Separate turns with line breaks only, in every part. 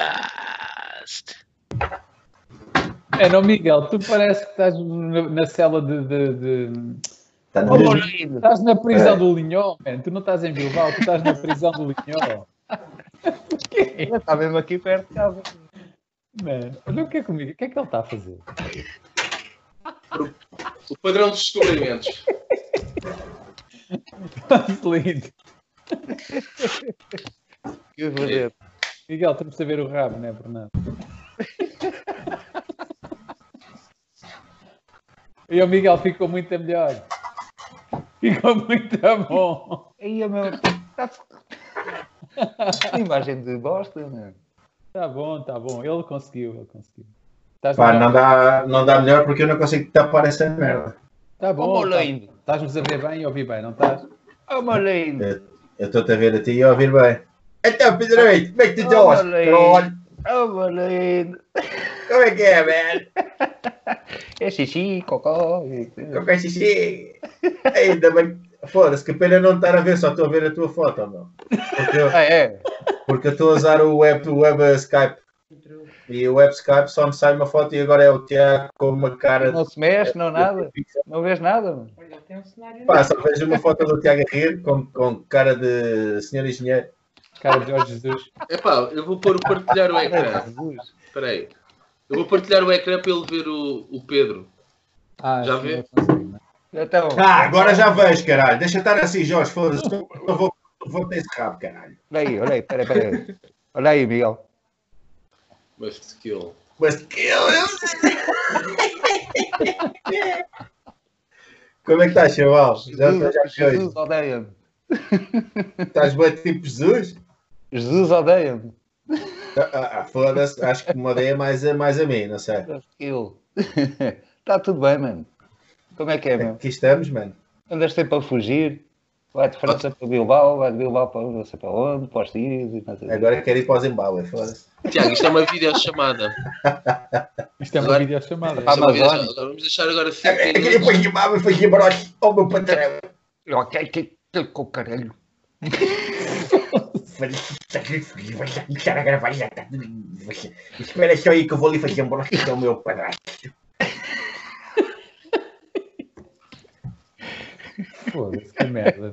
Pedocast.
É, não, Miguel, tu parece que estás na, na cela de. de- de-
Tá na
Oh,
mesma.
Lino, estás na prisão
É.
do Linhó, man. tu não estás em Bilbao, tu estás na prisão do Linhó.
Está mesmo aqui perto de casa.
Man, olha o que é comigo, o que é que ele está a fazer?
O padrão dos descobrimentos.
Lindo.
Que eu vou ver.
Miguel, temos de saber o rabo, não é, Bernardo? e o Miguel ficou muito melhor. Ficou muito bom.
Aí, meu. tá- Imagem de bosta, né?
Tá bom, tá bom. Ele conseguiu, ele conseguiu. Estás
Pá,
melhor?
não dá, não dá melhor porque eu não consigo tapar essa merda.
Tá
Como
bom.
o
tá-
lindo.
Estás-nos a ver bem e a ouvir bem, não estás?
Oh, meu lindo.
Eu estou-te a ver a ti e a ouvir bem. Então, Pedroito, como é que tu estás?
Olha aí.
Caralho,
Oh, meu lindo.
Como é que é, man?
É xixi, cocó. e-
Eu quero xixi. Ainda bem. Foda-se, que pena não estar a ver, só estou a ver a tua foto, meu. Porque eu-
Ah, é?
Porque eu estou a usar o web, o web Skype. E o web Skype só me sai uma foto e agora é o Tiago com uma cara de.
Não se mexe, não nada. Não vês nada, mano.
Olha, tem um cenário.
Pá, só vejo uma foto do Tiago a rir com, com cara de senhor engenheiro.
Cara de Jorge Jesus.
Epá, eu vou pôr o partilhar o
Ai,
ecrã.
Jesus.
Espera aí. Eu vou partilhar o ecrã para ele ver o, o Pedro.
Ah,
Já
acho que
vi.
eu consigo, não é?
Então,
Ah, agora já vejo, caralho. Deixa estar assim, Jorge. Foda-se. Eu vou, eu vou ter esse rabo, caralho.
olha aí, olha aí, peraí, peraí. Olha aí, Miguel.
Mas skill.
Mas que eu. eu- Como é que estás, chaval? Já, já, já, te ouço.
Jesus odeia-me.
Estás bem tipo Jesus?
Jesus odeia-me.
Ah, ah, ah, Foda-se. Acho que me odeia mais, a- mais a mim, não sei.
Eu. Está tudo bem, mano. Como é que é, meu?
Aqui estamos, mano.
Andas sempre a fugir. Vai de França para Bilbao, vai de Bilbao para não sei para onde, para os tios e assim. não sei o quê.
Agora quero ir para o Zimbábue, foda-se.
Tiago, isto é uma videochamada.
Isto é uma
Agora-
videochamada.
Ah,
Isto é uma
Amazônia.
videochamada. Vamos deixar agora 5
Aquele
minutos.
para Zimbábue foi Gibraltar, ó meu patrão.
Eu quero que que- com o
é
caralho.
Vai começar a gravar já está tudo. Espera só aí que eu vou ali fazer um broche que é o meu padrasto.
Foda-se, que merda.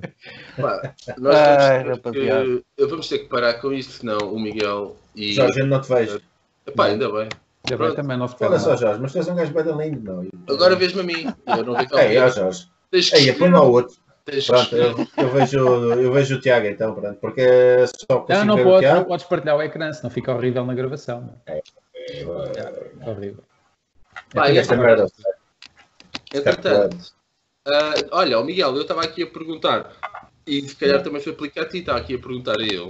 Pá, nós
Ai,
vamos, ter
rapaziada.
que, eu- vamos ter que parar com isto, senão o Miguel e.
Jorge, eu não te vejo.
Epá, ainda bem.
Já vai
Pronto.
também, não se perde
Fala só,
nada.
Jorge, mas tu és um gajo bem lindo, não.
Agora vês-me a mim. Eu não vejo
Ei, ó
alguém.
É, Jorge.
Tens que
Ei,
escolher.
apanha lá o outro.
Tens que
é Pronto, eu,
escolher.
eu vejo, eu vejo o Tiago então, pronto, porque é só consigo
Não, não
ver o
podes, não
Tiago.
podes partilhar o ecrã, senão fica horrível na gravação. mano. É horrível.
Pá, e
Esta merda.
Entretanto, ah, olha, o Miguel, eu estava aqui a perguntar, e se calhar também foi aplicar a ti, está aqui a perguntar a ele,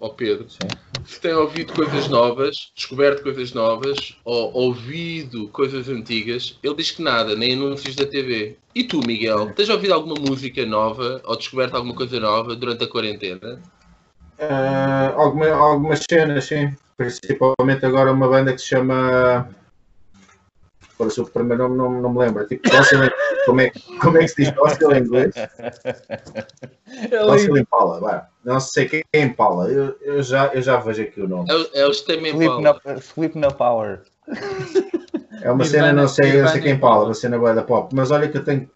ao Pedro, se tem ouvido coisas novas, descoberto coisas novas, ou ouvido coisas antigas. Ele diz que nada, nem anúncios da TV. E tu, Miguel, tens ouvido alguma música nova, ou descoberto alguma coisa nova durante a quarentena?
Ah, alguma- algumas cenas, sim. Principalmente agora uma banda que se chama. Por isso o primeiro nome não, não me lembro. É Tipo, Dócil em- como, é, como é que se diz Dócil em inglês? É Dócil Impala, vá. Não sei quem é Impala. Eu, eu, já, eu já vejo aqui o nome.
É, o- é os também
Sleep
Paulo.
no, sleep no power.
É
Nirvana-
uma cena, não sei, eu sei
Nirvana
quem
Impala.
Impala, uma cena boa da pop. Mas olha que eu tenho,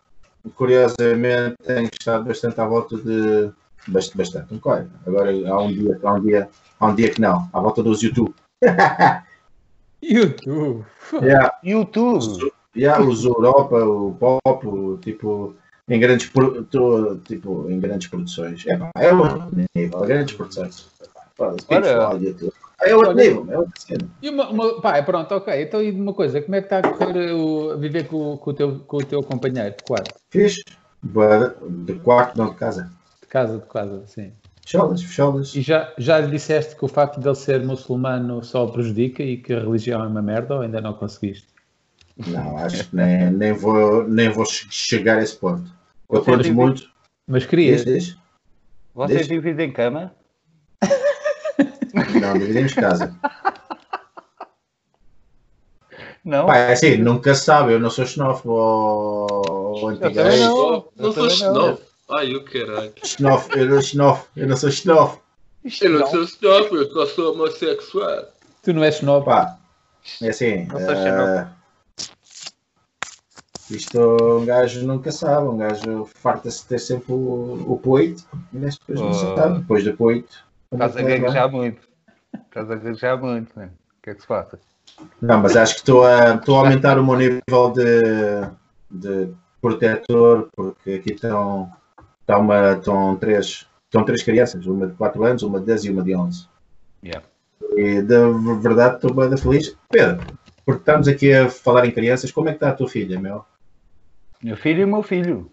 curiosamente, tenho estado bastante à volta de. Bastante, bastante, um bocado. Agora há um dia, há um dia, há um dia que não, à volta dos YouTube.
YouTube.
Yeah.
YouTube.
E há os Europa, o pop, o tipo, em grandes, pro- tu- tipo, em grandes produções. É, pá, é outro nível, grandes produções. Foda-se,
Olha.
Pixel, YouTube. É outro
Olha.
nível, é outra cena.
E uma, uma, pá, pronto, ok. Então, e de uma coisa, como é que está a correr o, a viver com, com o teu, com o teu companheiro de quarto?
Fiz, de quarto, não de casa.
De casa, de casa, sim.
Fecholas, fecholas.
E já, já lhe disseste que o facto de ele ser muçulmano só o prejudica e que a religião é uma merda ou ainda não conseguiste?
Não, acho que nem, nem, vou, nem vou che- chegar a esse ponto. Eu
Você
tento
vive-
muito.
Mas
Diz,
querias?
diz.
Vocês
Deixa.
dividem cama?
Não, dividimos casa.
Não.
Pá, é assim, nunca se sabe, eu não sou xenófobo ou ou
Eu também
anti-gay.
não.
oh, Não
Eu também
foste
não.
novo. Ai, o caralho.
Xenófobo, eu não sou xenófobo, eu não sou xenófobo.
Isto
Eu não
não,
sou snob, eu só sou homossexual.
Tu não és snob.
Pá, é assim.
Não sei se
eh,
não.
isto um gajo nunca sabe, um gajo farta-se de ter sempre o, o poito, mas depois não se
Ah.
sabe, depois do poito. como é
estás
que
a
vai?
gaguejar muito. Estás a gaguejar muito, né? O que é que se passa?
Não, mas acho que estou a, estou a aumentar o meu nível de, de protetor, porque aqui estão, está uma, estão, três, estão três crianças, uma de 4 anos, uma de 10 e uma de 11.
Yeah.
E da verdade estou bem feliz. Pedro, porque estamos aqui a falar em crianças, como é que está a tua filha, meu?
Meu filho e meu filho.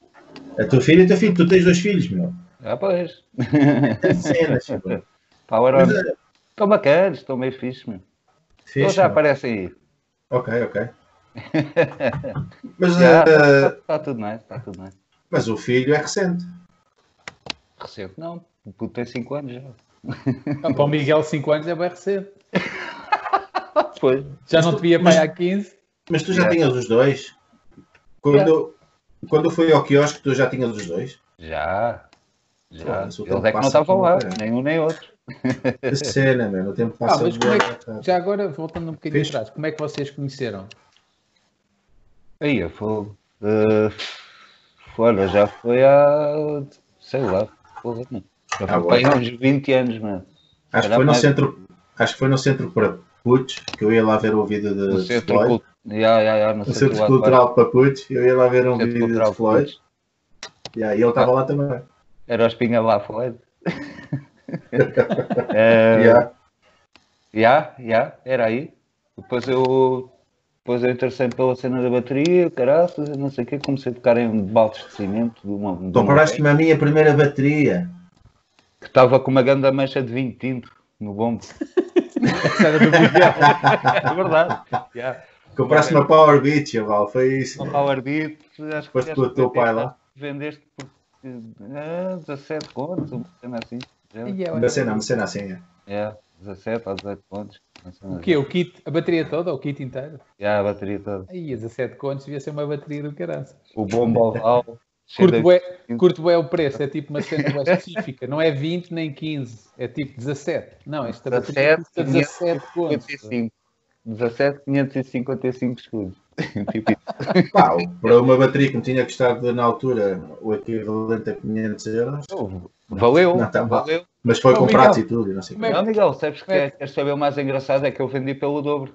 A tua filha e o teu filho, tu tens dois filhos, meu.
Ah, pois.
Cenas, meu.
Power
Mas,
on.
eh,
Estão bacanas, estão meio fixe, meu.
fixe,
Eles já
meu.
aparecem aí.
Ok, ok. Mas,
Já,
eh,
está tudo nice, está tudo nice.
mas o filho é recente.
Recente não, o puto tem 5 anos já.
Ah, Para o Miguel, 5 anos é bem recente.
Pois.
Já não te via
Mas-
pai há 15.
Mas tu já
É.
tinhas os dois? Quando, quando eu fui ao quiosque, tu já tinhas os dois?
Já. Já.
Mas o
Eles
tempo
é que não
passa
estavam
como
lá,
é.
nem um nem outro.
Que cena, mano. O tempo
Ah,
passa
mas como é
voando,
que, já agora, voltando um bocadinho
Fixe.
atrás, como é que vocês conheceram?
Aí eu fogo. Eh, olha, já foi há. sei lá. Porra, mano. Já
Ah,
foi
bom.
há uns 20 anos, mano.
Acho que
Era
foi no
mais-
centro. Acho que foi no centro para putos, que eu ia lá ver um vídeo
No
de, de
centro
Floyd.
cultural. Já, já, já, no
No
centro
centro
lá de
cultural para putos, eu ia lá ver um
Centro
vídeo
Cultural
de Floyd. Yeah, e ele estava lá também.
Porto. Era o espinha lá Floyd. Eh,
Yeah.
Já, já, era aí. Depois eu, depois eu interessei pela cena da bateria, caraças, não sei o quê, comecei a tocar em baldes de cimento de uma.
Então
de uma
Compraste-me a minha primeira bateria.
que estava com uma grande mancha de vinho tinto no bombo.
Isso era do Miguel.
É verdade. já.
Compraste-me a Power Beat, chaval. Foi isso.
São Power Beat, acho que
Foste
tiveste
com o teu
que
pai
vender-
lá?
Vendeste por eh, 17 contos, uma cena assim. já.
E eu-
Uma cena, uma cena assim. é.
É, 17 ou 18 contos. uma cena
O quê? O kit, a bateria toda ou o kit inteiro?
assim. Já, a bateria toda.
Aí, a 17 contos devia ser uma bateria do caralho.
O bombo oval. cheio
Curto
de-
bué, curto bué o preço, é tipo uma cena bué específica, não é 20 nem 15, é tipo 17. Não, esta bateria
17,
custa 17 contos.
55. 17,555 escudos. Tipo isso.
Pá, para uma bateria que me tinha custado na altura o equivalente a 500 euros,
"Então, Valeu,
Não, tá bom.
valeu.
mas foi
Oh,
com pratos
Miguel,
e tudo, e não sei o
como é
que.
Não, Miguel, sabes que
Como é
é, queres saber o mais engraçado? É que eu vendi pelo dobro.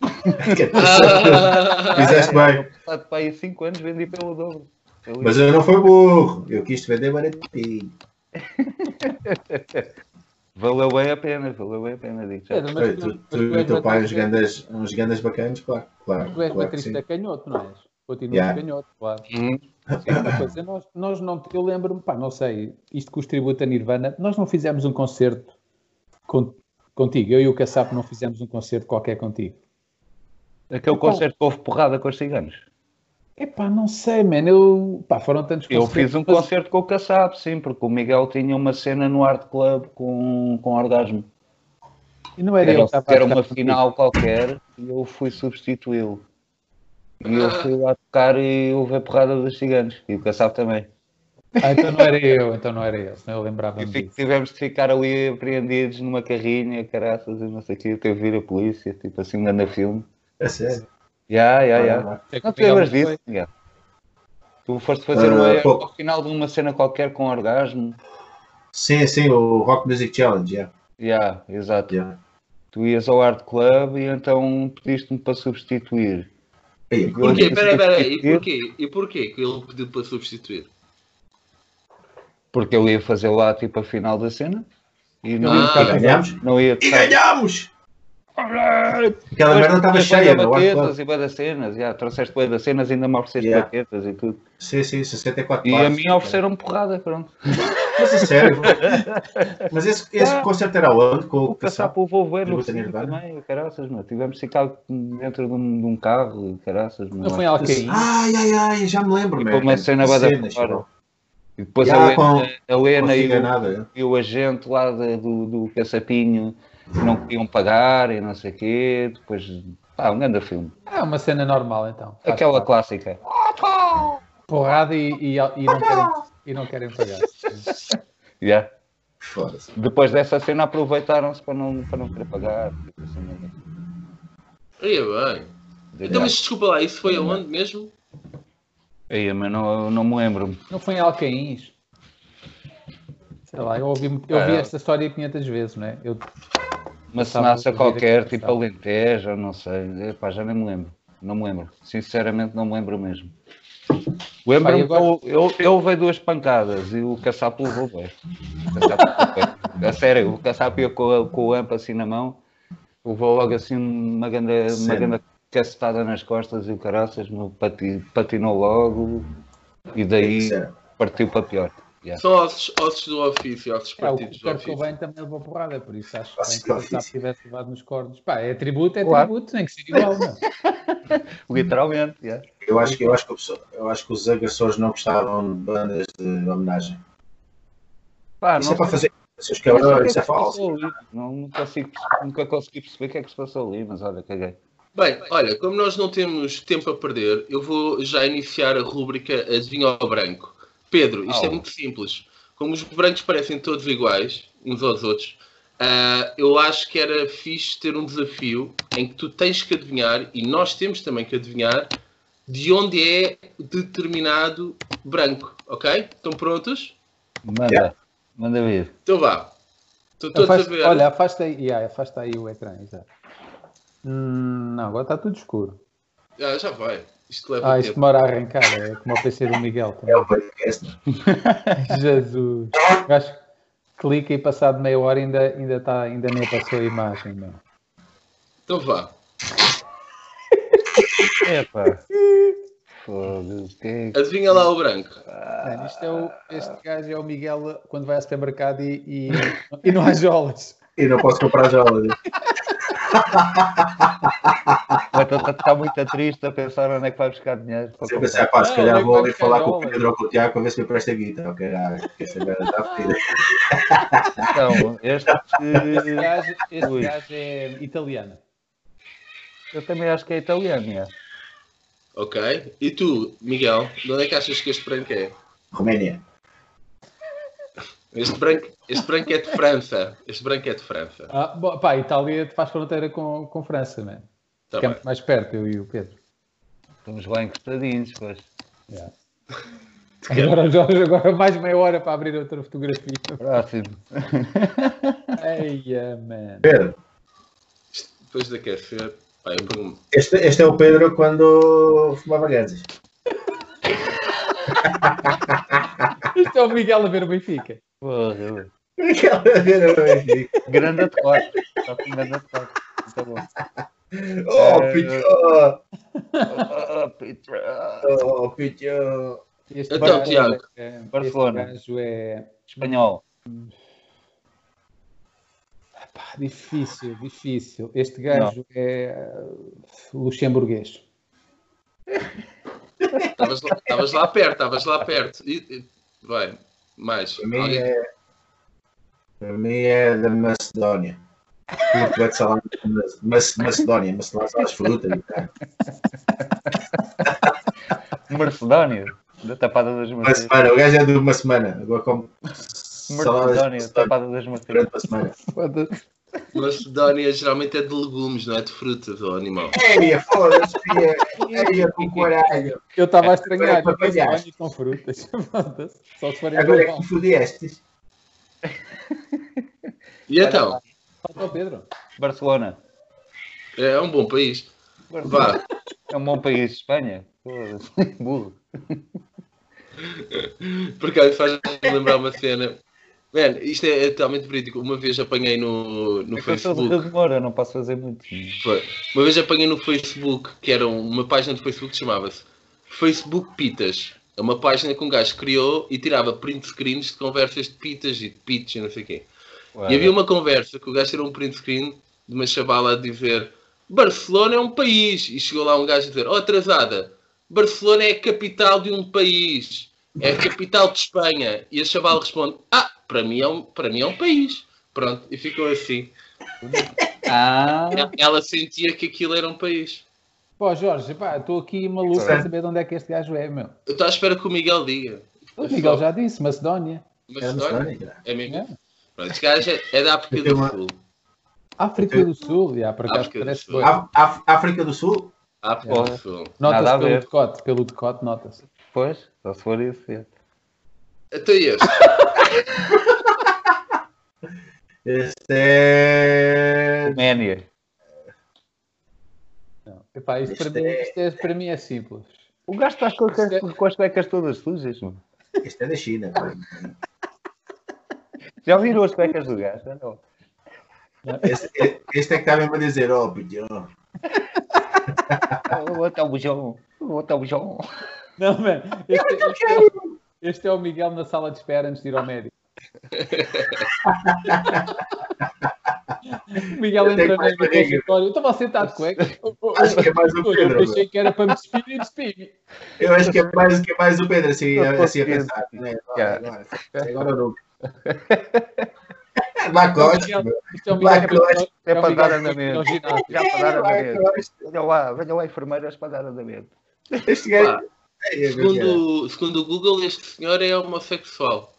é
Fizeste bem.
Eu, passado para aí 5 anos, vendi pelo dobro. Eu-
Mas eu não fui burro, eu quis vender baratinho.
Valeu bem a pena, valeu bem a pena. digo já.
Pedro, mas
Olha,
tu-
Tu,
mas
tu
tu
e o
és
teu pai, uns
baterista-
grandes, uns grandes bacanas, claro, claro,
Tu és
claro que sim.
baterista canhoto, não és? Continuas
Yeah.
canhoto, claro.
Hum,
Sim, uma coisa, nós, nós não, eu lembro-me, pá, não sei, isto com os tributo a Nirvana, nós não fizemos um concerto con- contigo, eu e o Caçapo não fizemos um concerto qualquer contigo.
Aquele concerto que houve porrada com os ciganos.
Epá, não sei, man, eu, pá, foram tantos
Eu fiz um
mas-
concerto com o Kassab, sim, porque o Miguel tinha uma cena no Art Club com, com orgasmo.
e não era, eu que
Era, um
estava a
era
tocar
uma
contigo.
final qualquer e eu fui substituí-lo. E eu fui lá tocar e houve a porrada dos ciganos. E o Kassab também.
Ah, então não era eu, então não era eu, senão eu lembrava-me
E fi-
disso.
tivemos de ficar ali apreendidos numa carrinha, caraças e não sei o quê. Teve de vir a polícia, tipo assim, um grande filme.
É sério.
Já, já, já.
É que
Não
o
te lembras
Miguel
disso, Miguel? Tu foste fazer
Ah,
uma,
pouco.
ao final de uma cena qualquer com orgasmo.
Sim, sim, o Rock Music Challenge, yeah,
Já, exato.
yeah.
Tu ias ao Art Club e então pediste-me para substituir.
Aí,
Porquê?
Eu-
é
Espera, espera, e porquê? E porquê que ele pediu para substituir?
Porque eu ia fazer lá tipo a final da cena e não,
Ah.
ia,
ganhámos?
não ia
E
tocar.
ganhámos! Aquela
Depois
merda estava
tinha bué
cheia,
de
não
baquetas e bué das cenas, já, trouxeste bué das cenas e ainda me ofereceste
Yeah.
baquetas e tudo.
Sim, sim, 64
E a
partes.
mim ofereceram porrada, pronto.
Mas a sério, mas esse, esse
Ah.
concerto era onde? Com o
Passar
Caçapo?
pelo Volvo no
Tributo a
Recife
Nirvana.
também, caraças, meu. Tivemos de ficar dentro de um, de um carro e caraças, meu.
Não foi em Alcaim?
Ai, ai, ai, já me lembro,
é E
man.
como a cena vai dar
É, Cenas,
fora.
pô.
E depois
Já,
a
com-
Lena, a Lena
Não
e,
fica
o,
nada.
e o agente lá da- do, do Caçapinho que não queriam pagar e não sei o quê. Depois, pá, um grande filme.
Ah, uma cena normal então. Faz
Aquela
parte.
clássica.
porrada e, e, e não querem, e não querem pagar.
Yeah.
Foda-se.
Depois dessa cena aproveitaram-se para não, para não querer pagar. tipo assim,
Aí é bem.
É.
Então, mas desculpa lá, isso foi aonde mesmo?
Aí, mas não, não me lembro.
Não foi em Alcaíns? Sei lá, eu ouvi, eu ouvi
É.
Cara.
esta história 500 vezes, não é? Eu,
Uma
Sabe, vou dizer
cenaça
que
qualquer,
não
tipo
sabe.
Alentejo, não sei. Epá, já nem me lembro. Não me lembro. Sinceramente, não me lembro mesmo. Lembro-me
Pá, e agora-
que eu, eu, eu levei duas pancadas e o caçapo levou bem. O caçapo levou bem. A sério, o caçapo ia com, a- com o amp assim na mão, levou logo assim uma grande, uma
Sério?
grande cacetada nas costas e o caraças meu, pati- patinou logo e daí
Sério.
partiu para pior. Yeah.
São ossos, ossos do ofício, ossos
é, o
partidos do
Kurt
ofício.
Cobain também levou porrada, é por isso acho
Acho
que bem
que
que
eu
o
fiz.
Sapo tivesse levado nos cornos. Pá, é tributo, é
Claro.
tributo, tem que ser igual, não é?
Literalmente, yeah.
Eu acho, que- eu, acho que o pessoal- eu acho que os agressores não gostavam de bandas de homenagem.
Pá,
Isso
Ah, não
é para
sei.
fazer. Seus
Eu não sei o que
cabrões,
é que
isso é
se passou
falso.
ali. Não, não consigo, nunca consegui perceber o que é que se passou ali, mas olha, caguei.
Bem, olha, como nós não temos tempo a perder, eu vou já iniciar a rúbrica Adivinha ao Branco. Pedro, isto é
Oh.
muito simples. Como os brancos parecem todos iguais, uns aos outros, ah, eu acho que era fixe ter um desafio em que tu tens que adivinhar, e nós temos também que adivinhar, de onde é determinado branco, ok? Estão prontos?
Manda, manda vir.
Então vá. Estão todos a
Afasta,
ver.
Então olha, afasta aí, yeah, afasta aí o ecrã, exato. Hum, não, agora está tudo escuro.
Ah, já vai. Isto leva
Ah,
tempo.
isto demora a arrancar, é como o PC do Miguel também.
É o podcast.
Jesus. O gajo clica e passado meia hora ainda, ainda, tá, ainda nem passou a imagem, meu.
Então vá.
Epa. Fogo, o que é que-
Adivinha lá o branco. Ah,
Mano, isto é o- este gajo é o Miguel quando vai ao supermercado e, e, e não há jolas.
E não posso comprar jolas.
Ou então está tá muito triste a pensar onde é que vai buscar dinheiro. para
Se eu
comprar.
pensar, pá, se
Não,
calhar
nem
vou ali
quando
falar com o
cai
Pedro ou com o Tiago para ver se me presta guita. Ok, ah, que essa merda está fedida.
Então, este.
Este gajo, este
Ui.
gajo é italiano.
Eu também acho que é italiano, é.
Ok. E tu, Miguel, de onde é que achas que este branco é?
Roménia.
Este branco, este branco é de França. Este branco é de França.
Ah, bo- pá, Itália faz fronteira com, com França, mano.
Tá
Ficamos
bem.
mais perto, eu e o Pedro.
Estamos bem encostadinhos, pois.
Yeah.
Tá
Agora, Jorge, agora mais meia hora para abrir outra fotografia.
Próximo.
Eia, mano.
Pedro,
Depois de aquecer. Pá, eu ponho-
este, este é o Pedro quando fumava ganzas.
Isto é o Miguel a ver o Benfica.
Porra.
Aquela assim. era o Benfica.
Grande decote. Está com grande decote. Muito bom.
Oh,
É.
Pitão!
Oh, oh, Peter. Ah,
Oh, Pitão!
Este
Então, Tiago,
é,
Barcelona.
Este gajo é
Espanhol.
pá, difícil, difícil. Este gajo é uh, luxemburguês.
Estavas lá, estavas lá perto, estavas lá perto. E, e- vai, mais.
Para mim
Alguém-
é. Para mim é da Macedónia. Muito bem de salada de Mac- Mac- Macedónia, Macedónia são as frutas. é? e tal.
Mercedónio. Da Tapada das
Uma
Mercedes.
semana, o gajo é de uma semana. Agora como
é
salada de
Mercedónio,
Macedónia
Tapada das Mercedes.
durante uma semana.
Foda-se.
Macedónia geralmente é de legumes, não é de frutas ou animal.
Eia, É, foda-se, filha. É, Eia, com caralho.
Eu estava a estranhar.
Agora
eu
apanhaste.
gosto de com frutas. Foda-se. Só se forem
Agora é
global.
que me fodeste.
E então,
Falta o Pedro.
Barcelona.
é um bom país.
Barcelona.
Vá,
É um bom país. Espanha. Foda-se. Burro.
por acaso faz lembrar uma cena. Mano, isto é totalmente verídico. Uma vez apanhei no, no
É que eu sou de
Facebook.
Rio de Moura, não posso fazer muito.
Foi. Uma vez apanhei no Facebook, que era um, uma página do Facebook que chamava-se Facebook Pitas. É uma página que um gajo criou e tirava print screens de conversas de pitas e de pits e não sei o quê. E
um-
havia uma conversa que o gajo tirou um print screen de uma chavala a dizer Barcelona é um país. E chegou lá um gajo a dizer, oh atrasada, Barcelona é a capital de um país. É a capital de Espanha. E a chavala responde, ah, para mim é um, para mim é um país. Pronto, e ficou assim.
Ah,
Ela sentia que aquilo era um país.
Pô, Jorge, pá, estou aqui maluco
Sim.
a saber de onde é que este gajo é, meu.
Eu estou à espera que o Miguel diga.
O Miguel já disse, Macedónia.
Mas
Era
olha,
É Macedónia, caralho.
é mesmo.
É.
Pronto, este gajo é, é da África
Eu tenho
do
uma-
Sul.
África do Sul, já, por acaso
África do
parece
Sul.
doido.
Á- Á- África do Sul?
África
É.
do Sul.
Nada a
Nota-se pelo
ver.
decote, pelo decote nota-se.
Pois, só se for isso. é.
Até Então, este.
Este é.
Roménia.
Epá, isto, para
Este
mim,
é-
isto é- para mim é simples.
O gajo está com, as- com as cuecas todas sujas, mano.
Este é da China.
Já viram as cuecas do gajo? ou Não.
Este, é- este é que está mesmo a dizer, oh, bujão.
O outro é o bujão. O outro é o bujão.
Não, mano, este, este é, o- este é o Miguel na sala de espera antes de ir ao médico. O Miguel
Eu tenho
entra no
mais
no
barriga.
consultório. Estava sentado de cuecas.
Acho que é mais o Pedro,
Eu achei que era para me despir e despir.
Eu acho que é mais, que é mais o Pedro, assim,
Não
assim a
consigo.
pensar. Né? Agora,
Yeah.
agora, agora ou nunca. Lacoste,
Miguel,
meu.
Isto é o Miguel
Vai,
que vai- é
vai.
É
o
para
Miguel
dar
que vai
andamento.
ao ginásio.
Já para
É,
dar andamento.
Lacoste.
Olha lá, venham lá enfermeiras para dar andamento.
Este
Pá,
gajo. Ei, meu
segundo, segundo o Google, este senhor é homossexual.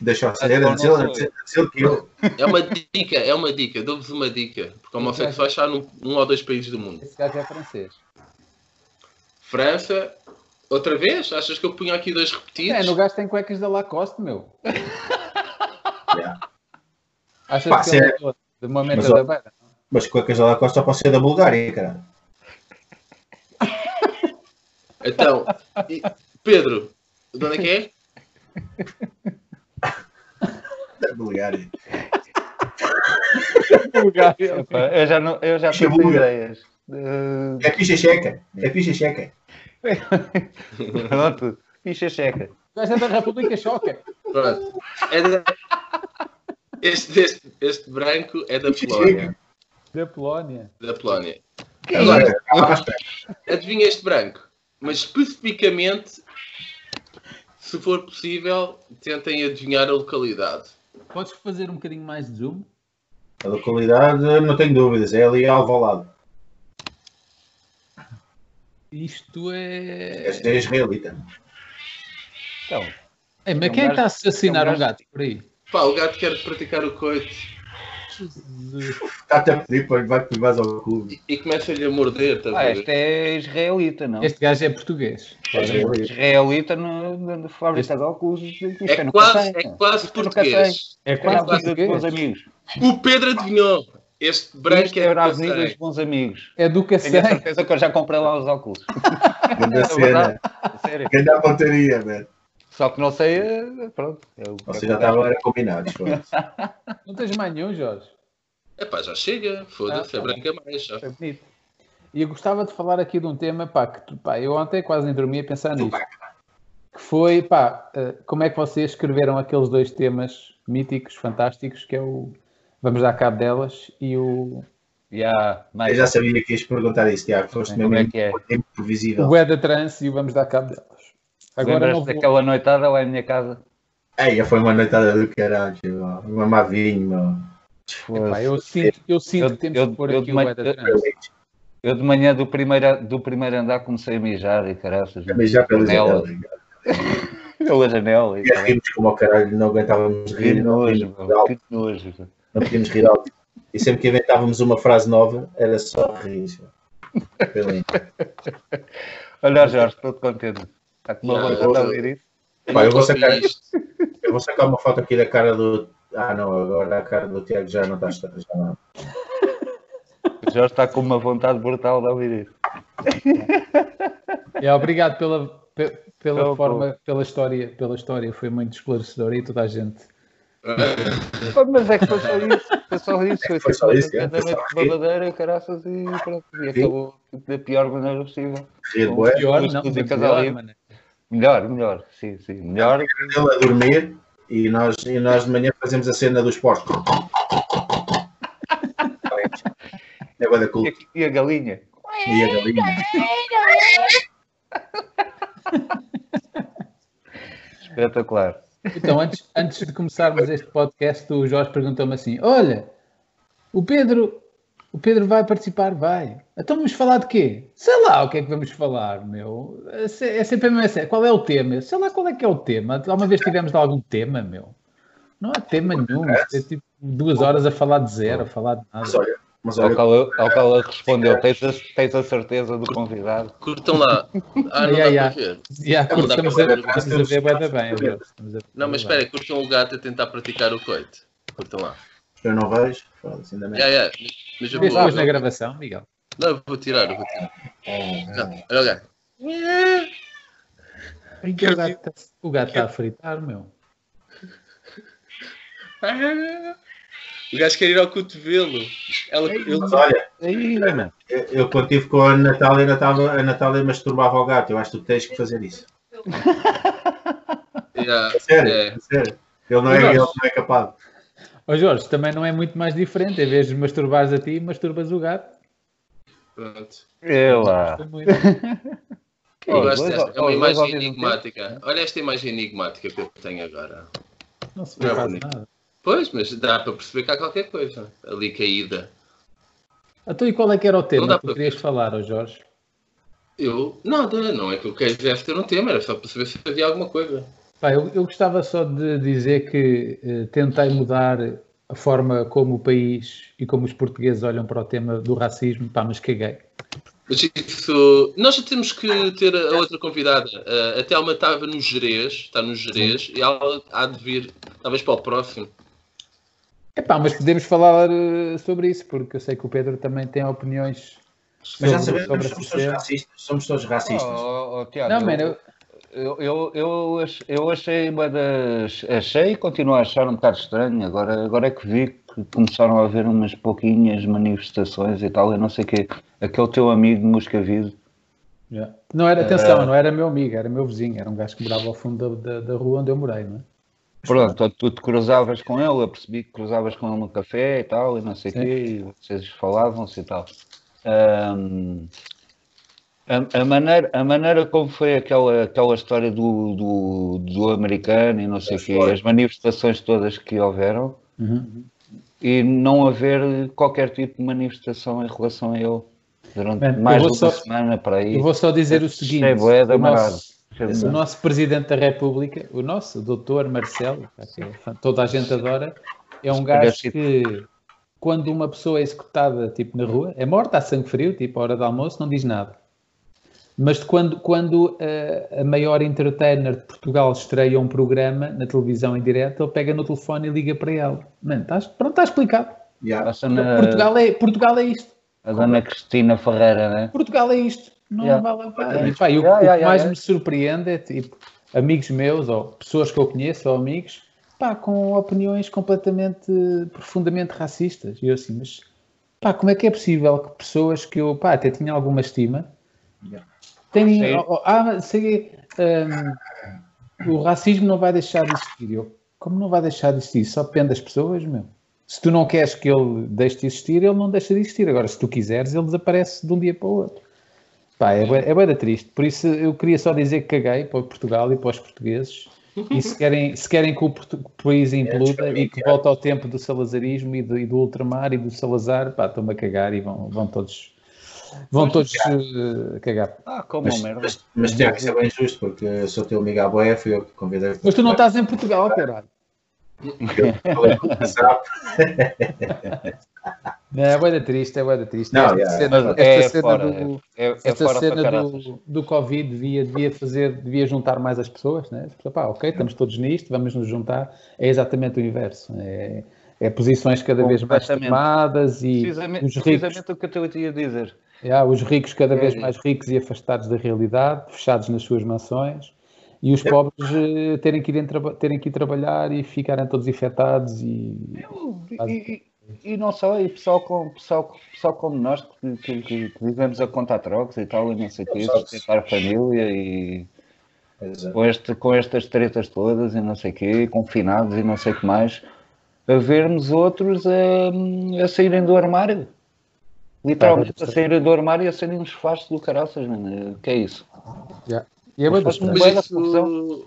Deixa eu ser,
Então
antes ele-
não
antes ele- antes ele que eu.
É uma dica, é uma dica, dou-vos uma dica. Porque homossexuais está num, num ou dois países do mundo.
Esse gajo é francês.
França, outra vez? Achas que eu punho aqui dois
É,
repetidos?
no gajo tem cuecas da Lacoste, meu.
Yeah.
Achas
Pá,
que ele é todo de uma meta
Mas, ó,
da beira?
Mas cuecas da Lacoste só pode ser da Bulgária, cara.
Então, e- Pedro, de onde é que é?
Da Bulgária.
é
Epá, Eu já, não, eu já tenho
Chebuga.
ideias. Eh,
É picha checa. É picha checa.
Pronto, ficha checa.
O gajo é da República Choca.
Pronto. É da- Este, este, este branco é da
Picha
Polónia.
checa.
Da Polónia.
Da Polónia.
Agora, arrasta.
Adivinha este branco. Mas especificamente, se for possível, tentem adivinhar a localidade.
Podes fazer um bocadinho mais de zoom?
A localidade, não tenho dúvidas, é ali ao lado.
Isto é.
Este é israelita.
Então,
Ei,
É
mas
um
quem é que
gajo-
está a assassinar
é um
um gato por aí?
Pá, o gato quer praticar o coito
Jesus.
Está-te a pedir para vai que vais ao clube.
e começa-lhe a morder, estás
ah,
a
este
ver?
é israelita, não?
Este gajo é português.
Israelita.
Israelita no, no, no fábrica de óculos. Isto
É
no
quase,
Catém,
é
pá. Isto
quase
no
português.
É
Catém. Era
quase
a avenida dos bons
português.
amigos.
O Pedro adivinhou. Este branco
Isto
é
era a
da
avenida dos
Serra.
bons amigos.
É do
Tenho a
Cacém.
certeza que eu já comprei lá os óculos. É
Grande cena.
A Sério.
Grande à pontaria, velho.
Só que não sei, eh, pronto. é o que
Vocês já
acontece.
estavam era combinados. pô.
Não tens mais nenhum, Jorge.
Epá, já chega. Foda-se,
Ah, tá
é branca mais. Já.
É bonito. E eu gostava de falar aqui de um tema, pá, que tu- pá, eu ontem quase nem dormi a pensar nisto. Que foi, pá, eh, como é que vocês escreveram aqueles dois temas míticos, fantásticos, que é o Vamos dar cabo delas e o,
Já,
Eu
mas
já sabia que ias perguntar isso, Tiago. Foste
como
mesmo
é que é?
o
imprevisível.
Bué da Trance e o Vamos dar cabo delas. Agora
Lembras-te
não vou...
daquela noitada lá em minha casa?
Ei, já foi uma noitada do caralho. meu. Uma mavinha, mano.
Epá, eu sinto, eu sinto que temos
Eu-
que pôr
eu-
aqui
eu-
o Bué da
eu-
Trance.
Eu de manhã do primeiro, do primeiro andar comecei a mijar e caraças.
Também já pela
Janela.
janela.
Pela janela e
E
caralho.
rimos como ao caralho, não aguentávamos
Que
rir. Não
nojo,
podíamos
meu,
rir alto,
que nojo.
não podíamos rir alto. E sempre que inventávamos uma frase nova, era só rir. Pela-
Olha, Jorge, estou contente. Está com uma
Não,
vontade de ouvir isso?
Eu
Pá, eu
nunca
vou
ouvi
sacar-
isto.
Eu vou sacar uma foto aqui da cara do. Ah, não, agora a cara do Tiago já não está. Já não.
O Jorge está com uma vontade brutal de ouvir isso.
É, obrigado pela, pe- pela
Então,
forma, pela história, pela história, foi muito esclarecedora e toda a gente.
Oh, mas é que foi só isso. Foi só isso. Foi,
Foi só
tipo
isso,
uma
é, foi
noite
só
de babadeira, caraças e pronto. E acabou da pior maneira possível.
Rir, boé.
Pior,
Duas
não, mas
músicas
melhor,
ali.
mano.
Melhor, melhor. Sim, sim. Melhor.
Ele a dormir e nós, e nós de manhã fazemos a cena dos porcos. É bué da
E
culpa.
a, e a galinha?
E a galinha.
Espetacular.
Então, antes, antes de começarmos este podcast, o Jorge perguntou-me assim: Olha, o Pedro, o Pedro vai participar? Vai. Então vamos falar de quê? Sei lá o que é que vamos falar, meu. É se- é sempre a mesma série. Qual é o tema? Sei lá qual é que é o tema. Alguma vez tivemos de algum tema, meu. Não há tema nenhum. É tipo duas horas a falar de zero, a falar de
Mas
nada.
olha, mas
Ao
olha,
qual, eu- ao qual ele respondeu, tens a, tens a certeza do convidado?
Curtam lá. Ah, não
Ya,
dá
ya.
para ver.
Yeah,
Não dá
estamos, a,
para ver,
estamos a
mas
ver
temos-
bué da bem. agora. Estamos a ver
é Não, mas
bué da
espera, curtam o gato a tentar praticar o coito. Curtam lá.
eu não vejo. assim Foda-se, ainda
Ya,
bem.
ya, Mas eu
bem.
vou.
Depois na gravação, Miguel.
Não, eu vou tirar, eu vou tirar.
Ah,
Não, Olha o gato.
Ai, O gato tá- o gato está a fritar, meu.
O gajo quer ir ao cotovelo. Ela, ele,
Mas olha,
Aí, mano.
eu- eu quando estive com a Natália, a Natália, a Natália masturbava ao gato. Eu acho que tu tens que fazer isso.
Ya,
A sério,
é.
a sério. Ele não é,
Mas-
ele não é capaz.
Ó Jorge, também não é muito mais diferente. Em vez de masturbares a ti, masturbas o gato.
Pronto.
Eu É lá.
Gosto muito.
Eu gosto
dois-
desta. É
oh, dois ao
uma imagem
mesmo
enigmática. Olha esta imagem enigmática que eu tenho agora.
Não se vê
Não, é
quase
bonito.
nada.
Pois, mas dá para perceber que há qualquer coisa. Ali caída.
Então, e qual é que era o
dá
tema que
pra-
tu querias falar, ó Jorge?
Eu, nada, não é que eu quisesse ter um tema, era só para saber se havia alguma coisa.
Pá, eu, eu gostava só de dizer que eh, tentei mudar a forma como o país e como os portugueses olham para o tema do racismo, pá, mas caguei.
Mas isso, nós já temos que ter a outra convidada. Uh, a Telma estava no Jerez, está no Jerez, e ela há de vir, talvez para o próximo.
Epá, mas podemos falar eh, sobre isso, porque eu sei que o Pedro também tem opiniões sobre,
Mas já sabemos,
sobre essa
somos todos
cena.
racistas. Somos todos racistas.
Oh, oh, Tiago,
Não,
eu-
mano, eu-
Eu, eu, eu, ach- eu achei, bué das- achei e continuo a achar um bocado estranho. Agora, agora é que vi que começaram a haver umas pouquinhas manifestações e tal, eu não sei o quê. Aquele teu amigo Moscavide,
já. não era, atenção, não era meu amigo, era meu vizinho, era um gajo que morava ao fundo da, da- da rua onde eu morei, não é?
pronto, tu te cruzavas com ele, eu percebi que cruzavas com ele no café e tal, e não sei o quê, e vocês falavam-se e tal. Ahm, a, a maneira, a maneira como foi aquela, aquela história do, do, do americano e não sei o quê, as manifestações todas que houveram, e não haver qualquer tipo de manifestação em relação a ele durante
Bem, eu
mais de
vou
uma
só-
semana para aí.
Eu vou só dizer o seguinte:
Sei, bué da
o
marada.
nosso, é o nosso Presidente da República, o nosso doutor Marcelo, que é- toda a gente adora, é um gajo
Parece-
que, quando uma pessoa é executada tipo, na rua, é morta a sangue frio, tipo à hora do almoço, não diz nada. Mas de quando, quando eh, a, maior entertainer de Portugal estreia um programa na televisão em direto, ele pega no telefone e liga para ela. Mano, estás, pronto, está explicado.
Yeah.
Tá
Passa na-
Portugal, é, Portugal é isto.
a dona Cristina Ferreira, né?
Portugal é isto. Não
Yeah.
vale a pena. E, É, pá, e o, o
Yeah,
que
yeah, yeah,
mais
yeah.
me surpreende é tipo amigos meus ou pessoas que eu conheço ou amigos pá, com opiniões completamente profundamente racistas. E eu assim, mas pá, como é que é possível que pessoas que eu pá, até tinha alguma estima
Yeah.
têm.
Sim.
oh, oh, ah, sei, hum, o racismo não vai deixar de existir. Eu, como não vai deixar de existir? Só depende das pessoas, meu. Se tu não queres que ele deixe de existir, ele não deixa de existir. Agora, se tu quiseres, ele desaparece de um dia para o outro. Pá, é bué, é bué da triste. Por isso, eu queria só dizer que caguei para Portugal e para os portugueses. E se querem, se querem que o portu- que o
É
país impluda e que volte ao tempo do salazarismo e do, e do ultramar e do Salazar, pá, estão-me a cagar e vão, vão todos, vão todos eh, cagar.
Ah, como
Mas,
merda.
mas, mas Tiago, isso é bem justo, porque eu sou teu amigo à boia, fui eu que convidei.
Mas tu não estás em Portugal, caralho.
é
Não, é bué da triste, é bué da triste.
Não,
esta
yeah,
cena,
Mas
esta
é
cena
fora,
do,
é, é
esta
fora para
cena
caraças.
do, do Covid devia, devia fazer, devia juntar mais as pessoas, né? As pessoas, Pá, ok, estamos todos nisto, vamos nos juntar. É exatamente o inverso. É, é posições cada vez mais
Completamente.
tomadas e
Precisamente,
os ricos,
precisamente o que eu te ia dizer.
yeah, os ricos cada vez
É.
mais ricos e afastados da realidade, fechados nas suas mansões e
É.
os pobres eh, terem que, ir em traba- terem que ir trabalhar e ficarem todos infectados e
E, e- e não só, e pessoal como, pessoal, pessoal como nós que, que, que- que vivemos a contar trocos e tal, e não sei o quê, sustentar família e com, este, com estas tretas todas e não sei o quê, confinados e não sei o que mais, a vermos outros a, a saírem do armário.
Tá,
Literalmente a saírem do armário e a serem uns fastos do caraças, mano. Que é isso?
yeah. E é bué da
Mas faz-me
estranho.
Mas
Boa da
isso.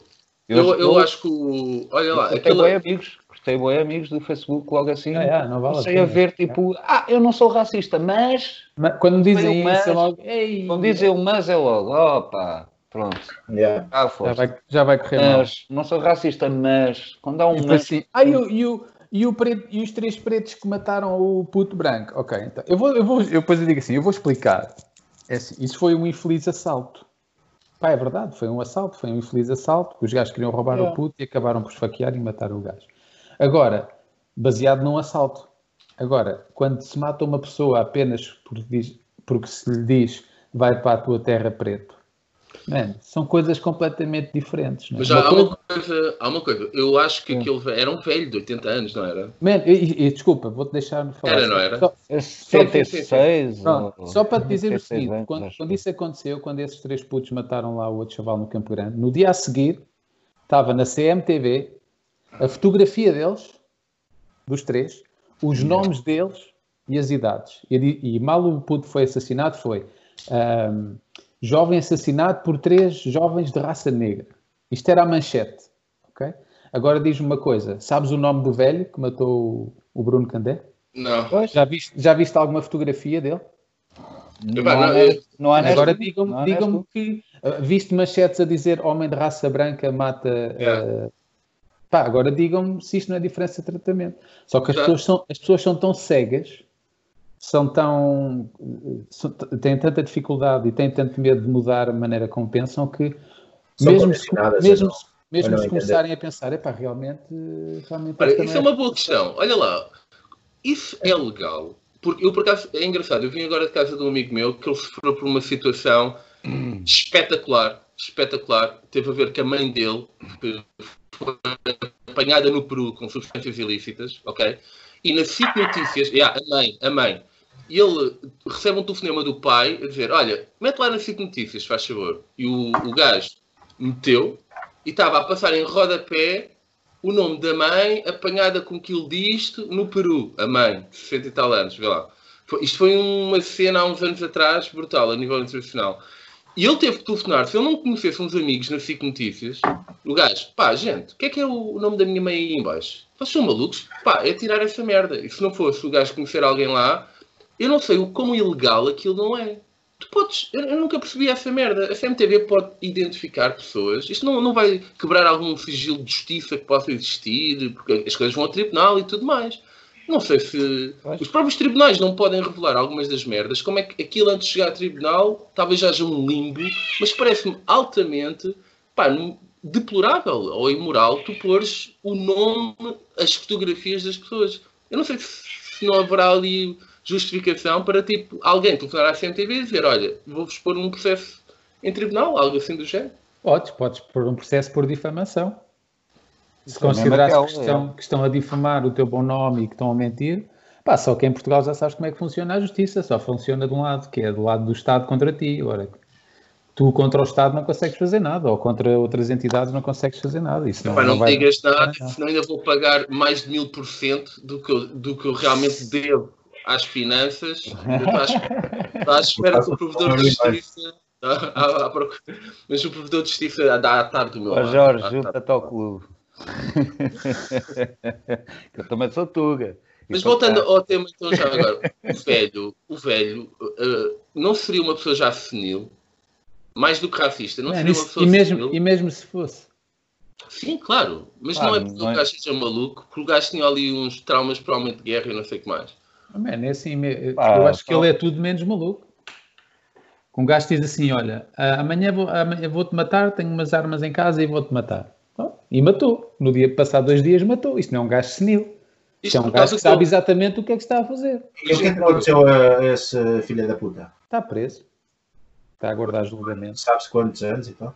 Eu, eu, acho que o. Olha lá,
Cortei
aquela.
boi amigos, cortei boi amigos do Facebook logo assim.
Ah, yeah, não vale a
Comecei a
pena.
ver tipo, ah, eu não sou racista, mas
Mas Quando me dizem
Mas-
isso, é logo. Ei,
Não dizem o mas é logo, opa, Pronto.
Yeah.
Ah,
Já
força.
vai, já vai correr mal.
Mas, não sou racista, mas quando há
né?
E
um
foi
mas.
assim, ah, e, o- e o- e o preto- e os três pretos que mataram o puto branco. Ok, então. Eu vou, eu vou, eu depois eu digo assim, eu vou explicar. É assim, isso foi um infeliz assalto. Pá, é verdade, foi um assalto, foi um infeliz assalto. Os gajos queriam roubar o puto e acabaram por esfaquear e matar o gajo. Agora, baseado num assalto. Agora, quando se mata uma pessoa apenas porque, diz- porque se lhe diz vai para a tua terra preto, mano, são coisas completamente diferentes. não é?
Mas já,
Uma
há,
coisa-
uma coisa, há uma coisa, eu acho que aquele ve- era um velho de 80 anos, não era?
Man, e, e- desculpa, vou-te deixar falar.
Era, não era?
Só,
é 76.
pronto,
ou-
só para te dizer o
76
seguinte:
anos,
quando,
acho.
quando isso aconteceu, quando esses três putos mataram lá o outro chaval no Campo Grande, no dia a seguir estava na CMTV a fotografia deles, dos três, os nomes deles e as idades. E, di- e mal o puto foi assassinado, foi ahm, jovem assassinado por três jovens de raça negra. Isto era a manchete. ok? Agora diz-me uma coisa: sabes o nome do velho que matou o- o Bruno Candé?
Não.
é. Pois,
Já viste, já viste alguma fotografia dele?
não,
Epá,
há
não,
nada-
eu-
Ah, não há nada-
é
Agora
não
digam-me
há
digam-me
nada-
que ah, viste manchetes a dizer homem de raça branca mata.
É.
ah, pá, agora digam-me se isto não é diferença de tratamento. Só que as,
Já.
pessoas são, as pessoas são tão cegas, são tão. são- têm tanta dificuldade e têm tanto medo de mudar a maneira como pensam que.
São
mesmo se,
condicionadas,
mesmo,
não.
se- mesmo
não
se
entender.
começarem a pensar, epá, realmente. realmente
Olha,
esta
isso
não
é uma boa questão. Olha lá, isso é legal. Porque eu, por acaso, é engraçado. Eu vim agora de casa de um amigo meu que ele sofreu por uma situação espetacular. Espetacular. Teve a ver com a mãe dele, que foi apanhada no Peru com substâncias ilícitas, ok? E na SIC Notícias, yeah, a mãe, a mãe, ele recebe um telefonema do pai a dizer: Olha, mete lá na SIC Notícias, se faz favor. E o, o gajo meteu e estava a passar em rodapé o nome da mãe apanhada com aquilo disto no Peru. A mãe, de 60 e tal anos, vê lá. Foi- Isto foi uma cena há uns anos atrás, brutal, a nível internacional. E ele teve que telefonar. Se ele não conhecesse uns amigos na SIC Notícias, o gajo, pá, gente, o que é que é o o nome da minha mãe aí em baixo? Vocês são malucos? Pá, é tirar essa merda. E se não fosse o gajo conhecer alguém lá, eu não sei o quão ilegal aquilo não é. Tu podes, eu, eu nunca percebi essa merda. A CMTV pode identificar pessoas. Isto não, não vai quebrar algum sigilo de justiça que possa existir, porque as coisas vão ao tribunal e tudo mais. Não sei se.
Pois.
Os próprios tribunais não podem revelar algumas das merdas. Como é que aquilo antes de chegar a tribunal talvez haja um limbo, mas parece-me altamente pá, num- deplorável ou imoral tu pôres o nome, as fotografias das pessoas. Eu não sei se, se não haverá ali justificação para tipo alguém telefonar à CMTV e dizer: Olha, vou-vos pôr num processo em tribunal, algo assim do género.
Podes, podes pôr um processo por difamação. Se
é mesmo
considerares
aquela,
que estão, que estão a difamar o teu bom nome e que estão a mentir, pá, só que em Portugal já sabes como é que funciona a justiça, só funciona de um lado, que é do lado do Estado contra ti. Ora, tu contra o Estado não consegues fazer nada, ou contra outras entidades não consegues fazer nada. Isso não,
Então,
Pá, não,
não vai-
digas
Ah,
nada,
não.
senão ainda vou pagar mais de mil por cento do que eu, do que eu realmente devo às finanças. Eu estou à espera- estou à espera que o provedor de justiça. tá, à- à procura- Mas o provedor de justiça dá à tarde do meu
Ó
lado.
Jorge,
Dá à tarde.
junta-te ao clube. que eu também sou Tuga. E
Mas
sou
voltando
cá.
ao tema, então já agora, o velho, o velho eh, não seria uma pessoa já senil, mais do que racista, não
Mano,
seria uma
isso-
pessoa
É, e, mesmo,
senil.
e mesmo se fosse.
Sim, claro, mas
Claro,
não é porque
não é.
o gajo seja maluco, porque o gajo tinha ali uns traumas, provavelmente de guerra e não sei o que mais.
Oh, Man, é assim, me-
Pá,
eu acho que
só-
ele é tudo menos maluco. Com um gajo que diz assim: Olha, ah, amanhã vou- amanhã vou-te matar, tenho umas armas em casa e vou-te matar. Oh, E matou. No dia passado, dois dias, matou. Isto não é um gajo senil. Isto é um
por
gajo
causa
que sabe
do-
exatamente o que é que está a fazer.
E o que eh, é que aconteceu a esse filho da puta?
Está preso. Está a aguardar julgamento.
Sabes quantos anos e tal?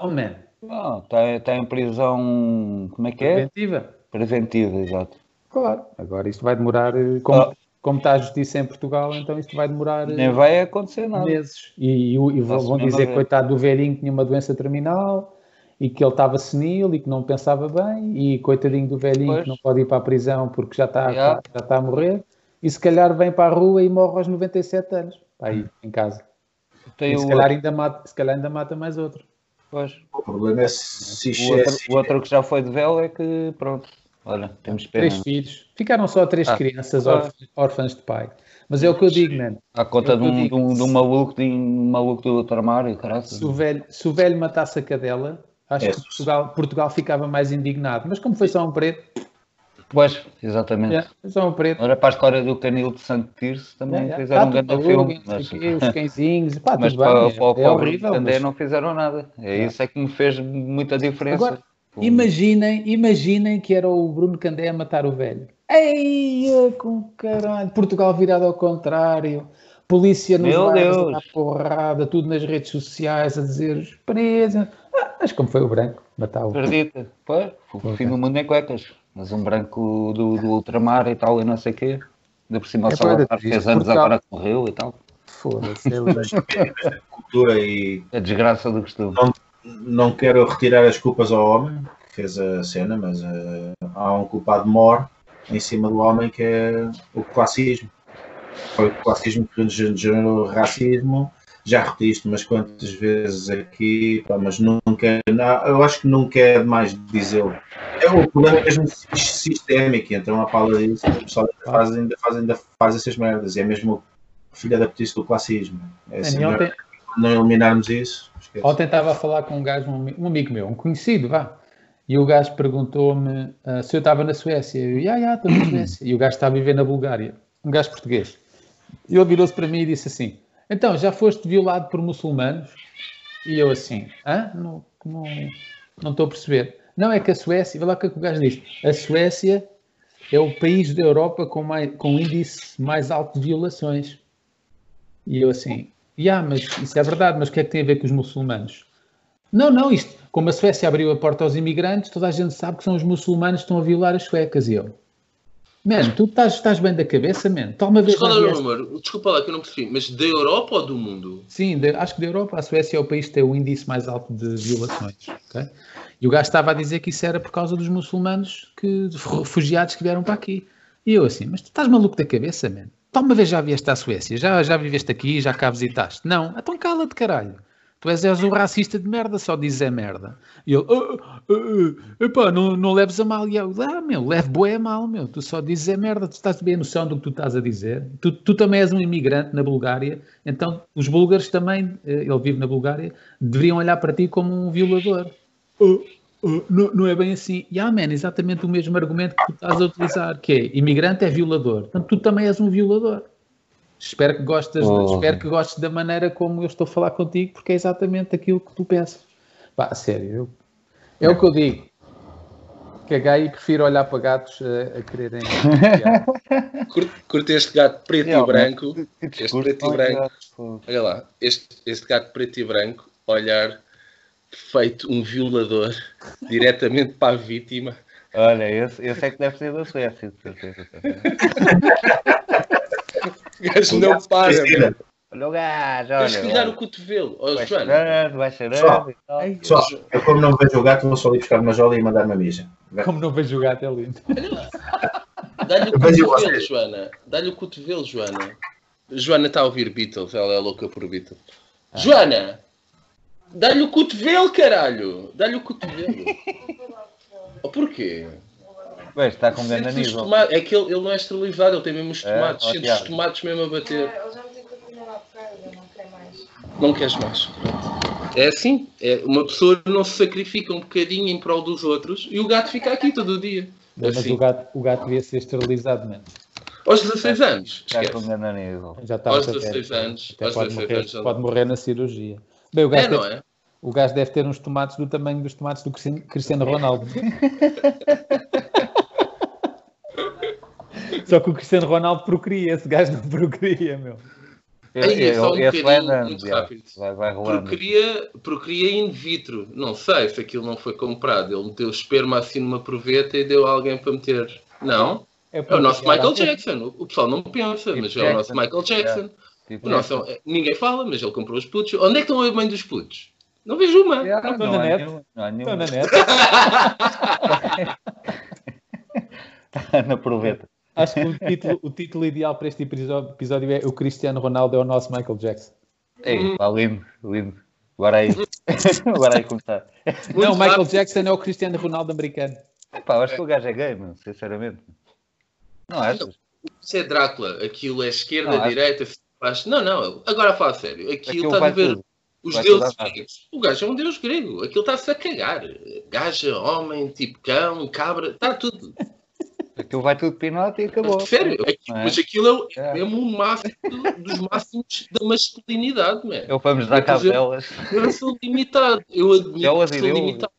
Oh, man.
Não, está, está tá, em prisão. Como é que é?
Preventiva.
Preventiva, exato.
Claro. Agora isto vai demorar. eh, Como,
Ah.
como está a justiça em Portugal, então isto vai demorar. eh,
Nem vai acontecer nada.
meses. E, e o- e vão
Nossa,
vão
mesmo a
dizer,
ver.
coitado do velhinho, que tinha uma doença terminal e que ele estava senil e que não pensava bem. E coitadinho do velhinho
Pois.
que não pode ir para a prisão porque já está,
Yeah.
já está a morrer. E se calhar vem para a rua e morre aos 97 anos. Está aí, em casa.
Tem
E
o
se, calhar ainda mata, se calhar ainda mata mais outro.
outro, pois.
O problema é se
O
isto é
outro, o outro que já foi de vela é que, pronto, Olha, temos pena.
Três filhos. Ficaram só três
Ah.
crianças
Ah.
órfãs, órfãs de pai. Mas é o que eu digo, mano.
À conta
É Eu
de um, de,
digo-
um, de um maluco, de um maluco do outro armário, caralho.
Se o velho, se o velho matasse a cadela, acho
É.
que Portugal, Portugal ficava mais indignado. Mas como foi só um preto,
Pois, exatamente.
é, foi só um preto.
Agora para a história do Canil de Santo Tirso também
É,
fizeram
tá,
um
tudo
grande
maluco,
filme.
não
Mas,
sei o quê, os cãezinhos, pá,
mas
tudo
para,
bem, é-
para o
é
pobre
horrível.
também
mas-
não fizeram nada. É isso é que me fez muita diferença.
Agora,
Pô,
Imaginem, imaginem que era o Bruno Candé a matar o velho. Eia, com caralho. Portugal virado ao contrário. Polícia nos
Meu
bares
Deus.
a dar porrada, tudo nas redes sociais a dizer presa. Ah, mas como foi o branco, matar o
Acredita? Pois, o
Ok.
fim do mundo em cuecas. Mas um branco do, do ultramar e tal, e não sei o quê. Ainda por cima,
É
o Salazar
verdade,
fez
isso.
anos,
Portugal-
agora morreu e tal.
foda-se. é verdade.
Cultura e
A desgraça do costume.
não quero retirar as culpas ao homem que fez a cena, mas eh, há um culpado maior em cima do homem que é o classismo. Foi o classismo que nos gerou racismo. Já repeti isto umas quantas vezes aqui, pá, mas nunca, não, eu acho que nunca é demais dizê-lo. É um problema mesmo sis- sistémico, então a fala disso, o pessoal ainda faz, ainda faz, ainda faz essas merdas, é mesmo filha da petice do classismo. É assim,
Daniel, ontem,
não eliminarmos isso, esquece.
ontem estava a falar com um gajo, um, ami- um amigo meu, um conhecido, vá. E o gajo perguntou-me ah, se eu estava na Suécia. Eu, ya, ya, estou na Suécia. E o gajo está a viver na Bulgária. Um gajo português. E ele virou-se para mim e disse assim: Então, já foste violado por muçulmanos? E eu assim: Hã? Não, não, não estou a perceber. Não é que a Suécia, vê lá o que é que o gajo diz: A Suécia é o país da Europa com, mais, com índice mais alto de violações. E eu assim: Ya, mas isso é verdade, mas o que é que tem a ver com os muçulmanos? Não, não, isto, como a Suécia abriu a porta aos imigrantes, toda a gente sabe que são os muçulmanos que estão a violar as suecas. E eu, Mano, tu estás, estás bem da cabeça, mano. Toma
Mas
vez
qual
na
era o
viagem.
número? Desculpa lá que eu não percebi, mas da Europa ou do mundo?
Sim, da- acho que da Europa, a Suécia é o país que tem o índice mais alto de violações. ok? E o gajo estava a dizer que isso era por causa dos muçulmanos, que, de refugiados que vieram para aqui. E eu assim, mas tu estás maluco da cabeça, man? Tá uma vez já vieste à Suécia, já, já viveste aqui, já cá visitaste. Não, então cala-te, caralho. Tu és, és um racista de merda, só dizes é merda. E ele, "Ah, ah, ah, epá, não, não leves a mal. E eu, ah, meu, leve boé a mal, meu. Tu só dizes é merda, tu estás bem a noção do que tu estás a dizer. Tu, tu também és um imigrante na Bulgária, então os búlgaros também, eh, ele vive na Bulgária, deveriam olhar para ti como um violador. "Ah, ah, não, não é bem assim. E ah, man, exatamente o mesmo argumento que tu estás a utilizar, que é imigrante é violador. Portanto, tu também és um violador. Espero que, gostes,
Oh.
espero que gostes da maneira como eu estou a falar contigo, porque é exatamente aquilo que tu pensas. Pá, a sério, eu- é o que eu digo. Caguei e prefiro olhar para gatos eh, a, quererem.
Curte, curte este gato preto e
Realmente.
branco.
Que
Este
discurso, é um
preto e
olha,
branco.
pô.
Olha lá, este, este gato preto e branco olhar feito um violador diretamente para a vítima.
Olha, esse, esse é que deve ser da Suécia, de certeza.
O gajo não para.
Cristina,
mano.
Olha o gajo, olha. é,
Tens que lhe dar o
olha.
cotovelo. Ó,
Vai
Joana,
cheirando, vai cheirando
Só.
e tal.
Ai,
Pessoal, eu como não vejo o gato, vou só ali buscar uma jola e mandar uma mija.
como não vejo o gato, é lindo.
dá-lhe o
Vejo
cotovelo,
vocês.
Joana. Dá-lhe o cotovelo, Joana. Joana está a ouvir Beatles, ela é louca por Beatles.
Ah.
Joana! Dá-lhe o cotovelo, caralho! Dá-lhe o cotovelo. Oh, Porquê?
Pois, está com um grande
Sente-se os
nível.
toma- É que ele, ele não é esterilizado, ele tem mesmo os
É,
tomates,
ó,
sente os
Tiago.
tomates mesmo a bater.
Não, É, eu já meti cortina lá por causa, não quero mais.
Não queres mais. É assim, é, uma pessoa não se sacrifica um bocadinho em prol dos outros e o gato fica aqui todo o dia.
Mas
Assim.
o gato, o gato devia ser esterilizado, mano.
Aos 16 anos,
Está com um
esquece.
grande nível.
Já está
Aos
muito velho.
16 anos,
Até
aos
pode,
16
morrer,
anos. já
pode
não.
morrer na cirurgia. Bem, o gajo,
É,
deve,
não é?
o gajo deve ter uns tomates do tamanho dos tomates do Cristiano- Cristiano Ronaldo. Só que o Cristiano Ronaldo procria, esse gajo não procria, meu.
Aí,
Esse- é
só um
esse vai
bocadinho,
andando,
muito
já.
rápido.
Vai, vai rolando.
Procria, procria in vitro. Não sei se aquilo não foi comprado. Ele meteu esperma assim numa proveta e deu a alguém para meter. Não? É o nosso Michael
assim.
Jackson. O o pessoal não pensa,
Tipo
mas é o nosso
Jackson.
Michael Jackson.
Tipo,
O nosso, é, ninguém fala, mas ele comprou os putos. Onde é que estão a mãe dos putos? Não é vejo uma.
já,
Não,
É. não
na
há
net.
nenhum, não há nenhum.
é
Estou na neta.
Na proveta.
Acho que o título, o título ideal para este episo- episódio é O Cristiano Ronaldo é o nosso Michael Jackson.
Uhum.
Ei, pá, lindo, lindo. Bora aí. Bora aí começar.
Muito
não, o Michael
rápido.
Jackson é o Cristiano Ronaldo americano.
Pá, acho que o gajo é gay, mano, sinceramente. Não achas?
Isso é Drácula, aquilo é esquerda,
Não, acho-
direita, baixo. Não, não, agora fala sério. Aquilo
Aquilo
está a
vai
ver
tudo.
os
vai
deuses
tudo à
gregos. O gajo é um deus grego. Aquilo está-se a cagar. Gaja, homem, tipo cão, cabra, está tudo.
Aquilo vai tudo pinote e acabou.
sério, aquilo-
Não é?
mas aquilo é, o- é
É.
mesmo o máximo do- dos máximos da masculinidade, man.
Eu vamos dar cabo
Inclusive-
delas.
Eu sou limitado. Eu admito
Delas
que
e
sou
deles.
limitado.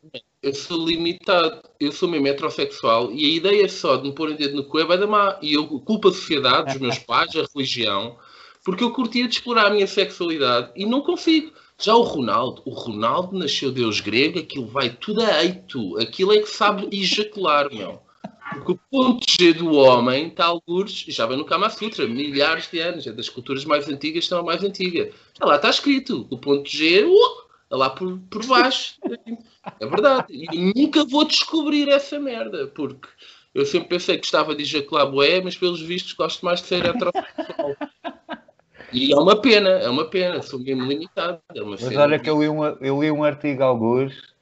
Eu sou limitado. Eu sou mesmo heterossexual e a ideia só de me pôr o dedo no cu é bué da má. E eu culpo a sociedade, os meus pais, a religião, porque eu curtia de explorar a minha sexualidade e não consigo. Já o Ronaldo, o Ronaldo nasceu Deus grego, aquilo vai tudo a eito. Aquilo é que sabe ejacular, meu. Porque o ponto G do homem está algures, já vem no Kama Sutra, milhares de anos, é das culturas mais antigas, estão a mais antiga. Ah, lá está escrito, o ponto G, uh, é lá por, por baixo. É verdade. E nunca vou descobrir essa merda, porque eu sempre pensei que gostava de ejacular boé, mas pelos vistos gosto mais de ser heterossexual. E é uma pena, é uma pena, sou mesmo limitado. É uma
Mas
cena
olha que eu li um, eu li um artigo alguns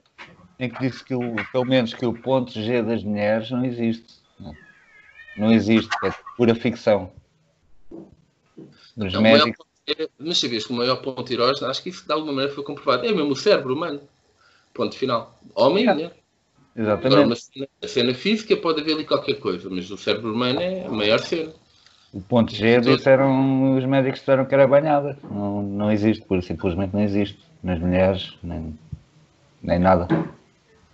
em que disse que o, pelo menos que o ponto G das mulheres não existe. Não, Não existe, é pura ficção. Dos
É o maior
médicos.
ponto- é- mas sabias que o maior ponto de heróis, acho que isso de alguma maneira foi comprovado. É mesmo o cérebro humano. Ponto final. Homem,
É,
né? Agora,
Exatamente.
uma cena, a cena física pode haver ali qualquer coisa, mas o cérebro humano é a maior cena.
O ponto G disseram, os médicos disseram que era banhada. Não, não existe, por simplesmente não existe. Nas mulheres, nem, nem nada.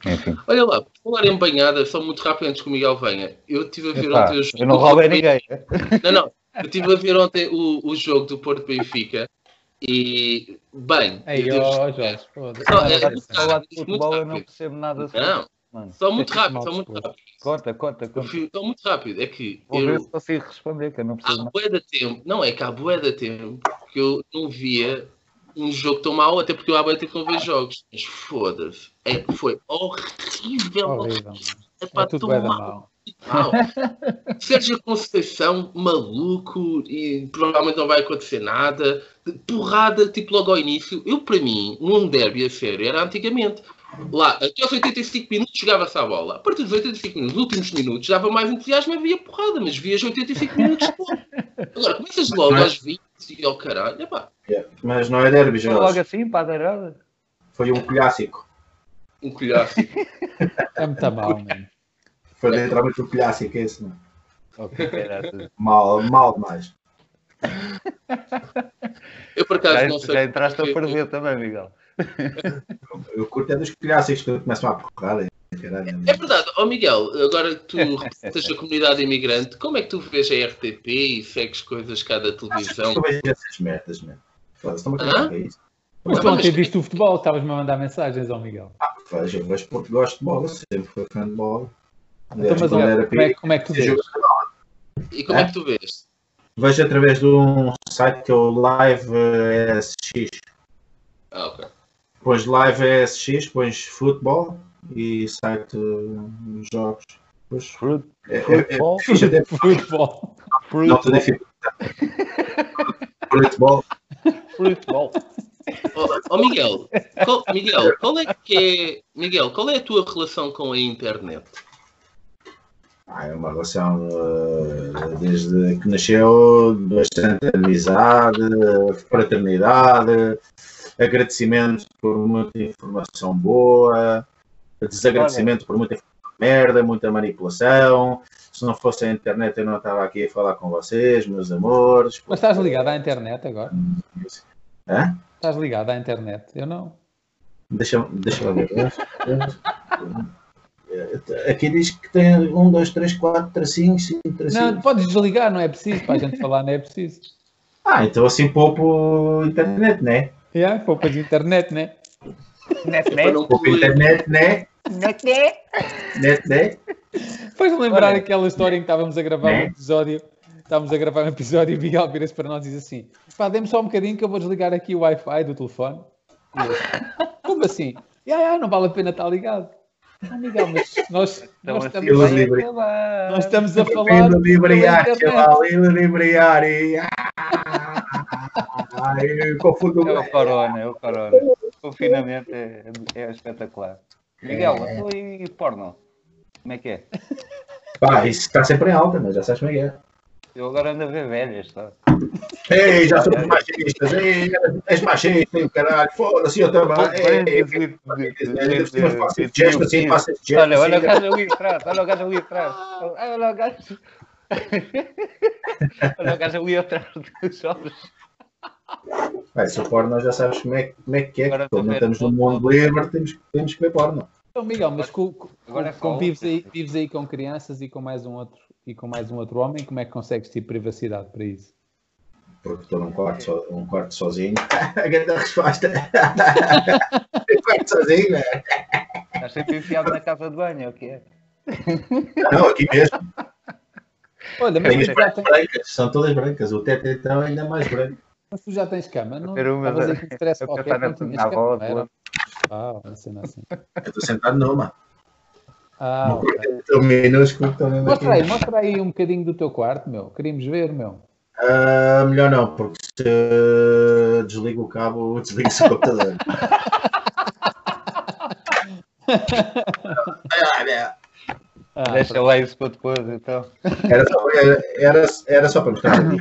Enfim.
Olha lá, por falar em banhada, só muito rápido antes que o Miguel venha. Eu estive a ver
Epá,
ontem o jogo.
eu não
do
roubei
Porto-
ninguém.
Não, não. Eu estive a ver ontem o, o jogo do Porto Benfica e. Bem.
Aí,
eu devo-
ó, Jorge, foda-se.
Não, é-
Agora, se falar de
muito
futebol, eu
rápido.
não percebo nada sobre
Não,
isso, mano.
só muito
Deixa-me
rápido,
mal
só muito
disposto.
rápido.
Conta, conta,
Eu
conta.
fui- Só muito rápido. É que
Vou
eu-
ver se consigo responder, que eu não
há
percebo nada.
bué de tempo, não é que há bué de tempo que eu não via um jogo tão mau, até porque eu há bué de tempo que não vejo jogos. Mas foda-se, é, foi horrível,
Horrível.
é
É
pá,
tudo
tão
bem da
mau.
mal.
mau. Sérgio é Conceição, maluco, e provavelmente não vai acontecer nada. Porrada, tipo, logo ao início. Eu, para mim, um derby a sério era antigamente. Lá, até aos 85 minutos jogava-se à bola. A partir dos 85 minutos, nos últimos minutos, dava mais entusiasmo e havia porrada, mas vias 85 minutos de bola. Agora, começas logo
Mas-
aos 20 e ao caralho, epá,
Yeah. Mas não é derby,
Foi logo
Jorge.
assim, para a deirada?
Foi um clássico.
um colhaço.
É muito mal, mano.
Foi literalmente um clássico esse, mano.
Ok, caraças.
Mal, mal demais.
Eu, por acaso,
já,
não sei.
já entraste a
porque-
perder também, Miguel.
Eu curto é dos clássicos que começam a porrada. Caralho,
É verdade. Ó Miguel, agora que tu representas a comunidade imigrante, como é que tu vês a RTP e segues coisas cá da televisão?
Eu vejo essas merdas, mano. Foda-se, estão-me a cagar para isso.
Mas
Não,
tu
mas-
ontem viste o futebol, estavas-me a mandar mensagens ao Miguel.
Vejo, eu vejo porque gosto de bola, sempre fui fã de bola.
Então, mas
Desde quando
olha,
era
como é,
pique,
como é que tu
eu
vês?
jogava
E como é que tu vês?
Vejo através de um site que é o Live eh, SX.
Ah, ok.
Pões Live é SX, pões futebol e site eh, jogos. Pois,
Fruit,
é, é,
futebol,
é fixe até
Futebol.
não te
fruit,
dificulta. Futebol.
fruitball.
Ó ó, Miguel, qual, Miguel, qual é que é, Miguel, qual é a tua relação com a internet?
Ah, é uma relação eh, desde que nasceu, bastante amizade, fraternidade, agradecimento por muita informação boa, desagradecimento por muita merda, muita manipulação. Se não fosse a internet, eu não estava aqui a falar com vocês, meus amores.
Mas estás ligado à internet agora?
Hã?
Estás ligado à internet? Eu não.
Deixa, deixa eu ver. É, Aqui diz que tem um, dois, três, quatro tracinhos, cinco tracinhos.
Não, podes desligar, não é preciso. Para a gente falar, não é preciso.
Ah, então assim poupo internet, né?
Yeah, poupas internet, né?
Net,
Para
net,
não
Poupo
poluir.
internet, né? Net, né?
Faz-me lembrar
Olha.
aquela história em que estávamos a gravar um
Né?
episódio. Estávamos a gravar um episódio e o Miguel vira-se para nós e diz assim: pá, dê-me só um bocadinho que eu vou desligar aqui o Wi-Fi do telefone. E eu, Como assim? Ah, ah, não vale a pena estar ligado. Ah, Miguel, mas nós, nós,
assim,
estamos,
Deus livre.
a falar, nós estamos a falar.
Lindo libriar,
pela internet.
chaval, lindo libriar. e- Ah, Ai, confundo
É
bem.
o corona, é o corona. O confinamento é, é espetacular. Miguel, eu estou aí porno. Como é que é?
Pá, Ah, isso está sempre em alta, mas já sabes como é que é.
Eu agora ando a ver velhas, tá?
Ei, já somos machistas, ei, és machista, e o caralho, foda-se, eu também. Ei, mas faço esse gesto assim, faço esse gesto
Olha, olha o
assim.
gajo ali atrás, olha o gajo ali atrás. Ai, Olha o gajo. Olha o gajo ali atrás dos olhos.
Vai, se o porno já sabes como é, como é que é,
Agora
que não
também
estamos
não-
num mundo livre, temos, temos que ver porno.
Então, Miguel, mas com, com-
Agora é só
com- vives,
outro.
aí, vives aí com crianças e com mais um outro e com mais um outro homem, como é que consegues ter privacidade para isso?
Porque estou num quarto, so, num quarto sozinho. A grande resposta. Num quarto sozinho, né?
Estás sempre enfiado na casa de banho, é o que é?
Não, aqui mesmo.
Olha, mas
Tenho
tu
as
já,
paredes
tens,
brancas, são todas brancas. O teto então é ainda mais branco.
mas tu já tens cama, não?
Era uma- é
Estavas aí com stress
eu
qualquer,
pensava
não tinhas
na
cama,
avó,
não era? Ah, uma cena assim.
Eu estou sentado numa.
Ah,
Num
ok.
quarto tão minúsculo que estou mesmo aqui.
Mostra aí, mostra aí um bocadinho do teu quarto, meu. Queríamos ver, meu.
Ah, melhor não, porque se desligo o cabo, desliga-se o computador.
Ah,
Deixa lá isso para depois, então.
Era só, era, era, era só para mostrar a mim.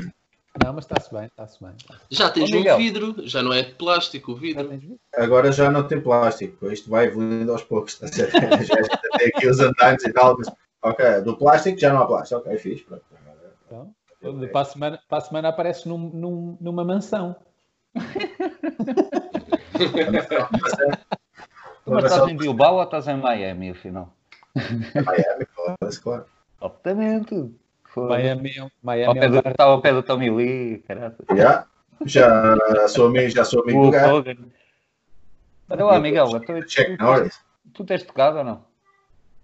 não, mas está-se bem, está-se bem.
Já tens
Ó,
um
Miguel.
vidro, já não é de plástico o
Já
vidro.
tens visto?
Agora já não tem plástico, isto vai evoluindo aos poucos. Está certo? já já tem aqui os andares e tal, mas ok, do plástico já não há plástico. Ok, fiz. Pronto.
Então, para, a semana, para a semana apareces num- num- numa mansão.
Mas estás em Bilbao ou estás em Miami, afinal?
Miami, foda-se, claro.
Obviamente. Foi.
Miami, é um- Miami
Ao
é
pé
um
do,
bairro-
estava ao pé do Tommy Lee, caralho.
Já, já sou amigo, já sou amigo do
O
gajo.
Hogan. Olha lá, Miguel, então,
Check
tu,
Norris.
tu tens tocado ou não?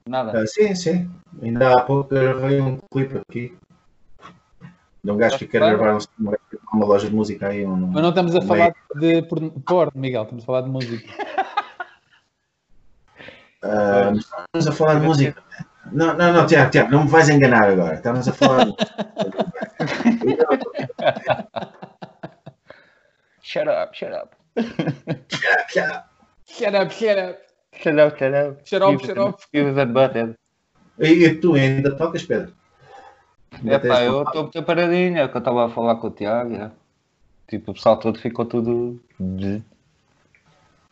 Nada.
Ah, sim, sim. Ainda há pouco gravei um clipe aqui. De um gajo que quer gravar um- uma loja de música aí. Um...
Mas não estamos a falar de porn- porno, Miguel, estamos a falar de música.
Ah, estamos a falar de música. Não, não, não, Tiago, Tiago, não me vais enganar agora. Estamos a falar de
Shut up, shut up.
Já.
Shut up, shut up.
Shut up, shut up.
Shut up,
Beavis
shut
and-
up.
Beavis and Butthead.
E, e tu ainda tocas, Pedro?
É
Ainda
Epá,
tens-
eu estou muito paradinho, é o que eu estava a falar com o Tiago. é. Tipo, o pessoal todo ficou tudo. de-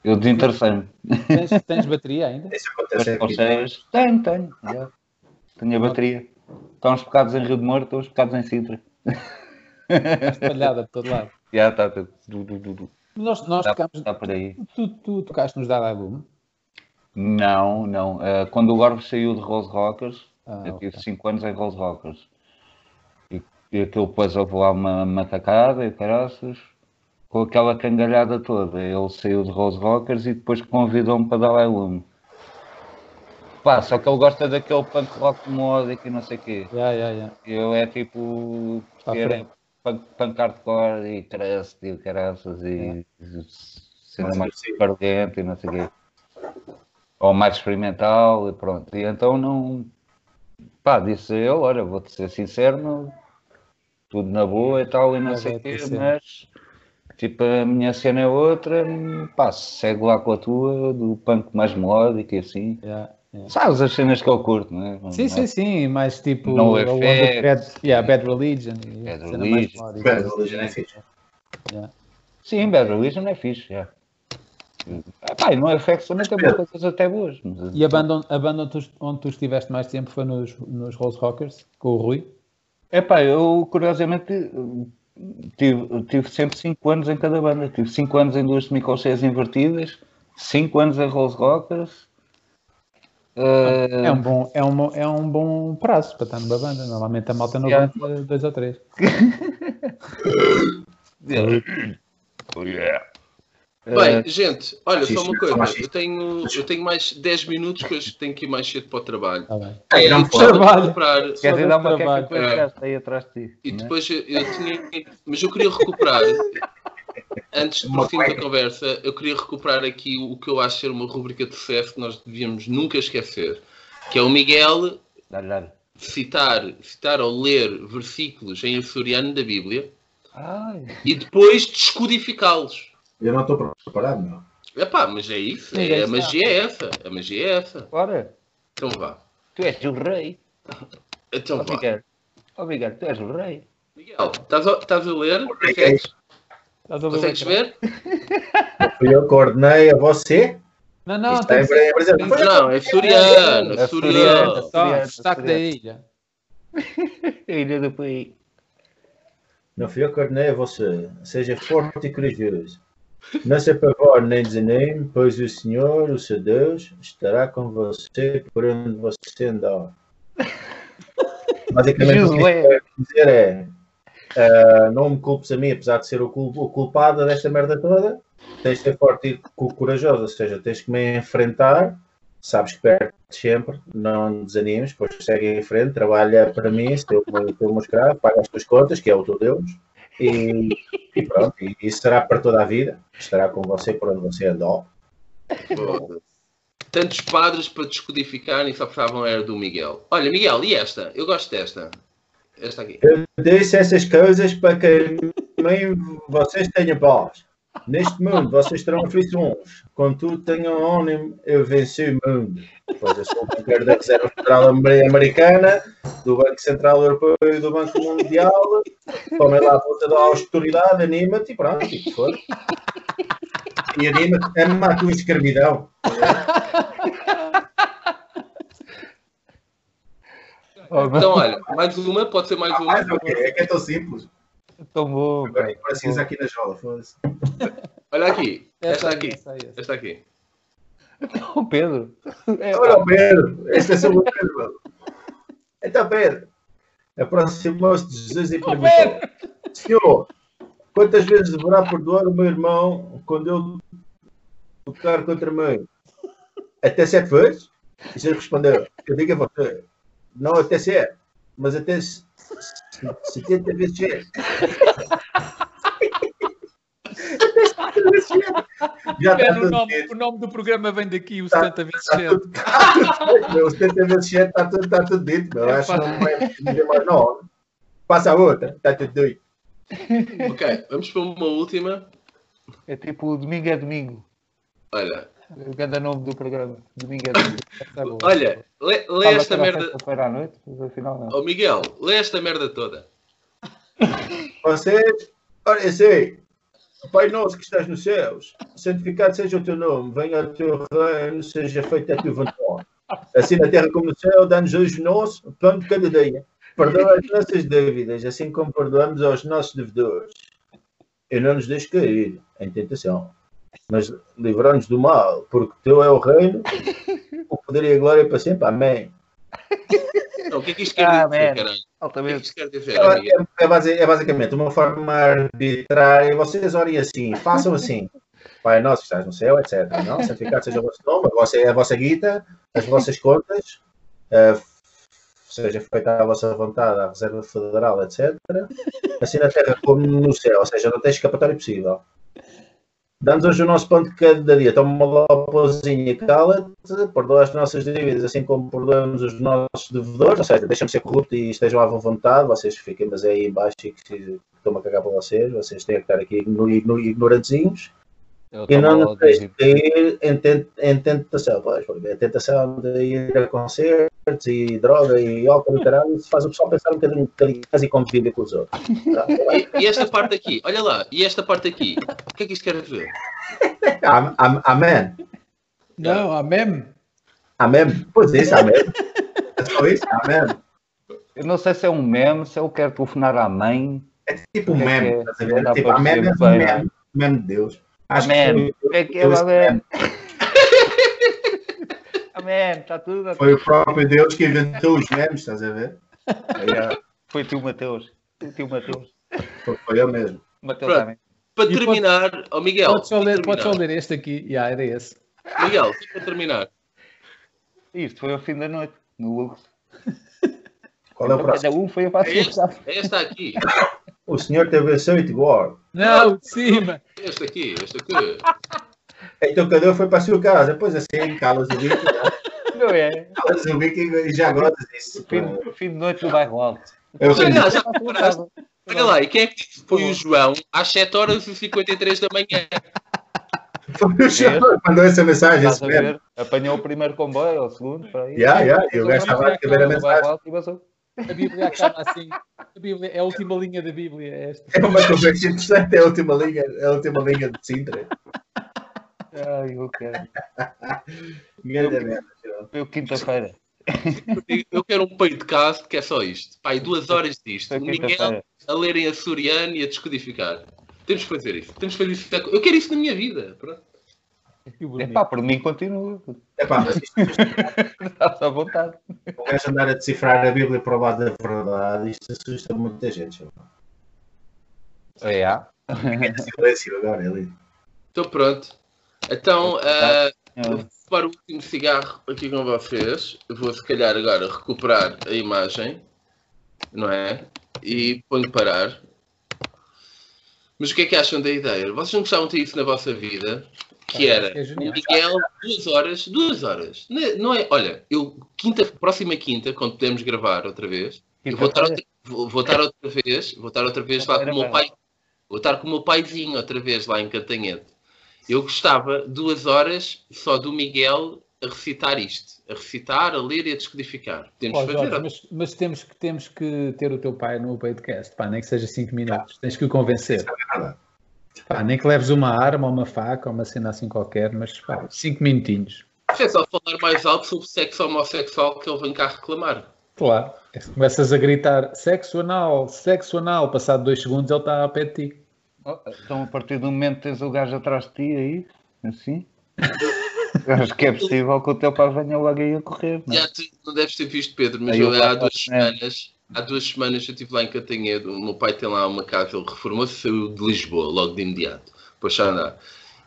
Eu desinteressei-me.
Tens, tens bateria ainda?
Isso
Mas
acontece aqui.
vocês. Tenho, tenho. é. Tenho a bateria. Estão uns pecados em Rio de Moro, estão uns pecados em Sintra.
Espalhada por todo lado.
Já está tudo. du- du- du- du.
Nós, nós
Está
tocamos.
está por aí.
Tu, tu tocaste nos Dada Boom?
Não, não. Eh, quando o Gorves saiu de Rose Rockers,
Ah,
eu
ok.
tive 5 anos em Rose Rockers. E, e aquilo depois houve lá uma, uma tacada e caraças, com aquela cangalhada toda. Ele saiu de Rose Rockers e depois convidou-me para Dalai Lama. Pá, só que ele gosta daquele punk rock melódico e não sei o quê.
Já, já, já.
Eu é tipo.
Está à
Era
frente.
punk, punk hardcore e caraças e caraças e.
É.
sendo
Mas
mais
sim.
perdente e não sei o quê. Ou mais experimental e pronto. E então não. Pá, disse eu, olha, vou-te ser sincero, não- tudo na boa e tal e não
Não
sei
vai
o quê,
acontecer.
mas. Tipo, a minha cena é outra, pá, segue lá com a tua, do punk mais melódico e assim.
já, já.
Sabes as cenas que eu curto, não é?
Sim, sim, sim, mais tipo.
No
a
Effects.
onda de bad, yeah, bad Religion. e
Bad
cena mais
Religion.
melódica.
Pedro, religião é fixe.
Sim, Bad Religion é fixe, é. Ah, pá, e no FX também tem umas coisas até boas. Mas...
E a banda, onde- a banda onde, tu, onde tu estiveste mais tempo foi nos, nos Rolls Rockers, com o Rui.
eh, Epá, eu curiosamente tive, tive sempre 5 anos em cada banda. Tive 5 anos em duas semicolcheias invertidas, 5 anos em Rolls Rockers.
É um bom, é um, bom- é um bom prazo para estar numa banda. Normalmente a malta não
Yeah.
aguenta dois ou três.
Eh,
Bem, gente, olha só uma
Machista,
coisa.
machista.
Eu tenho, eu tenho mais 10 minutos que hoje tenho que ir mais cedo para o trabalho.
Está Tá bem.
E
não
gostava de
pode.
comprar-
Quer dizer, dá uma queca
trabalho.
com este gajo aí atrás de ti.
É. E
não é?
depois eu, eu tinha. Mas eu queria recuperar. Antes de
Uma
prosseguir da
cueca.
conversa, eu queria recuperar aqui o que eu acho ser uma rubrica de sucesso que nós devíamos nunca esquecer, que é o Miguel
Dá-lhe, dá-lhe.
citar, citar ou ler versículos em açoriano da Bíblia
Ai,
e depois descodificá-los.
Eu não estou preparado, não.
Epá, mas é isso, é,
Ninguém
a magia é essa, a magia é essa.
bora.
Então vá.
Tu és o rei.
Então, vá.
Obrigado. Obrigado, tu és o rei.
Miguel, estás a, estás a ler? Consegues,
Estás a
é
ler o é
consegues
ecrã?
ver?
Fui eu que ordenei a você.
Não, não,
Isto
tem
é
que
em Brasil.
tem
Foi eu
Não, é suriano,
É
é suriano.
açoriano.
só
Açoriano,
destaque da
açoriano.
ilha.
A ilha do Pai.
Não fui eu que ordenei a você. Seja forte e corajoso. Não se apavore nem desanime, pois o Senhor, o seu Deus, estará com você por onde você andar. Basicamente, o que é
Josué.
eu quero dizer é: ah, não me culpes a mim, apesar de ser o cul- o culpado desta merda toda. Tens de ser forte e cu- corajoso, ou seja, tens que me enfrentar. Sabes que perdes sempre, não desanimes, pois segue em frente, trabalha para mim, se teu teu meu escravo, paga as tuas contas, que é o teu Deus. E, e pronto, e isso será para toda a vida. Estará com você por onde você andou.
Foda-se. Tantos padres para descodificar e só precisavam era do Miguel. Olha, Miguel, e esta? Eu gosto desta. Esta aqui.
Deixe essas coisas para que também vocês tenham paz. Neste mundo vocês terão aflições, contudo tenham ânimo, eu venci o mundo. Pois eu sou o banqueiro da Reserva Federal Amer- Americana, do Banco Central Europeu e do Banco Mundial. Tomem lá a volta da austeridade, anima-te e pronto, e foi. E anima-te, anima a tua escravidão.
Oh,
Então, olha, mais uma, pode ser mais uma.
Mas o quê? É que é tão simples.
Tão bom,
Agora
cara.
é que aqui na jola, foda-se.
Olha aqui, esta
Essa
aqui,
essa aí, essa.
esta aqui.
Ô, Pedro. É,
tá.
Olha o Pedro, este é sobre o Pedro. mano. É Então, Pedro, aproximou-se de Jesus e perguntou: Senhor, quantas vezes deverá perdoar o meu irmão quando eu tocar contra mim? Até sete vezes? E Jesus respondeu: Eu digo a você, não até sete, mas até se- se- 70 vezes sete. Até 70 vezes sete. Já tá está
Pedro, o,
tudo
nome,
dito.
o nome do programa vem daqui, o
Tá-
70 vezes
Está
7.
tudo, meu, 70 vezes 7 está tudo, tá tudo dito, meu. Acho que não vai dizer mais não. Passa a outra, está tudo doido.
Ok, vamos para uma última.
é tipo o Domingo é Domingo.
Olha,
O grande nome do programa. Domingo é Domingo. Essa é boa.
olha, lê, lê
Estava
esta
a ser à
merda.
sexta-feira à noite, mas afinal não.
Oh Miguel, lê esta merda toda.
Vocês, olha, eu sei. Pai nosso que estás nos céus, santificado seja o teu nome, venha o teu reino, seja feita a tua vontade. Assim na terra como no céu, dá-nos hoje o nosso pão de cada dia. Perdoa as nossas dívidas, assim como perdoamos aos nossos devedores. E não nos deixes cair em tentação, mas livra-nos do mal, porque teu é o reino, o poder e a glória para sempre. Amém.
Então, o que é que isto quer
Ah,
dizer,
man.
caralho? O que é que
Altamente.
isto quer dizer,
É,
Miguel?
é- é basi- é basicamente uma forma arbitrária. Vocês orem assim, façam assim. Pai nosso que estás no céu, etc. Não? Santificado seja o vosso nome, a vossa, a vossa guita, as vossas contas, eh, seja feita a vossa vontade, a Reserva Federal, etc. Assim na terra como no céu, ou seja, não tem escapatória possível. Dá-nos hoje o nosso pão de cada dia. Toma lá o pãozinho e cala-te. Perdoa as nossas dívidas, assim como perdoamos os nossos devedores. Ou seja, deixa-me ser corrupto e estejam à vontade. Vocês fiquem, mas é aí embaixo e que estou-me a cagar para vocês. Vocês têm que estar aqui igno- igno- ignorantezinhos.
Eu
E não
tava
nos
lá
deixem
dizendo,
cair em ten- em tentação. Pois, porque a tentação de ir a concertos e droga e álcool e caralho isso faz o pessoal pensar um bocadinho em casa e conviver com os outros.
E, e esta parte aqui, olha lá, e esta parte aqui, o que é que isto quer dizer?
Am- am- Amém.
Não, há meme.
Amém. Pois isso, amém. É só isso, amém.
Eu não sei se é um meme, se eu quero telefonar à mãe.
Tipo um
É que
meme,
é,
estás a
não dá
ver? Tipo,
para
amém é
perceber
um
bem,
meme. Meme de Deus. Acho
Amém.
que
É que é,
Deus-
amém. Amém. Está tá tudo. a-
foi o próprio Deus que inventou os memes, estás a ver? Aí, ah,
Foi tio Mateus. O tio Mateus.
Foi foi eu mesmo.
Mateus,
Pronto.
amém.
Para
E
terminar, oh Miguel,
Podes só ler,
para
podes só
terminar.
ler este aqui. Já, era esse.
Miguel, só para terminar.
Isto foi ao fim da noite, no Lux.
Qual é o próximo?
Cada um foi a fazer
É É esta aqui,
O Senhor te abençoe e te guarde.
Não, de cima.
esta aqui, esta aqui.
Então, cada um foi para a sua casa. Pois assim, calas o bico.
Não é?
Calas o bico e e já gozas isso.
Fim, fim de noite do bairro alto.
Eu
Olha
fiz
lá, já reparaste? Olha lá, e quem é que disse que foi o João às 7 horas e 53 da manhã?
Foi o Jorge que mandou essa mensagem.
Estás
Esse
a
mesmo.
ver? Apanhou o primeiro comboio, ou o segundo, para aí.
Yeah, yeah, e o gajo
Então,
estava a escrever a
Vai para o
mensagem.
alto e passou.
A Bíblia acaba assim. A Bíblia é a última linha da Bíblia. É esta.
É uma conversa interessante, é a última linha, é a última linha de Sintra.
Ai, eu quero.
Grande merda, João.
Foi o quinta-feira.
Eu quero um peito de cast que é só isto. Pai, duas horas disto.
Foi
O Miguel
quinta-feira.
a lerem a Soriano e a descodificar. Temos que fazer isso. Temos que fazer isso. Eu quero isso na minha vida. Pronto.
Que
é
bonito.
Epá, por mim continua.
Epá, mas isto,
Estás à vontade.
o gajo andar a decifrar a Bíblia para o lado da verdade, isto assusta muita gente. João.
É, há.
Silêncio agora é ali.
Então pronto. Então, ah, Eu
É.
vou fumar o último cigarro aqui com vocês. Eu Vou se calhar agora recuperar a imagem, não é? E ponho parar. Mas o que é que acham da ideia? Vocês não gostavam de ter isso na vossa vida? Que
Ah, acho
era
que é
o
genial.
Miguel, duas horas, duas horas. Não é, não é- olha, eu quinta, próxima quinta, quando podemos gravar outra vez,
Então,
eu vou estar outra, vou, vou estar outra vez, vou estar outra vez lá com o meu pai, vou estar com o meu paizinho outra vez lá em Cantanhete. Eu gostava duas horas só do Miguel a recitar isto, a recitar, a ler e a descodificar. Temos
Ó,
de
Jorge,
fazer.
mas, mas temos, que, temos que ter o teu pai no podcast, pá, nem que seja 5 minutos, tens que o convencer.
é
nada.
Pá, nem que leves uma arma, ou uma faca, ou uma cena assim qualquer, mas 5 minutinhos.
É só falar mais alto sobre sexo homossexual que ele vem cá reclamar.
Claro. É Começas a gritar sexo anal, sexo anal, passado 2 segundos ele está a pé de ti.
Oh, Então, a partir do momento que tens o gajo atrás de ti aí, assim, acho que é possível que o teu pai venha logo aí a correr. Não? é?
Já tu não deves ter visto, Pedro, mas
Aí
eu,
eu
há
guardo
duas
as merdas.
semanas. Há duas semanas eu estive lá em Catanhedo, o meu pai tem lá uma casa, ele reformou-se, saiu de Lisboa logo de imediato, para Xandá.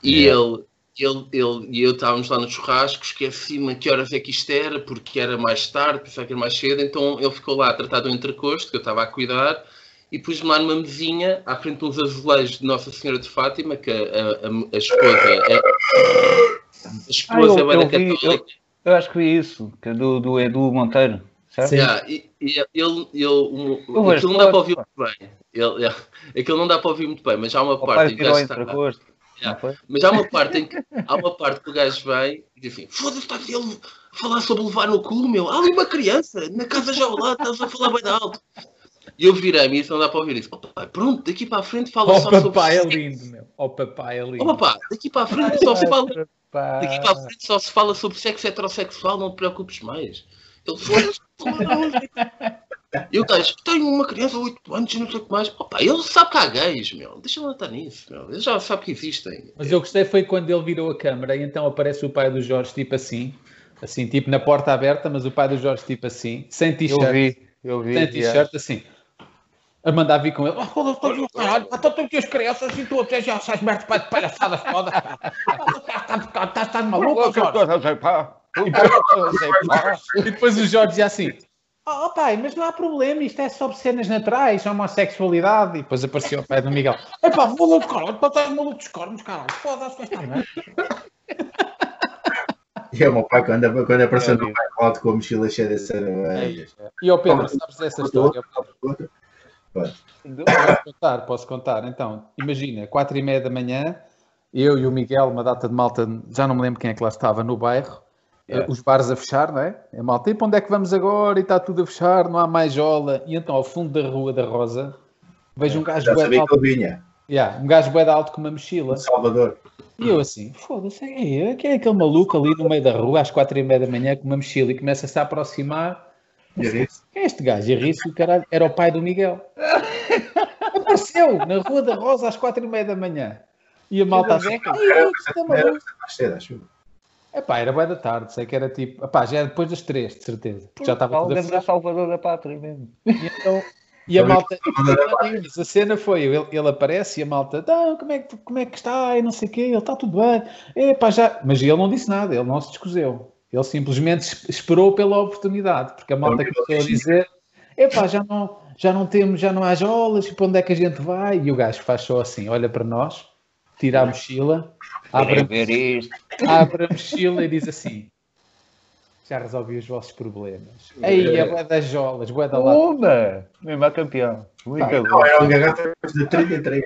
E
É.
ele, ele, ele e eu estávamos lá no churrasco, esqueci-me a que horas é que isto era, porque era mais tarde, pensava que era mais cedo, então ele ficou lá a tratar do entrecosto, que eu estava a cuidar, e pus-me lá numa mesinha, à frente de uns azulejos de Nossa Senhora de Fátima, que a, a- a- a esposa é... A esposa
Ah, eu-
era
eu vi- eu-
católica.
Eu acho que vi isso, que é do, do Edu Monteiro, certo?
Sim.
Yeah, e, e ele, ele, um-
Eu
aquilo
vejo
não dá para
fotos,
ouvir
pá.
muito bem. Ele, yeah, aquilo não dá para ouvir muito bem, mas há uma
O
parte
pai
em que o gajo
tirou
está-
entre gosto.
Yeah.
Não foi?
Mas há uma parte em que há uma parte que o gajo vem e diz assim: foda-se, está ele a falar sobre levar no cu, meu. Há ali uma criança, na casa já ao lado, estás a falar bem alto. E eu virei-me e isso não dá para ouvir isso. Opa, pronto, daqui para a frente fala
Ó
só
papai é
sobre.
lindo, meu. Ó papai é lindo.
Oh, papá, daqui para a frente só se fala
Pá.
Daqui para a frente só se fala sobre sexo heterossexual, não te preocupes mais. Ele foda-se, E o gajo, tenho uma criança de 8 anos e não sei o que mais. Opa, ele sabe que há gays, meu. Deixa-me estar nisso, meu. Ele já sabe que existem.
Mas eu gostei foi quando ele virou a câmara e então aparece o pai do Jorge tipo assim, assim, tipo na porta aberta, mas o pai do Jorge tipo assim, sem
Eu
t-shirt,
vi, eu vi. é.
sem
yeah.
t-shirt assim. A mandar vir com ele, oh, foda-se, estás no caralho, pá, então tu que as crianças e tu até já achas merda para de palhaçadas foda, Tá, pá. Estás- Estás estás tá, maluco, Jorge?
Não sei, pá. Não sei, pá.
E depois o Jorge dizia assim: Oh, pai, mas não há problema, isto é sobre cenas naturais, é homossexualidade. E depois apareceu o pai do Miguel: É pá, maluco de corno, tu estás maluco dos cornos, caralho, foda-se, esta merda.
E é o meu pai quando, quando apareceu
É,
no pai alto com a mochila cheia de eh, cervejas.
E o Pedro, sabes essa história? Posso contar, posso contar. Então, imagina, quatro e meia da manhã, eu e o Miguel, uma data de malta, já não me lembro quem é que lá estava, no bairro, eh,
É.
os bares a fechar, não é? A malta, e para onde é que vamos agora? E está tudo a fechar, não há mais jola. E então, ao fundo da Rua da Rosa, vejo um gajo
É, Já
bué de
é
sabia que
alto,
ele vinha,
yeah, um gajo bué de alto com uma mochila.
de Salvador.
E eu assim, foda-se, é ele, quem é aquele maluco ali no meio da rua, às quatro e meia da manhã, com uma mochila, e começa-se a aproximar.
E eu disse,
Quem é este gajo? E ri-se, o caralho, era o pai do Miguel. Apareceu na Rua da Rosa às quatro e meia da manhã. E a malta a ver, "Ei, este é
Era
maluco."
mais cedo, acho eu.
Epá, era boa da tarde, sei que era tipo, epá, já era depois das três, de certeza. porque Já estava tudo a
Alguém da
fechar.
é Salvador da Pátria mesmo.
E então- E a malta, Mas a cena foi, ele, ele aparece e a malta, então, como é, que, como é que está? E não sei o quê, ele está tudo bem. Epá, já... Mas ele não disse nada, ele não se descuseu. Ele simplesmente es- esperou pela oportunidade, porque a malta
Então,
começou a
ele-
dizer, epá, já não, já não temos, já não há jolas, e para onde é que a gente vai? E o gajo faz só assim, olha para nós, tira a mochila, abre,
Querem ver isto?
abre a mochila e diz assim,
Já resolvi os vossos problemas.
Aí, é bué das jolas, bué da lata.
Uma! Mesmo a campeão. Muito bom.
Não, eram garrafas um de 33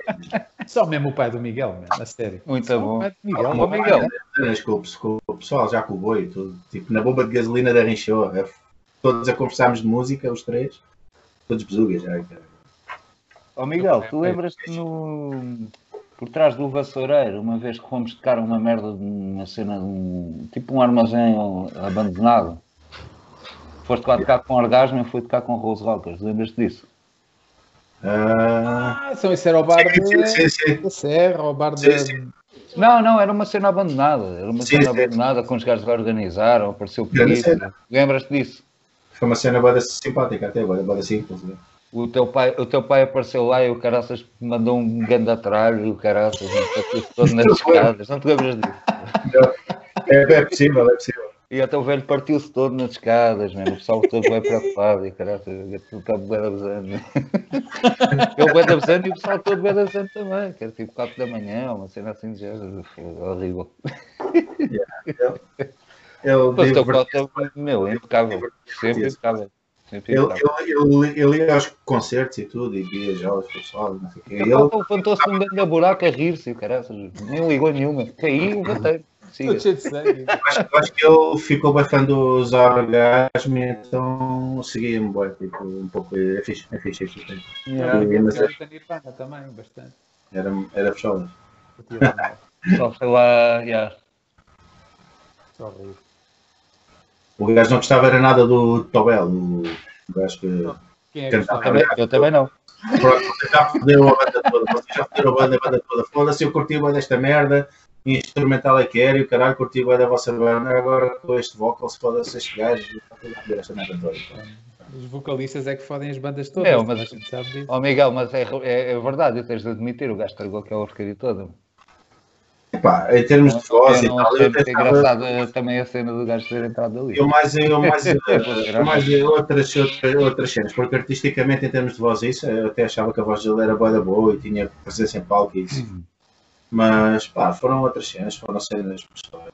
Só mesmo o pai do Miguel, mano, a sério.
Muito
O
Tá bom.
pai do Então, Miguel,
Ó Miguel,
cenas com o pes- com o pessoal, já com o boi e tudo. Tipo, na bomba de gasolina da Rinchou, é, todos a conversarmos de música, os três. Todos besugas, já. cara.
ó Miguel, tu lembras-te no. Por trás do vassoureiro, uma vez que fomos tocar uma merda de uma cena, de um- tipo um armazém abandonado. Foste lá tocar com orgasmo e foi tocar com Rose Rockers, lembras-te disso?
Ah,
Ah, então esse era o bar
sim, sim,
de-
sim, sim.
da Serra, o bar
Sim,
de...
sim.
Não, não, era uma cena abandonada. Era uma
Sim,
cena
sim.
abandonada com os gajos lá organizaram, apareceu o
Grande
Pito.
cena.
Lembras-te disso?
né? Foi uma cena bada simpática até agora, bada simples. Né?
O teu, pai, o teu pai apareceu lá e o caraças mandou um grande atralho e o caraças bateu-se todo nas escadas. Não te lembras disso?
É, é possível, é possível.
E até o velho partiu-se todo nas escadas, mesmo. o pessoal todo bem preocupado e o caraças, tu está bem abusando. né? Eu bem abusando e o pessoal todo bem abusando também, que era tipo 4 da manhã, uma cena assim de género, foi horrível.
Ele
Mas o teu
divertiu-
pai, estava, meu, impecável, sempre impecável. Sempre
Ele,
impecável.
ele, ele, ele ia aos concertos e tudo, e via já os pessoal, não sei o quê.
Ele
Ele,
levantou-se num grande buraco a rir-se, o caraças. Nem ligou nenhuma. Caiu, bateu. Siga.
Estou cheio de sangue.
acho, acho que ele ficou bem fã dos orgasmos, então seguia-me bem, tipo, um pouco. É fixe, é fixe, é fixe.
Então,
Também
Sim, mas-
gosto da Nirvana também, bastante.
Era, era fechado.
Curti lá, não,
Só foi lá, já.
só horrível.
O gajo não gostava era nada do Tobel, o gajo que
Quem é que
cantava.
gostava?
Também- Eu também não.
Pronto, vocês já perderam a banda toda, vocês já perderam a banda, a banda toda. Foda-se, eu curti bem desta merda, instrumental é que era, e o caralho, curti bem da vossa banda, agora com este vocal, se foda-se este gajo, está tudo a perder esta merda toda.
Os vocalistas é que fodem as bandas todas.
Meu, mas-
a gente sabe disso.
Ó Miguel, mas é, é, é verdade, tens de admitir, o gajo estragou aquela porcaria toda.
Epá, em termos de voz e
Eu não
tal,
achei
eu
muito
tentava...
engraçado eh, também a cena do gajo ter entrado ali.
Eu mais, eu mais, eu
Engraçado.
mais outras, outras, outras cenas, porque artisticamente, em termos de voz, é isso, eu até achava que a voz dele era boa da boa e tinha presença em palco e isso. Mas, pá, foram outras cenas, foram cenas pessoais,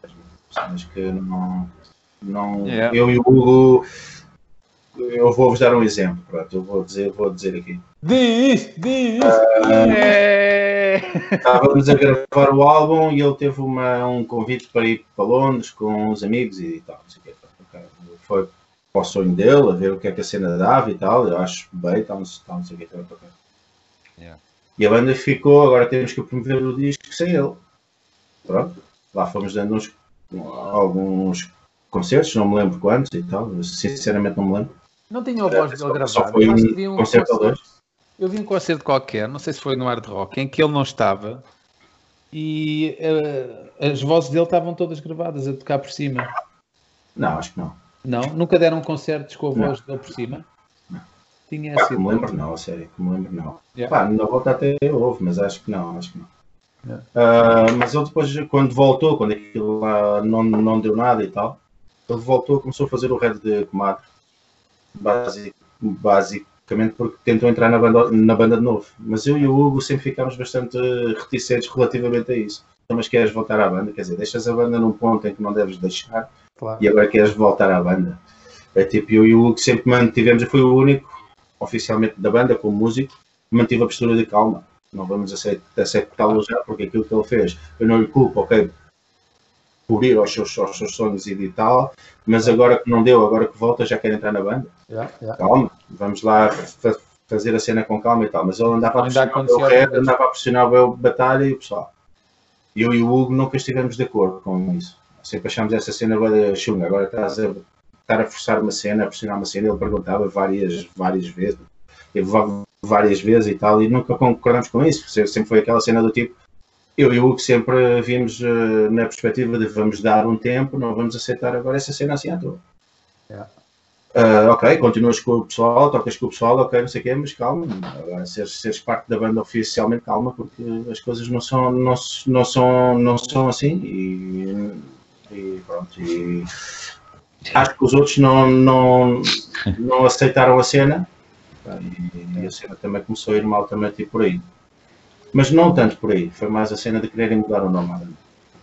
cenas que não. não
Yeah.
Eu e o Hugo. Eu vou-vos dar um exemplo, pronto, eu vou dizer, vou dizer aqui.
Diz, diz.
É.
Estávamos a gravar o álbum e ele teve uma, um convite para ir para Londres com uns amigos e tal. não sei o quê. Foi para o sonho dele, a ver o que é que a cena dava e tal. Eu acho bem, tal, não sei tal, não sei o que.
Yeah.
E a banda ficou, agora temos que promover o disco sem ele. Pronto, lá fomos dando uns, alguns concertos, não me lembro quantos e tal. Sinceramente não me lembro.
Não tinha a voz
É, Só-
dele
só
gravada.
foi
Eu acho que vi
um concerto ou dois.
Eu vi um concerto qualquer, não sei se foi no Hard Rock, em que ele não estava e eh, as vozes dele estavam todas gravadas a tocar por cima.
Não, acho que não.
Não? Nunca deram concertos com a voz dele por cima? Tinha
Pá, que
sido.
me lembro não, a sério, que me lembro não.
Yeah.
Pá, na volta até houve, mas acho que não, acho que não. Ah, mas ele depois, quando voltou, quando aquilo lá não, não deu nada e tal, ele voltou, começou a fazer o Red de Comadre. Basi- basicamente porque tentou entrar na banda, na banda de novo. Mas eu e o Hugo sempre ficámos bastante reticentes relativamente a isso. Então, mas queres voltar à banda? Quer dizer, deixas a banda num ponto em que não deves deixar
Claro.
e agora queres voltar à banda. É tipo, eu e o Hugo sempre mantivemos, eu fui o único, oficialmente da banda, como músico, que mantive a postura de calma. Não vamos aceit- aceitá-lo já, porque aquilo que ele fez, eu não lhe culpo, ok, por ir aos seus, aos seus sonhos e de tal, mas agora que não deu, agora que volta, já quer entrar na banda.
Yeah, yeah.
Calma, vamos lá fa- fazer a cena com calma e tal. Mas ele andava a
Ainda
pressionar o
aconteceu
meu rap,
alguma
andava a pressionar o meu batalha e o pessoal. Eu e o Hugo nunca estivemos de acordo com isso. Sempre achámos essa cena bué da chunga. Agora estás a estar a forçar uma cena, a pressionar uma cena. Ele perguntava várias, várias vezes. Teve va- várias vezes e tal. E nunca concordamos com isso. Se- Sempre foi aquela cena do tipo. Eu e o Hugo sempre vimos eh, na perspectiva de vamos dar um tempo, não vamos aceitar agora essa cena assim à toa. Ah, ok, continuas com o pessoal, tocas com o pessoal, ok, não sei o quê, mas calma, agora seres, seres parte da banda oficialmente, calma, porque as coisas não são, não, se- não são, não são assim e, e pronto. E acho que os outros não, não, não aceitaram a cena pá, e, a cena também começou a ir mal também tipo por aí. Mas não tanto por aí, foi mais a cena de quererem mudar o nome.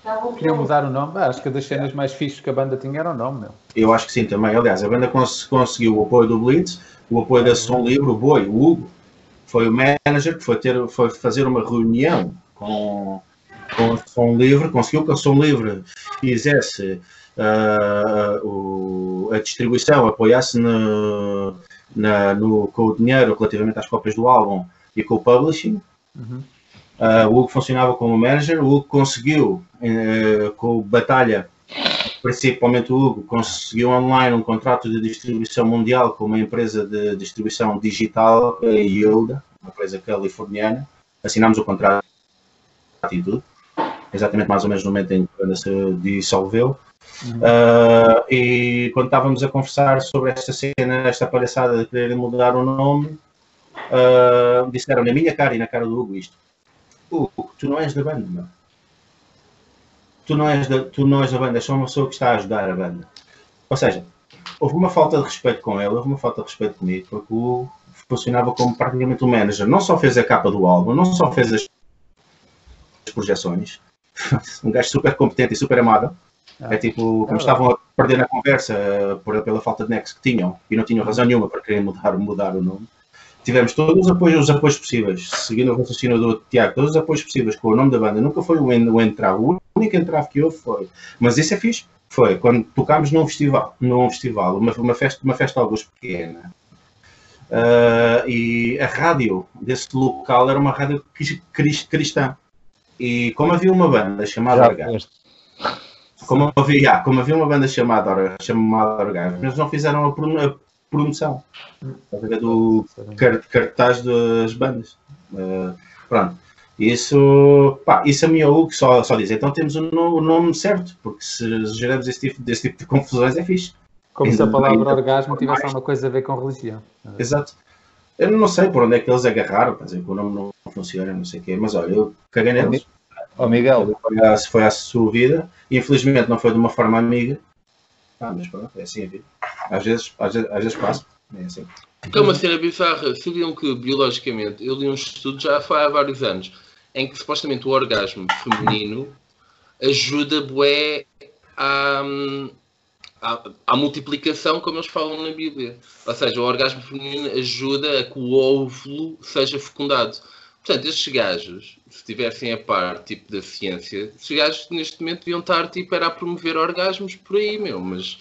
à banda.
Queriam mudar o nome? Ah, acho que das cenas mais fixas que a banda tinha era o nome, meu.
Eu acho que sim também. Aliás, a banda cons- conseguiu o apoio do Blitz, o apoio da Som Livre, o Boi, o Hugo. Foi o manager que foi, ter, foi fazer uma reunião com, com a Som Livre, conseguiu que a Som Livre fizesse ah, o- a distribuição, apoiasse no, na- no- com o dinheiro relativamente às cópias do álbum e com o publishing.
Uhum.
Ah, o Hugo funcionava como manager, o Hugo conseguiu, eh, com o Batalha, principalmente o Hugo, conseguiu online um contrato de distribuição mundial com uma empresa de distribuição digital, a Yilda, uma empresa californiana. Assinámos o contrato e tudo, exatamente mais ou menos no momento em que a banda se dissolveu. Ah, e quando estávamos a conversar sobre esta cena, esta palhaçada de quererem mudar o nome, ah, disseram na minha cara e na cara do Hugo isto. Hugo, "Oh, tu não és da banda, mano. Tu não és da, tu não és da banda, és só uma pessoa que está a ajudar a banda. Ou seja, houve uma falta de respeito com ele, houve uma falta de respeito comigo, porque o Hugo funcionava como praticamente um manager. Não só fez a capa do álbum, não só fez as, as projeções. um gajo super competente e super amável. É tipo, como estavam a perder na conversa eh, por, pela falta de nexo que tinham e não tinham razão nenhuma para querer mudar, mudar o nome. Tivemos todos os apoios, os apoios possíveis, seguindo o raciocínio do Tiago, todos os apoios possíveis com o nome da banda. Nunca foi o, en- o entrave. O único entrave que houve foi. Mas isso é fixe. Foi quando tocámos num festival, num festival uma, uma festa, uma festa alguns pequena. Ah, e a rádio desse local era uma rádio cris- cris- cristã. E como havia uma banda chamada
Já
Argá,
foste.
como havia, ah, como havia uma banda chamada, Or- chamada Orgasmo, eles não fizeram a, promo- a promoção Estás a ver? do car- cartaz das bandas. Eh, pronto. Isso, pá, isso a mim é o que só, só diz. Então temos o, no- o nome certo, porque se geramos esse tipo, desse tipo de confusões é fixe.
Como se a palavra
Ainda-
orgasmo tivesse alguma coisa a ver com religião.
Exato. Eu não sei por onde é que eles agarraram, quer dizer, que o nome não funciona, não sei o quê, mas olha, eu caguei neles.
Ó Miguel,
foi a, foi a sua vida. Infelizmente não foi de uma forma amiga. Ah, mas pronto, é assim a vida. Às vezes, às vezes, às vezes passa. É assim.
Que é uma cena bizarra. Sabiam que, biologicamente, eu li um estudo já há vários anos, em que supostamente o orgasmo feminino ajuda bué à, à, à multiplicação, como eles falam na Bíblia. Ou seja, o orgasmo feminino ajuda a que o óvulo seja fecundado. Portanto, estes gajos, se estivessem a par, tipo, da ciência, estes gajos neste momento deviam estar, tipo, era a promover orgasmos por aí, meu, mas...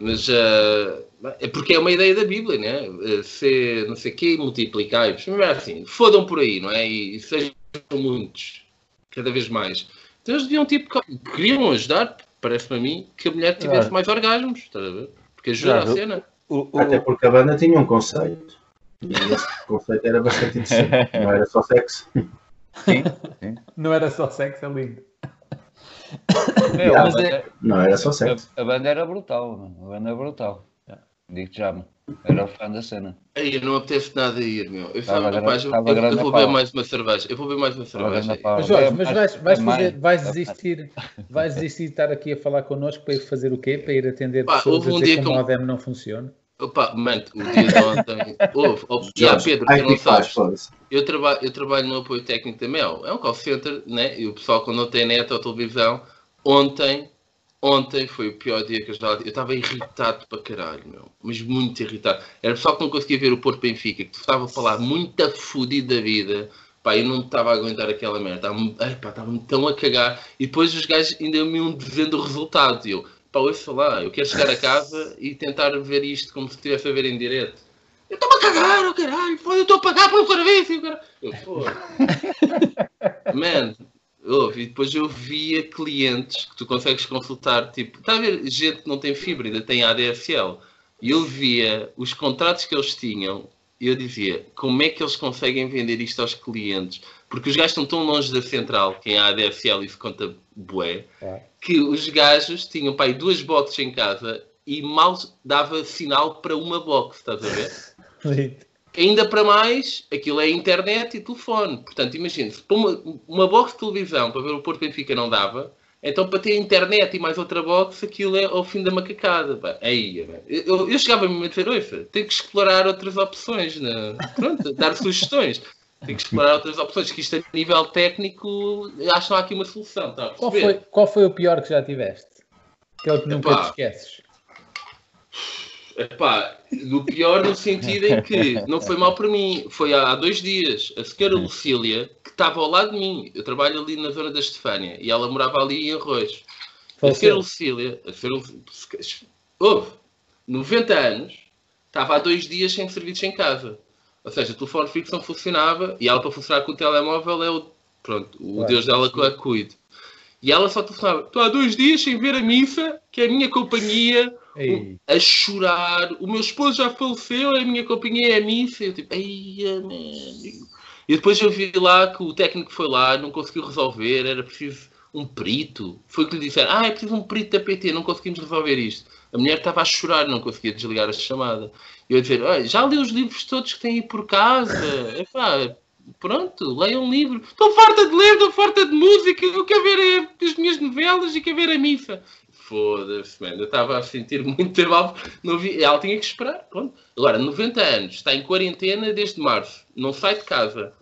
Mas ah, é porque é uma ideia da Bíblia, né? Ah, Se não sei o quê, multiplicai-vos. Mas é assim, fodam por aí, não é? E, e sejam muitos, cada vez mais. Então eles deviam tipo. cal- Queriam ajudar, parece-me a mim, que a mulher tivesse
Claro.
mais orgasmos, estás a ver? Porque ajuda
Claro.
a cena.
o, o-
Até porque a banda tinha um conceito. E esse conceito era bastante interessante. Não era só sexo.
sim,
Não era só sexo, é lindo.
meu,
Já,
a,
mas
banda,
Não era só sexo.
é, a- a banda era brutal, mano. A banda era brutal. Digo-te já, mano. Era fã da cena.
Aí eu não apetece nada ir, meu. Eu,
Tava
sabe,
grande-
rapaz, eu,
tava
eu- eu
grande
vou
pau.
beber mais uma cerveja. Eu vou beber mais uma
Tava grande
cerveja. aí.
pau.
Mas Jorge, mas
É,
vais, vais,
é mais-
fazer, vais
é mais.
desistir, vais desistir de estar aqui a falar connosco para ir fazer o quê? Para ir atender
Pá,
pessoas
houve um
a dizer
dia
que o
que eu-
modem não funciona?
Opa, mano, o dia de ontem. Houve. Oh, yeah, Pedro,
Ai,
tu não
que faz,
sabes.
foda-se.
Eu, traba eu trabalho no apoio técnico da Mel. É um call center, né? E o pessoal quando não tem net ou televisão, ontem, ontem foi o pior dia que eu já... Eu estava irritado para caralho, meu. Mas muito irritado. Era o pessoal que não conseguia ver o Porto Benfica, que estava a falar muita fodida da vida. Pá, eu não estava a aguentar aquela merda. Estava-me- ai, pá, Estava-me tão a cagar. E depois os gajos ainda me iam dizendo o resultado. E eu, pá, ouça lá, eu quero chegar a casa e tentar ver isto como se estivesse a ver em direto. Eu estou-me a cagar, oh caralho, foda, eu estou a pagar por um serviço. e o caralho. Eu, foda. Man, ouve, e depois eu via clientes que tu consegues consultar, tipo, está a ver gente que não tem fibra, ainda tem ADSL. E eu via os contratos que eles tinham e eu dizia, como é que eles conseguem vender isto aos clientes? Porque os gajos estão tão longe da central, quem é a ADSL, isso conta bué, que os gajos tinham, pai, duas boxes em casa e mal dava sinal para uma box, estás a ver?
Lindo.
Ainda para mais, aquilo é internet e telefone. Portanto, imagina, se para uma, uma box de televisão para ver o Porto Benfica não dava, então para ter internet e mais outra box, aquilo é ao fim da macacada. pá. Aí, pá. eu, eu- eu chegava-me a dizer, oifa, tem que explorar outras opções, né? pronto, dar sugestões. Tem que explorar outras opções, que isto a nível técnico, acho que não há aqui uma solução, está a
Qual
perceber?
foi, qual foi o pior que já tiveste? Aquele que nunca
Epá.
te esqueces.
Epá, do pior no sentido em que não foi mal para mim, foi há dois dias. A senhora Lucília, que estava ao lado de mim, eu trabalho ali na zona da Estefânia, e ela morava ali em Arroz. A senhora
Faleceu.
Lucília, a senhora Lucília, houve 90 anos, estava há dois dias sem serviços em casa. Ou seja, o telefone fixo não funcionava e ela para funcionar com o telemóvel é o, pronto, o
Claro.
Deus dela que a cuide. E ela só telefonava, estou há dois dias sem ver a missa, que é a minha companhia,
Ei,
a chorar, o meu esposo já faleceu, a minha companhia é a missa, eu tipo, ai, amigo. E depois eu vi lá que o técnico foi lá, não conseguiu resolver, era preciso um perito. Foi o que lhe disseram, ah, é preciso um perito da PT, não conseguimos resolver isto. A mulher estava a chorar, não conseguia desligar a chamada. E eu a dizer, olha, já li os livros todos que têm aí por casa, Epá, pronto, leia um livro. Estou farta de ler, estou farta de música, eu quero ver eh, as minhas novelas e quero ver a missa. Foda-se, mano. Eu estava a sentir muito mal. Não vi... Ela tinha que esperar. Pronto. Agora, 90 anos. Está em quarentena desde março. Não sai de casa.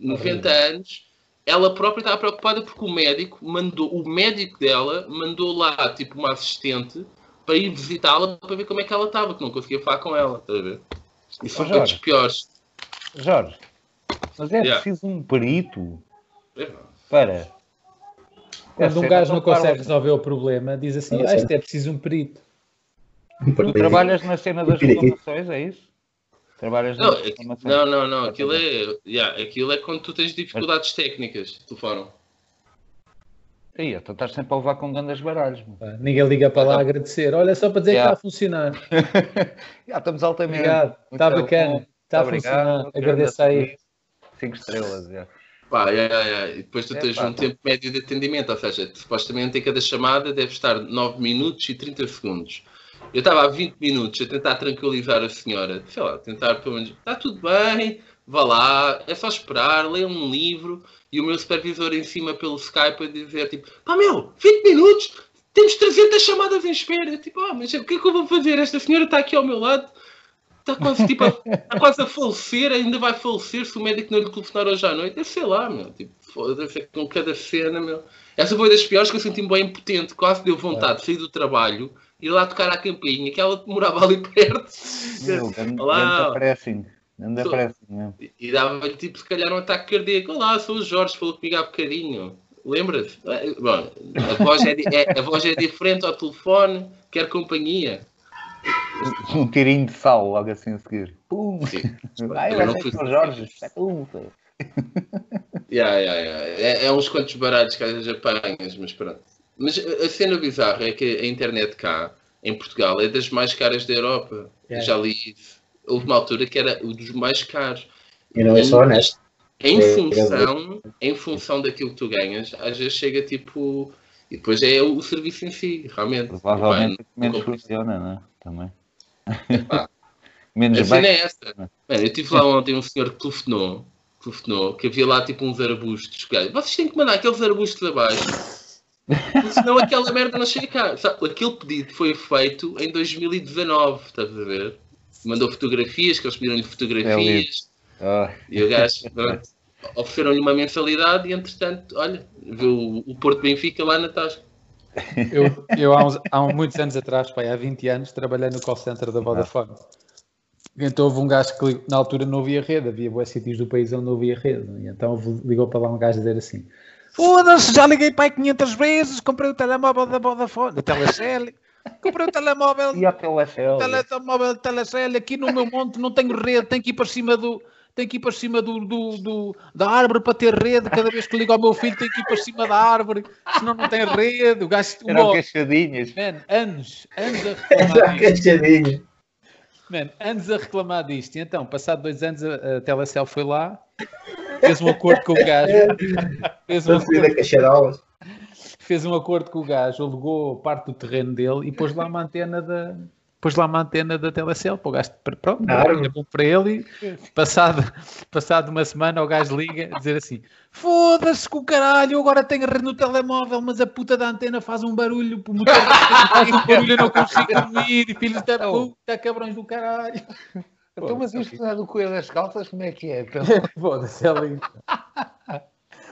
90 anos. Ela própria estava preocupada porque o médico mandou... O médico dela mandou lá, tipo, uma assistente para ir visitá-la para ver como é que ela estava, que não conseguia falar com ela. Estás a ver? Isso foi
Ó,
um dos
Jorge.
piores.
Jorge, mas é
Yeah.
preciso um perito
É,
para.
Quando um
Essa
gajo não
cena tão
consegue
parva.
resolver o problema, diz assim:
Não
ah,
sei.
isto é preciso um perito.
Tu trabalhas na cena das
Perito.
reclamações, é isso? Trabalhas
Não, é
na
aqui-
reclamações.
não, não, não. Aquilo é, yeah, aquilo é quando tu tens dificuldades técnicas do fórum.
Aí, tu então estás sempre a levar com grandes baralhos. meu.
Pá, Ah, Ninguém liga para lá a agradecer. Olha, só para dizer
Então, Yeah.
que está a funcionar.
Já estamos altamente. Tá
Obrigado,
Muito
está
bom.
bacana. Está a
Muito obrigado.
funcionar. Agradeço aí.
Cinco estrelas, já.
Pá, é, é, é. E depois tu
É,
tens
pá.
um tempo médio de atendimento, ou seja, supostamente em cada chamada deve estar 9 minutos e 30 segundos. Eu estava há 20 minutos a tentar tranquilizar a senhora, sei lá, tentar pelo menos, está tudo bem, vá lá, é só esperar, leia um livro, e o meu supervisor em cima pelo Skype a dizer tipo, pá meu, 20 minutos, temos 300 chamadas em espera, Eu, tipo, ah, mas o que é que eu vou fazer? Esta senhora está aqui ao meu lado, está quase tipo a Está quase a falecer, ainda vai falecer se o médico não lhe telefonar hoje à noite. Eu sei lá, meu. Tipo, foda-se, é que com cada cena, meu. Essa foi das piores que eu senti-me bem impotente. Quase deu vontade de sair do trabalho, ir lá tocar à campainha, que ela morava ali perto.
Meu, grande
Olá.
grande pressing. Grande
Sou-
pressing, mesmo.
E- E dava-lhe, tipo, se calhar um ataque cardíaco. Olá, sou o Jorge, falou comigo há bocadinho. Lembra-se? Ah, Bom, a voz é, di- é- a voz é diferente ao telefone, quer companhia.
Um tirinho de sal logo assim a seguir. Pum!
Sim.
Ai,
Eu
eu
não
achei que
fui-
o Jorge. Pum!
Yeah, yeah, yeah. É, é uns quantos baralhos que às vezes apanhas, mas pronto. Mas a a cena bizarra é que a internet cá, em Portugal, é das mais caras da Europa. Eu
Yeah.
Já li isso. Houve uma altura que era um dos mais caros.
E não é só honesto.
Em
É,
função, em função daquilo que tu ganhas, às vezes chega tipo. E depois é o serviço em si, realmente.
Provavelmente
Vai,
o que menos
não compro.
funciona, não é? Também.
Epá.
menos
A cena
bem.
é essa. Mano, eu tive lá ontem um senhor que telefonou, telefonou que havia lá tipo uns arbustos. que, Vocês têm que mandar aqueles arbustos abaixo. porque Senão aquela merda não chega cá. Sabe, aquele pedido foi feito em 2019, estás a ver? Mandou fotografias, que eles pediram-lhe
É
fotografias.
Ah,
e o gajo, pronto, ofereceram-lhe uma mensalidade e entretanto, olha, viu o- o Porto Benfica lá na Tasca.
Eu, eu há, uns- há um- muitos anos atrás, pai, há 20 anos, trabalhei no call center da Vodafone. Então houve um gajo que ligou- na altura não havia rede, havia boas sítios do país onde não havia rede. E então ligou para lá um gajo a dizer assim: Foda-se, já liguei pai 500 vezes, comprei o telemóvel da Vodafone, da Telecel, comprei o telemóvel
e a Telefel?
É, telemóvel de telecel aqui no meu monte não tenho rede, tenho que ir para cima do tenho que ir para cima do, do- do- da árvore para ter rede, cada vez que ligo ao meu filho tenho que ir para cima da árvore, senão não tem rede, o gajo
Eram
uma-
queixadinhas.
Man, anos, anos a reclamar disto.
Queixadinho.
Man, anos a reclamar disto. E então, passado dois anos, a, a Telecel foi lá, fez um acordo com o gajo, fez um acordo
Vamos subir a caixa de aulas.
fez um acordo com o gajo, alugou parte do terreno dele e pôs lá uma antena da. Pôs lá uma antena da Telecel para o gajo. pr- Pronto,
Na árvore.
era bom para ele. E passado, passado uma semana, o gajo liga a dizer assim: Foda-se com o caralho, eu agora tenho rede no telemóvel, mas a puta da antena faz um barulho, o motor da antena faz um barulho, eu não consigo dormir, filhos da puta, cabrões do caralho.
Então, mas isto não é do Coelho das Calças, como é que é? Então,
Foda-se, é lindo.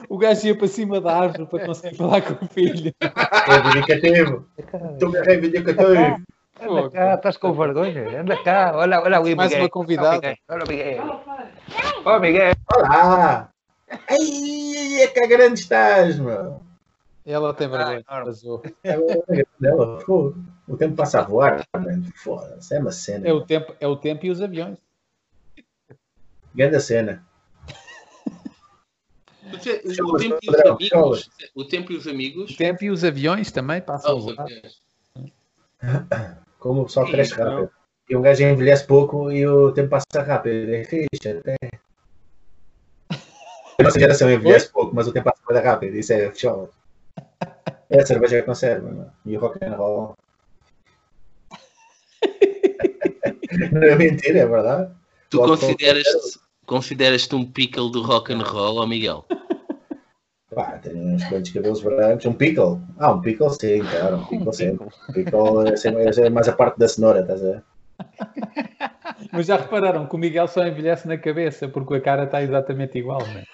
O gajo ia para cima da árvore para conseguir falar com o filho.
Reivindicativo. Estou reivindicativo.
anda cá, estás com vergonha? Anda cá, olha, olha ali o
Mais
Miguel.
uma convidada.
Olha o Miguel. Olha o Miguel.
Olá! Ai, é que a grande estás, meu.
Ela tem vergonha.
Ah,
vazou.
É a grande dela, fogo. O tempo passa a voar, mano. Foda-se, é uma cena.
É o, tempo, é o tempo e os aviões.
Grande cena.
O te- é, o
Chama-se
tempo e os
Pedrão,
amigos. é, O tempo e os amigos.
O tempo e os aviões também
Ah,
passam.
os
lá.
aviões.
Como o pessoal
Sim,
cresce
então.
rápido. E um gajo envelhece pouco e o tempo passa rápido. É fixe, até. A nossa geração envelhece pouco, mas o tempo passa muito rápido. Isso é fichola. É a cerveja que conserva, mano. E o rock and roll. Não é mentira, é verdade.
Tu
Logo
consideras-te consideras um pickle do rock and roll, ó Miguel?
Pá, tem uns quantos cabelos brancos. Um pickle. Ah, um pickle sim, claro. Um pickle sim. Um pickle é sempre- é mais a parte da cenoura, estás a ver?
Mas já repararam que o Miguel só envelhece na cabeça porque a cara está exatamente igual, não é?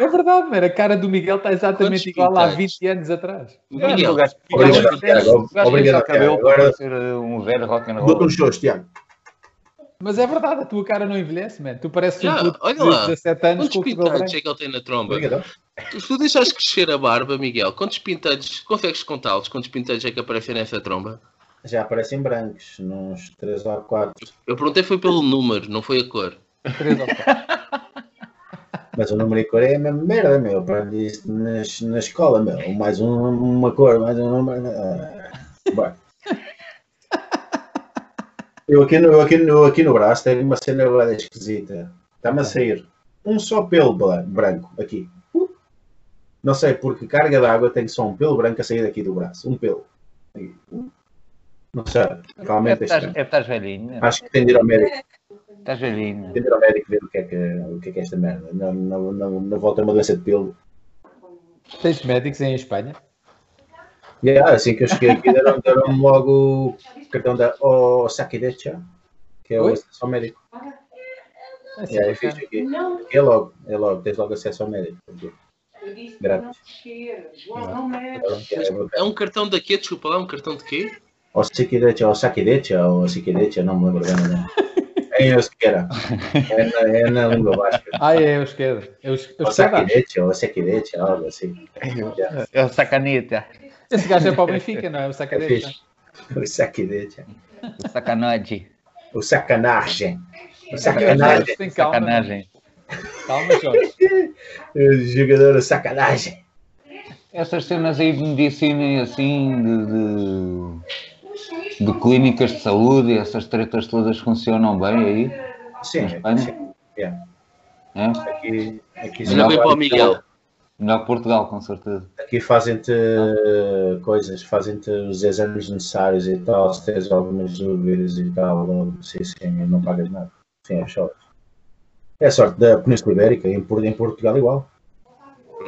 É verdade, mano. A cara do Miguel está exatamente
Quantos
igual há
pintais?
20 anos atrás.
Olha o
Miguel,
gajo. O gajo
Obrigado, Tiago.
o gajo fez
Obrigado,
o cabelo
Tiago.
para
Agora
ser um velho rock and
dou-te
roll.
uns shows, Tiago.
Mas é verdade, a tua cara não envelhece, mano. Tu pareces
Já,
um puto
olha
de
lá.
17 anos com
quantos
o cabelo branco.
pintados é que ele tem na tromba?
Obrigado.
Se tu deixaste crescer a barba, Miguel, quantos pintados, consegues contá-los? Quantos pintados é que aparecem nessa tromba?
Já aparecem brancos, uns 3 ou 4.
Eu perguntei foi pelo número, não foi a cor.
Três ou quatro.
Mas o número e cor é a mesma merda, meu. Eu Aprendi isso nas, na escola, meu. Mais um, uma cor, mais um número. ah, bem. Eu aqui, no, eu, aqui, no- eu aqui no braço tenho uma cena bué esquisita. Está-me a sair um só pelo bla- branco aqui. Uh! Não sei porque carga d'água tem só um pelo branco a sair daqui do braço. Um pelo. Aqui. Uh! Não sei.
É
Realmente
porque
é estranho.
estás- é porque estás velhinho.
Acho que tem de ir ao médico.
Estás velhinho.
Tentar ao médico ver o que é que, o que, é, que é esta merda. Não, não, não, não volta uma doença de pelo.
Tens médicos em Espanha?
E ah, assim que eu cheguei aqui, deram- deram-me logo o cartão da Osakidecha, que é o
Oi?
acesso ao médico.
É assim,
E aí fiz
cara.
aqui. É logo, é logo, tens logo acesso ao médico. Grátis.
É um cartão da quê? Desculpa lá, um cartão de quê?
Osakidecha, Osakidecha, ou Osakidecha, não me lembro bem. o nome. É em Euskera. É na, é na língua vasca.
Ah, é, eu esquerdo. Eu esquerdo.
Osakidecha, Osakidecha, algo assim.
É o sacanita.
Esse gajo é para o Benfica, não é? O
É
Sacadete.
fixe. Osakidecha.
O sacanagem.
O sacanagem. O sacanagem.
Jorge, tem calma. né?
Sacanagem.
Calma, Jorge.
O jogador o sacanagem.
Essas cenas aí de medicina e assim, de, de, de clínicas de saúde, e essas tretas todas funcionam bem aí?
Sim,
Olha.
sim.
É?
Aqui, aqui,
Olha bem para o Miguel.
Melhor que Portugal, com certeza.
aqui fazem-te eh, coisas, fazem-te os exames necessários e tal, se tens algumas dúvidas e tal, logo, sim, sim, não pagas nada. Sim, é só. É a sorte da Península Ibérica, em, Por- em Portugal igual.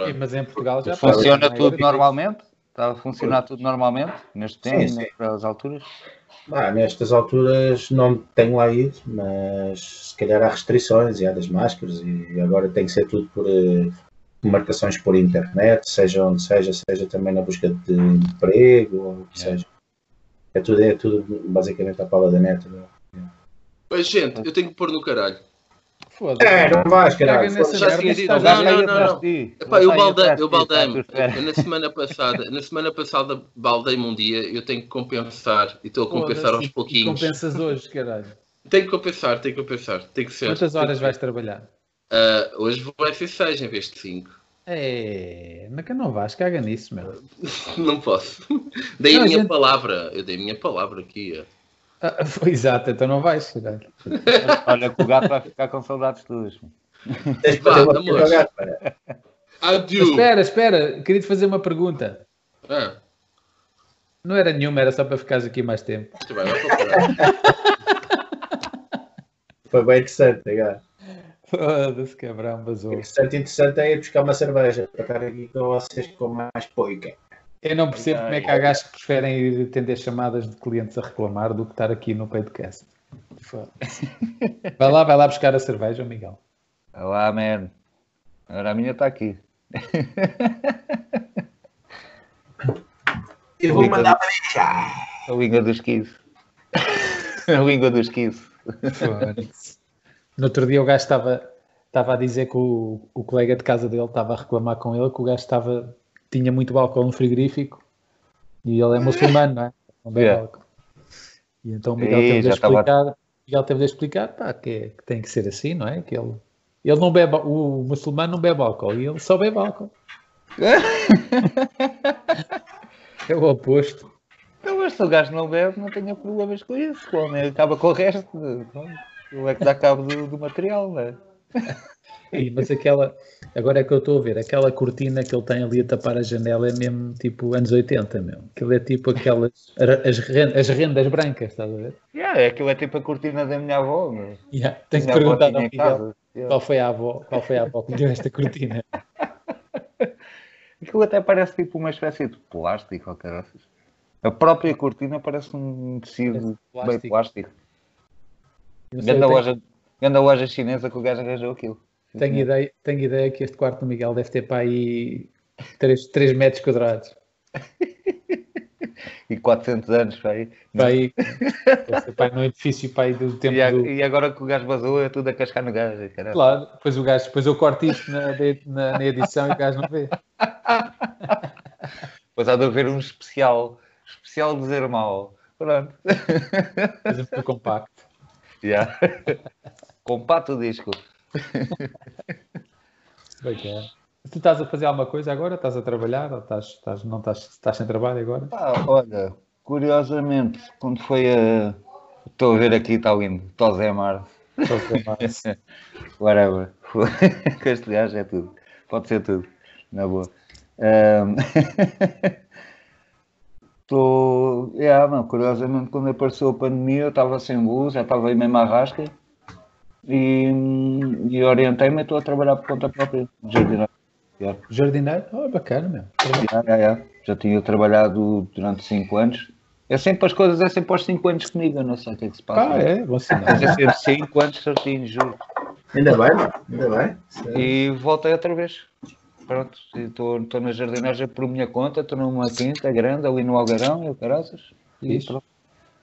Sim, Mas em Portugal já
Funciona
pode.
tudo normalmente? Está a funcionar tudo normalmente? Neste tempo,
sim.
nestas alturas?
Ah, nestas alturas não tenho lá ido, mas se calhar há restrições e há das máscaras e agora tem que ser tudo por eh, marcações por internet, seja onde seja, seja também na busca de emprego, ou o que
Yeah.
seja. É tudo, é tudo basicamente à pala da net. não é?
Mas, gente, eu tenho que pôr no caralho.
Foda-se.
É, não vais,
Caga
caralho.
nessa
já
merda,
tinha
que
Então
dito,
estás
não,
a-
não, não, não. Epá, eu baldei-
tá
eu baldei-me.
baldei.
Na semana passada, na semana passada baldei-me um dia, eu tenho que compensar e estou a compensar aos
Foda-se.
pouquinhos.
Compensas hoje, caralho.
Tenho que compensar, tenho que compensar, tem que ser.
Quantas horas vais trabalhar?
Ah, hoje vou ser 6 em vez de 5.
É, mas que não vais, caga nisso, meu.
Não posso. Dei
Não,
a minha
gente-
palavra. Eu dei a minha palavra aqui. é.
Ah, foi- exato, então não vais, caralho.
Olha que o gato vai ficar com saudades tuas.
Tens que fazer
Vá,
uma fita
amor.
ao gato, pá.
Mas
Adieu.
espera, espera, queria te fazer uma pergunta.
Ah,
Não era nenhuma, era só para ficares aqui mais tempo.
muito bem, vai para o caralho.
Foi bem interessante, cara.
Foda-se, cabrão, vazou.
Interessante, interessante é ir buscar uma cerveja para estar aqui com vocês com mais poica.
Eu não percebo como é que há gajos que preferem ir atender chamadas de clientes a reclamar do que estar aqui no podcast. Vai lá, vai lá buscar a cerveja, Miguel.
Olá, man. Agora a minha está aqui.
Eu
vou
vou
mandar
mandar para já.
A língua dos 15. A língua dos 15.
Foda-se. No outro dia o gajo estava, estava a dizer que o, o colega de casa dele estava a reclamar com ele que o gajo estava, tinha muito álcool no frigorífico e ele é muçulmano, não é? Não bebe
Yeah.
álcool. E então o
Ih,
Miguel teve de
já estava-
explicar, Miguel teve de explicar pá, que, é- que tem que ser assim, não é? Que ele, ele não bebe, o muçulmano não bebe álcool e ele só bebe álcool. é o oposto.
Então, mas se o gajo não bebe, não tenho problemas com isso. O homem acaba com o resto. Pronto. Ele é que dá cabo do, do material, não é?
Sim, mas aquela, agora é que eu estou a ver, aquela cortina que ele tem ali a tapar a janela é mesmo tipo anos 80, meu. Aquilo é tipo aquelas, ra- as, ren- as rendas brancas, estás a ver?
Yeah, aquilo é tipo a cortina da minha avó. Meu.
Yeah, Tenho que
Minha avó
perguntar ao
tinha em
Miguel
casa. Yeah.
qual foi a avó, qual foi a avó que me deu esta cortina.
Aquilo até parece tipo uma espécie de plástico, ou caraças. A própria cortina parece um tecido
Plástico.
bem plástico.
Não sei, eu
Ganda
tenho,
loja, ganda loja chinesa que o gajo arranjou aquilo.
tenho ideia, tenho ideia que este quarto do Miguel deve ter para aí 3, metros quadrados.
E 400 anos, pá, aí.
Para aí, deve ser para aí num edifício para aí do tempo
E, a-
do...
e agora que o gajo vazou, é tudo a cascar no gajo. caralho.
Claro, depois o gajo, depois eu corto isto na, na- na edição e o gajo não vê.
Depois há de haver um especial, especial dizer mal. Pronto.
Fazemos o compacto.
Yeah. Compacto disco.
Bem que é. Tu estás a fazer alguma coisa agora? Estás a trabalhar? Ou estás, estás- não estás, estás sem trabalho agora?
Pá, olha, curiosamente, quando foi a. Estou a ver aqui, está lindo. Tosemar,
Estou a trabalhar.
whatever. Com este gajo é tudo. Pode ser tudo. Na boa. Ahm. Tô- yeah, mano, curiosamente, quando apareceu a pandemia, eu estava sem luz, já estava aí mesmo à rasca. E, e orientei-me e estou a trabalhar por conta própria. Já dirá.
Jardineiro? Oh, bacana, meu.
Já, já, já. Já tinha trabalhado durante 5 anos. É sempre as coisas, é sempre aos 5 anos comigo, eu não sei o que é que se passa.
Ah, é? Bom sinal.
Mas é sempre 5 anos certinho, juro.
Ainda bem, mano. ainda bem.
E voltei outra vez. Pronto, e estou estou na jardinagem por minha conta, estou numa quinta grande ali no Algarão, eu caraças. E
Fixe.
pronto.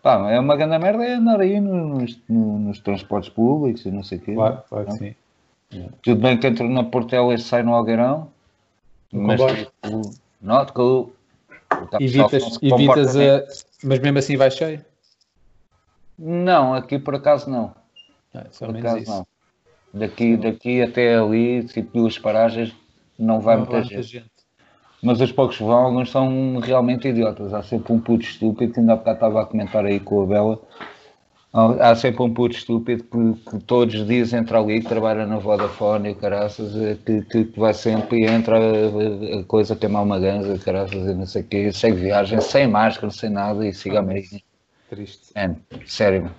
Pá, é uma grande merda é andar aí nos, no- nos transportes públicos e não sei o quê.
Claro, claro que sim.
Tudo bem que entro na Portela e saio no Algarão.
No
mas
comboio.
tipo, not cool. O pessoal
Evitas,
não se comporta
evitas
bem.
a... Mas mesmo assim vai cheio?
Não, aqui por acaso não.
Ah, só
Por
menos
acaso
isso.
não. Daqui, daqui até ali, tipo duas paragens, não vai
Não
muita
vai
gente. Mas os poucos que vão, alguns são realmente idiotas. Há sempre um puto estúpido, que ainda há bocado estava a comentar aí com a Bela. Há há sempre um puto estúpido que, que todos os dias entra ali, que trabalha na Vodafone e o caraças, eh, que, que- que vai sempre e entra eh, a, coisa queimar uma ganza, e caraças e não sei o quê, segue viagem, sem máscara, sem nada e siga a mesma.
Triste.
Man, sério, mano.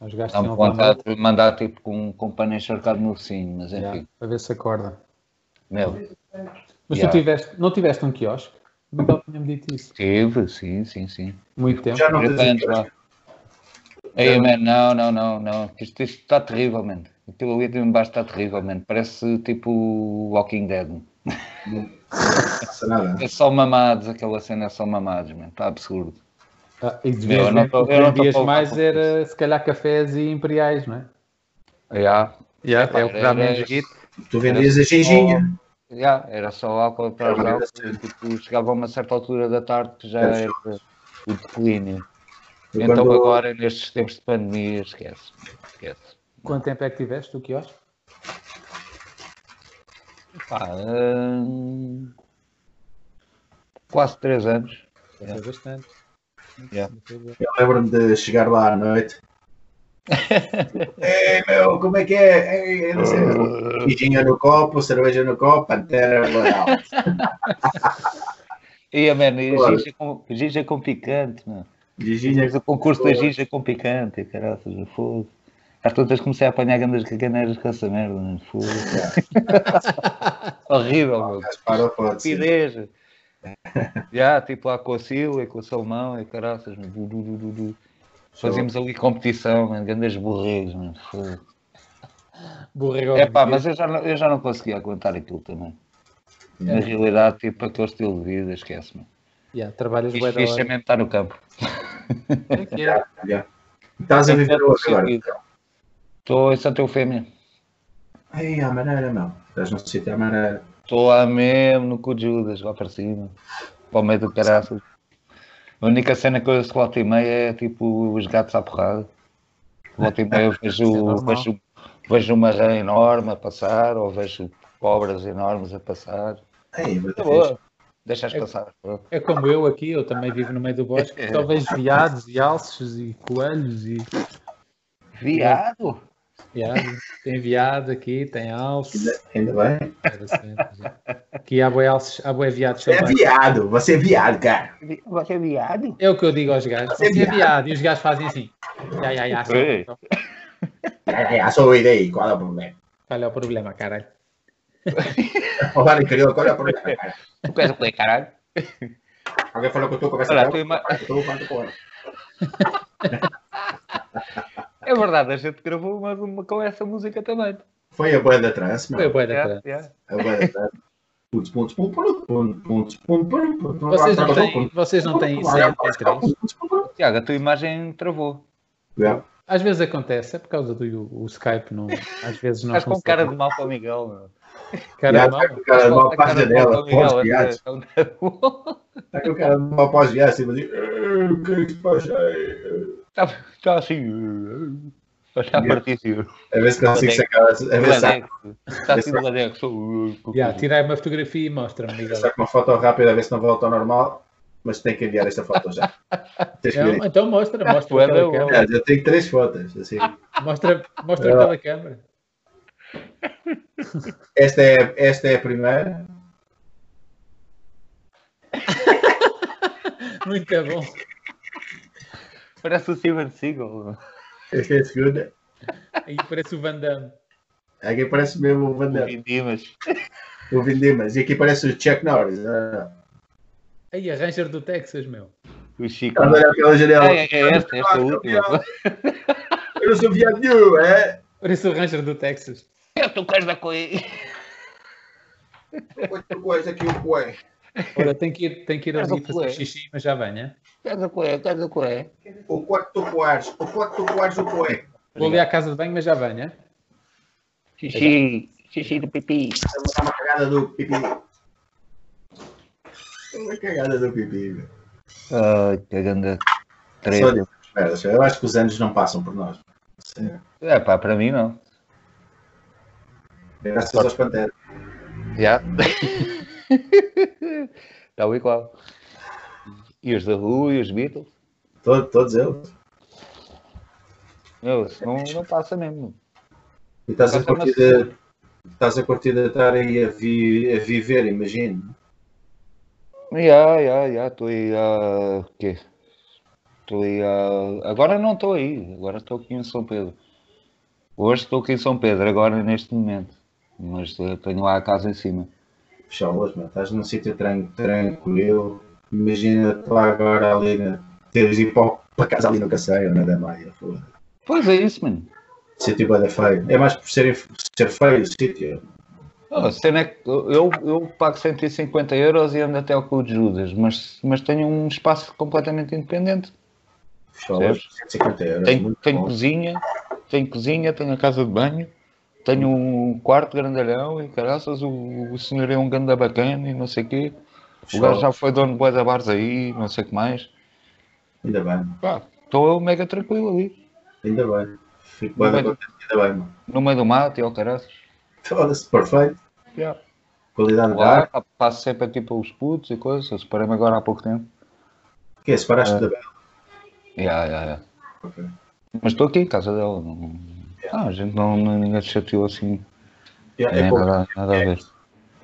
Os gajos
dá-me
tinham lá
vontade de mandar tipo com, com pano encharcado no focinho, mas enfim,
para ver se acorda.
meu,
Mas
Yeah.
tu tiveste, não tiveste um quiosque? O Miguel tinha-me dito isso.
tive, sim, sim, sim.
Muito tempo.
Já não tens
Portanto, vá. Ei, man, não, não, não, não. Isto isto está terrível, man. Aquilo ali de embaixo está terrível, man. Parece tipo Walking Dead. man.
interesse nada.
É só mamados, aquela cena é só mamados, man. Está absurdo.
Ah, e de
Meu,
vez
eu não
em
tô- eu
quando
não tô
bebias
pouco
mais
com
era se calhar cafés e imperiais, não é?
Yeah.
Yeah, é o que dá
era-
menos guito.
Tu vendias a genginha.
Yeah, era só álcool atrás de álcool. Tipo, chegava a uma certa altura da tarde que já era o declínio.
Eu
Então
É. quando-
agora, nestes tempos de pandemia, esquece. Esquece.
Quanto tempo é que tiveste o quiosque?
Pá, hum, quase três anos. É.
Já foi bastante.
Yeah.
Eu lembro-me de chegar lá à noite. Ei, meu, como é que é? Ei, eu não sei. Genginha no copo, cerveja no copo, pantera floral.
E a man, e
Claro. é
ginger com, é ginger com picante, mano.
Genginha
o concurso da é ginger com picante, caraças, fogo. Às tantas comecei a apanhar grandes caganeiras com essa merda, mano. Fogo. Horrível, mano.
para o foto.
Estupidez. Já, tipo lá com a Silvia, com o Salmão e caraças, mano. Du, du, du, du, du. Fazíamos ali competição, mano, grandes borregos, mano.
Borrego.
É pá, mas eu já, não, eu já não conseguia aguentar aquilo também.
É.
Na realidade, tipo, aquele estilo de vida, esquece, mano.
Yeah, trabalhas
Fiz
bué da hora.
mesmo estar no campo.
Ok.
já. Estás a viver hoje agora. então.
Estou em Santa Eufémia.
Ai, à maneira, meu. Estás no sítio à maneira.
Estou lá mesmo no cu de Judas, lá para cima. Para o meio do caraças. A única cena que eu ouço volta e meia é tipo os gatos à porrada. Volta e meia eu
Isso é
vejo,
normal.
vejo, vejo uma rã enorme a passar ou vejo cobras enormes a passar.
Ai, muito
Tá
fixe.
boa. Deixa-as passar. pronto.
É como eu aqui, eu também vivo no meio do bosque, só vejo viados e alces e coelhos e
Viado!
viado. Tem viado aqui, tem alce.
Ainda bem.
Era sempre, já. Aqui há boi alces, há boi viados
Tá
Você é
também.
viado, você é viado, cara.
Você é viado?
É o que eu digo aos gajos.
Você é
Você é viado. E os gajos fazem assim. Ai, ai, ai,
Ei.
só-
Ai, ai, ai, sou eu daí, qual é o problema?
Qual é o problema, caralho?
Falar em carioca, qual é o problema, cara?
Tu queres o quê, caralho?
Alguém falou que eu estou conversando.
Olha, a tua ima-
Estou falando com ela.
É verdade, a gente gravou uma, uma com essa música também. É,
Foi a boia da trance,
Foi
meu.
boa
É
da
Yeah,
trans.
yeah.
A boia da trance. Putz, putz, pum, pum, pum, putz, pum, pum, pum, pum.
Vocês não têm, vocês não têm isso aí é até três?
é. Tiago, a tua imagem travou.
Yeah.
Às vezes acontece, é por causa do o Skype, não, às vezes não
Estás com
consegue.
cara de mal para o Miguel, meu.
Cara de
Já,
mal.
tá com o cara de mal
Tá
para a
cara de mal
janela,
para o
para os
Miguel,
viados.
então, tá
Está com o cara de mal para os viados, tipo assim, "Eh, o que é que se passa? Eh,
Está tá assim. Está a partir assim.
A ver se consigo
Ladex.
sacar, a ver se saco-
Ladex. Está assim de ladex.
Yeah,
tipo-
tirai uma fotografia e mostra-me, Miguel.
saco uma foto rápida, a ver se não volta ao normal, mas tenho que enviar esta foto já. Tens que ver
Então, então mostra, mostra
Ah,
é
pela
ué,
câmera.
Aliás, eu tenho três fotos. Assim.
Mostra, mostra
Vai lá.
pela câmera.
Esta, é, esta é a primeira.
Muito bom.
Parece o Steven Seagal.
Esta é a segunda.
Aí parece o Van Damme.
Aqui parece mesmo o Van
O
Damme,
Vin Dimas.
o Vin Dimas. E aqui parece o Chuck Norris. Ah,
Aí, a Ranger do Texas, meu.
O Chico.
Estás a olhar pela janela.
É, é esta, esta última.
Eu não sou viado nenhum, é?
Parece o Ranger do Texas.
Tu queres dar com ele?
Outra coisa aqui, o coé.
Olha, tem que ir, tem que ir
Mas
ali
o
fazer
quê?
xixi, mas já venha.
Queres dar com ele? Queres dar com ele?
O quanto tu coares, o quanto tu coares, o coé.
Vou ali à casa de banho, mas já venha.
Xixi. Xixi do
Eu
pipi.
vou dar uma cagada do pipi. Uma cagada do pipi, meu.
Ai, que grande
Só
treta.
dessas merdas. Eu acho que os anos não passam por nós. Sim.
É pá, para mim não.
Graças aos panteras.
Já. Tal e qual. E os da rua e os Beatles?
Todo- todos eles.
Meu, isso não, não passa mesmo.
E estás a
Mas é uma
curtir de, estás a curtir de estar aí a, vi- a viver, imagino.
Já, já, já. Estou aí a. O quê? Estou aí a. Agora não estou aí. Agora estou aqui em São Pedro. Hoje estou aqui em São Pedro, agora neste momento. Mas eh, tenho lá a casa em cima.
Puxa, hoje, mano, estás num sítio tran- tranquilo. Imagina tu agora ali, na, teres de ir para, o- para casa ali no Caceio, na da Maia. foda.
Pois é isso, mano.
Sítio bada feio. É mais por ser, ser feio o sítio.
Ah, A cena é que eu, eu pago 150 euros e ando até ao cu de Judas, mas, mas tenho um espaço completamente independente.
Puxa, hoje, 150 euros.
Tenho,
É muito
tenho
bom.
cozinha, tenho cozinha, tenho a casa de banho, tenho um quarto grandalhão e caraças, o, o senhor é um ganda bacana e não sei o quê. O gajo já foi dono de bué da bares aí, não sei o que mais.
Ainda bem,
Estou eu mega tranquilo ali,
ainda bem. Fico bem,
Ainda bem.
contente, ainda bem, mano.
no meio do mato e ao caraças.
Foda-se, perfeito.
Yeah.
Qualidade de
Lá,
ar.
pa- passo sempre tipo os putos e coisas, eu separei-me agora há pouco tempo.
Que é,
Ah.
separaste da
Yeah, yeah, yeah.
Ok.
Mas estou aqui em casa dela. Não... Ah, a gente não, não- ninguém se chateou assim.
Yeah, é,
nem
como,
nada, nada a ver.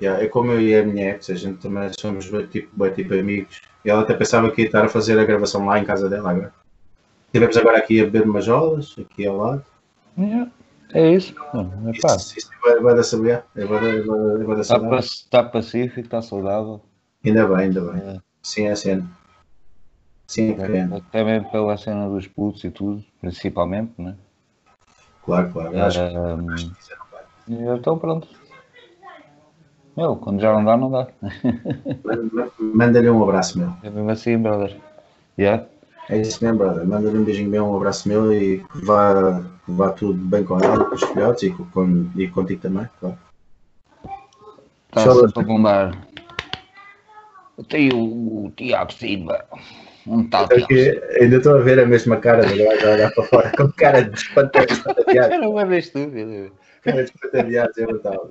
yeah, é como eu e a minha ex, a gente também somos bem tipo, bem tipo amigos. E ela até pensava que ia estar a fazer a gravação lá em casa dela agora. Estivemos agora aqui a beber umas olas, aqui ao lado.
Yeah, É isso. mano, é pá. tá
Isso, isso é bué da saber, é bué da- é bué- é bué da
Está,
saudade.
pac- está pacífico, está tá saudável.
Ainda bem, ainda bem.
É.
Sim, é a cena. Sim, pena.
Também pela cena dos putos e tudo, principalmente, né?
Claro, claro.
É.
Acho que
Ahm,
isso não vai.
então pronto. Meu, quando já não dá, não dá.
Manda- Manda-lhe um abraço meu.
É mesmo assim, brother. Yeah.
É isso mesmo, brother. Manda-lhe um beijinho meu, um abraço meu e que vá, que vá tudo bem com ela, com os filhotes e, com, com- e contigo também, claro.
Está
Só-
tá sempre a bombar. Tem o, o Tiago Silva. Onde está o
Então,
Tiago Silva?
que ainda estou a ver a mesma cara do gajo a olhar para fora, com cara de espantado, espantado,
Era uma vez estúpido.
cara de espantado, é brutal.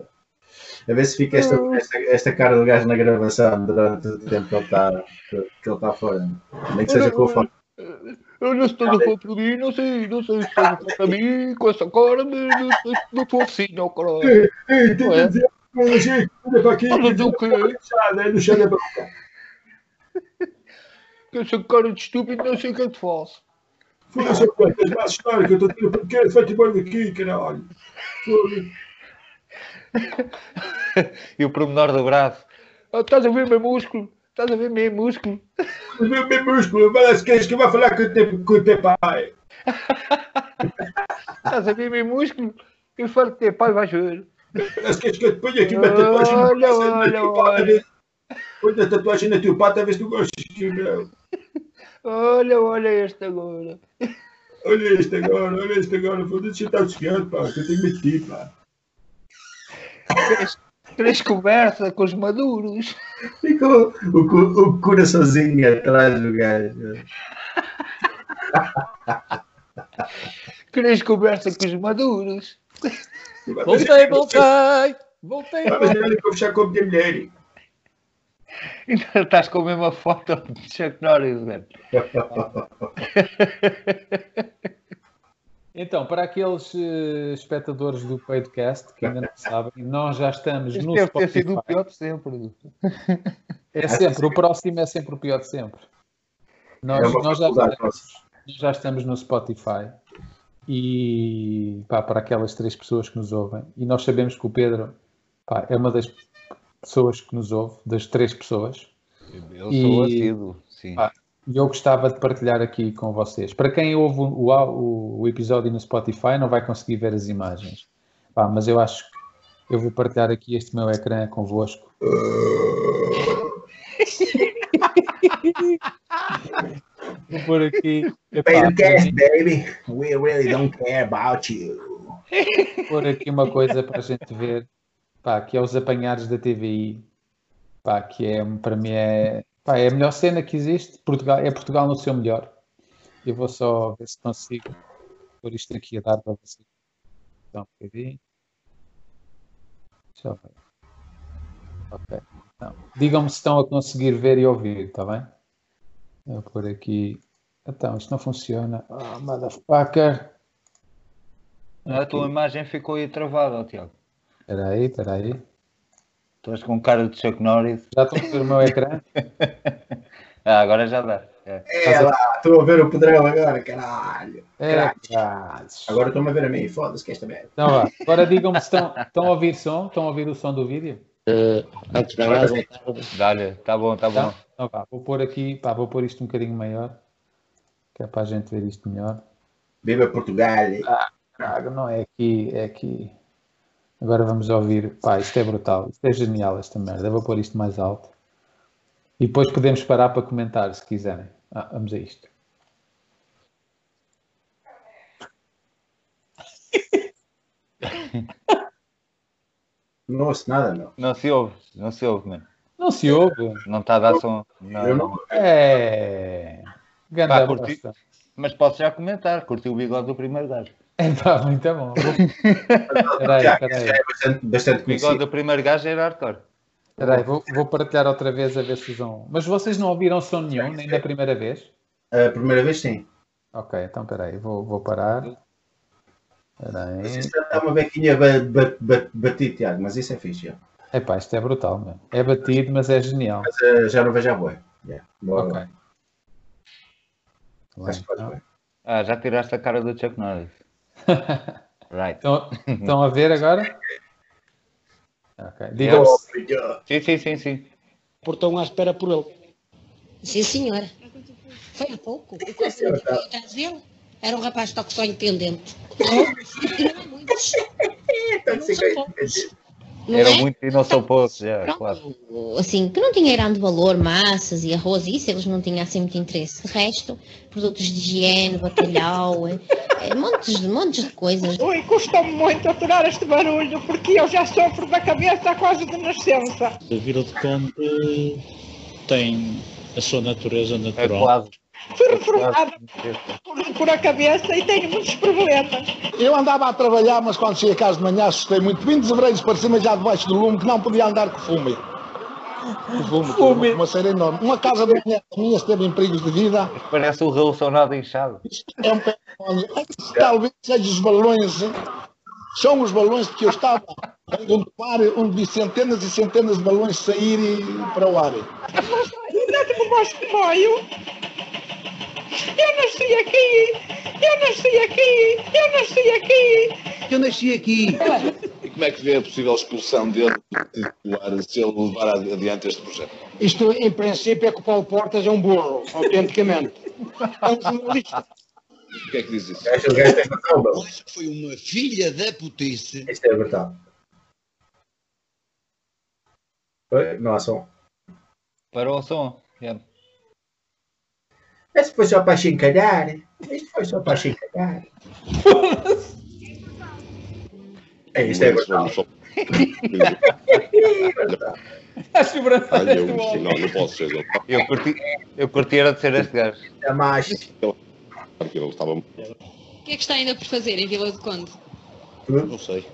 A ver se fica esta, esta, esta cara do gajo na gravação durante o tempo que ele está, que ele está fora. Nem que seja com o fone.
Eu não estou no para mim, não sei, não sei se estou no para mim, com essa cara, mas não sei se não estou assim, não, caralho. Não é?
Olha para aqui, é?
Falas o quê?
né?
Com essa cara de estúpido, não sei o que é que faço.
Foda-se, pô, tens mais história que eu estou a ter. Porque vai-te embora daqui, caralho.
E o pormenor do braço. Ah, estás a ver meu músculo? Estás a ver meu músculo?
Meu, meu músculo, vai lá se queres que eu vá falar com o teu, com o teu pai.
Estás a ver meu músculo? Eu falo que teu pai vai ver.
Vai se queres que eu te ponha aqui uma tatuagem no
Olha,
braço, na
olha,
teu pata,
olha.
vê- Põe a tatuagem na teu pata, vê se tu gostas. que não.
Olha, olha este agora.
Olha isto agora, olha isto agora. Foda-se, você está chegando, pá, que eu tenho medo de ti, pá.
Três, três conversas com os maduros.
Ficou o, cu- o coraçãozinho atrás do gajo.
Três conversas com os maduros.
Voltei, voltei! Voltei!
Mas não é fechar com a minha mulher.
Ainda estás com a mesma foto de Chuck Norris, velho.
É
Então, para aqueles eh, espectadores do podcast que ainda não sabem, nós já estamos
Isto
no
deve ter
Spotify.
sido o pior de sempre.
É sempre, o próximo é sempre o pior de sempre. Nós,
É uma
nós já,
faculdade,
estamos, nós já estamos no Spotify e pá, para aquelas três pessoas que nos ouvem, e nós sabemos que o Pedro pá, é uma das pessoas que nos ouve, das três pessoas.
Eu
sou E-
sou assíduo, sim.
Ah. E eu gostava de partilhar aqui com vocês. Para quem ouve o, o- o episódio no Spotify, não vai conseguir ver as imagens. Pá, mas eu acho que eu vou partilhar aqui este meu ecrã convosco. vou pôr aqui. Epá, para mim,
baby. We really don't care about you.
vou pôr aqui uma coisa para a gente ver, pá, que é os apanhados da TVI. Pá, que é, para mim é, pá, é a melhor cena que existe. Portugal, é Portugal no seu melhor. Eu vou só ver se consigo pôr isto aqui a dar para vocês. Então, um bocadinho. Deixa eu ver. Ok. Então, digam-me se estão a conseguir ver e ouvir, está bem? Eu Vou pôr aqui. Então, isto não funciona. Oh, motherfucker.
A tua imagem ficou aí travada, ó, Tiago.
Espera aí, espera aí.
Estás com cara de Chuck Norris.
Já estão a ver o meu ecrã?
Ah, agora já dá. É.
É lá, estou a ver o Pedrão agora, caralho.
É,
Agora estou-me a ver a mim, foda-se que esta merda.
então vá. Agora digam-me se estão, estão a ouvir som, estão a ouvir o som do vídeo?
Antes de mais, boa tarde.
Dá-lhe, tá bom, tá bom.
Tá? Então vá, vou pôr aqui, pá, vou pôr isto um bocadinho maior, que é para a gente ver isto melhor.
Viva Portugal.
Caralho, não é aqui, é aqui. Agora vamos ouvir, pá, isto é brutal, isto é genial esta merda, Eu vou pôr isto mais alto. E depois podemos parar para comentar, se quiserem. Ah, vamos a isto.
Não ouço nada, não.
Não se ouve, não se ouve, mano.
Não se ouve?
Não está a dar som. Não.
Eu não.
É... Ganda
Pá, curti.
bosta.
Mas posso já comentar, curti o bigode do primeiro gajo.
Está É, muito bom. Vou- Peraí, peraí,
É bastante, bastante
O bigode
conhecido.
do primeiro gajo era hardcore.
peraí. Vou, vou partilhar outra vez a ver se usam. Mas vocês não ouviram som nenhum, nem da primeira vez?
A primeira vez, sim.
Ok, então peraí, vou, vou parar. Peraí.
Isso Está uma bequinha ba- ba- ba- batido, Tiago, mas isso é fixe. Já,
Epá, isto é brutal, mano. É batido, mas é genial.
mas, eh, já não vejo a boia. Já. Bora
Ok.
lá. Acho que faz
então,
bem.
Ah, já tiraste a cara do Chuck Norris. Right.
Estão, então, estão a ver agora? Ok. Digam
Eu-
Obrigado.
Sim, sim, sim, sim.
Portão à espera por ele.
Sim, senhora. Foi há pouco. O conselho que eu estava a dizer era um rapaz que só independente. Não é muitos.
Então,
Não são poucos. Não
Era
é?
muito e não sou pouco, já,
Pronto,
claro.
assim, que não tinha grande valor, massas e arroz, isso eles não tinham assim muito interesse. De resto, produtos de higiene, bacalhau, eh, eh, montes, de, montes de coisas.
Ui, custa-me muito aturar este barulho, porque eu já sofro da cabeça quase de nascença.
A Vila de Conde tem a sua natureza
É
natural.
quase.
Fui
É
reformada
quase.
por, por a cabeça e tenho muitos problemas.
Eu andava a trabalhar, mas quando cheguei a casa de manhã assustei muito. Vim desabreiros para cima já debaixo do lume que não podia andar com fume. Com fume, com
Fume.
uma fumaceira enorme. Uma casa da minha, a minha esteve em perigos de vida.
Parece o relacionado inchado.
É um património. Talvez seja os balões. São os balões que eu estava onde um par, onde vi centenas e centenas de balões saírem para o ar.
Ainda de baixo de maio. tipo, Eu nasci aqui, eu nasci aqui, eu nasci aqui.
Eu nasci aqui.
E como é que vê a possível expulsão dele de titular se ele levar adiante este projeto?
Isto, em princípio, é que o Paulo Portas é um burro, autenticamente. É um jornalista.
O que é que diz isso?
O gajo tem razão, meu.
Acho que foi uma filha da putice.
Isto é verdade. Oi, Não há som.
Parou o som. já.
Esse foi só para chincalhar. né? Isto foi só para chincalhar. É, isto é verdade.
A segurança
Olha, eu
deste homem.
não, não posso ser.
Eu curti, eu curti era de ser este gajo.
É mais
Porque ele estava.
O que é que está ainda por fazer em Vila do Conde?
Não sei.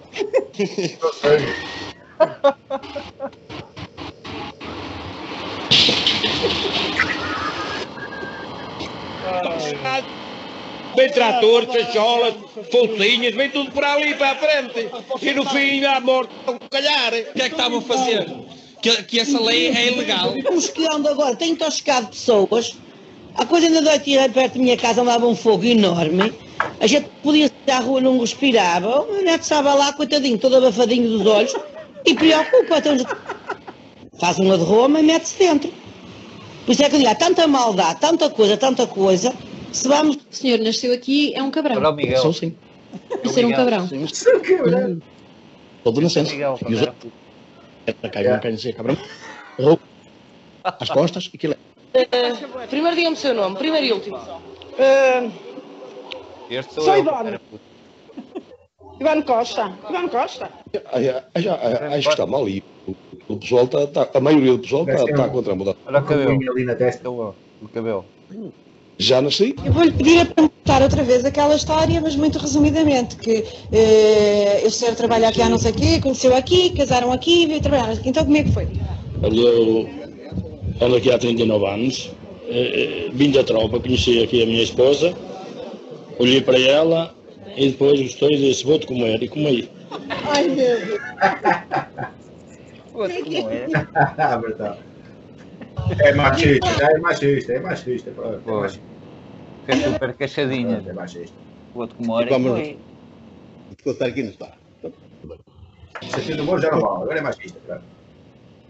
Vem trator, fecholas, folcinhas, vem tudo para ali, para a frente. E no fim, à morte, estão a calhar. O que é que estavam a fazer? Que, que essa lei é ilegal.
Os que andam Um agora têm intoxicado pessoas. A coisa ainda dói tirar perto da minha casa, andava um fogo enorme. A gente podia sair à rua, não respirava. O meu neto estava lá, coitadinho, todo abafadinho dos olhos. E preocupa. Então, faz uma de Roma e mete-se dentro. Por isso é que eu digo, há tanta maldade, tanta coisa, tanta coisa. Se vamos
O senhor nasceu aqui, é um
Era
cabrão.
o Miguel.
Sou sim.
É o Miguel.
Sim, sim.
Sou quebrado.
Todo inocente.
Miguel,
E os
cara.
outros. É para cá, não quer dizer, cabrão. Roupa. As costas, aquilo é.
Eh, Primeiro digam-me o seu nome, primeiro e último.
Eh,
Este sou
Sou
eu.
Ivone.
Era puto.
Ivan Costa. Ivan Costa.
Ai, ai, ai, é acho que está mal aí. O- O pessoal está. está- a maioria do pessoal está,
Deve ser
está
um-
contra a mudança.
Olha o cabelo.
ali na testa.
Estou eu. O cabelo.
Já nasci?
Eu vou-lhe pedir a perguntar outra vez aquela história, mas muito resumidamente, que eh, eu sei trabalhar aqui há não sei o quê, conheceu aqui, casaram aqui, veio trabalhar aqui. Então como é que foi?
Eu ando aqui há 39 anos, eh, eh, vim da tropa, conheci aqui a minha esposa, olhei para ela e depois gostei e disse: Vou-te comer, e comi.
Ai, meu Deus.
Puto, como é?
É verdade. É machista, é machista, é machista. pronto, É
Pois.
machista.
Fiquei super queixadinha.
pronto, É machista.
O outro que mora. é
Vamos ver. Vou estar aqui, não está.
Sentido bom já não vale, agora é machista. pronto.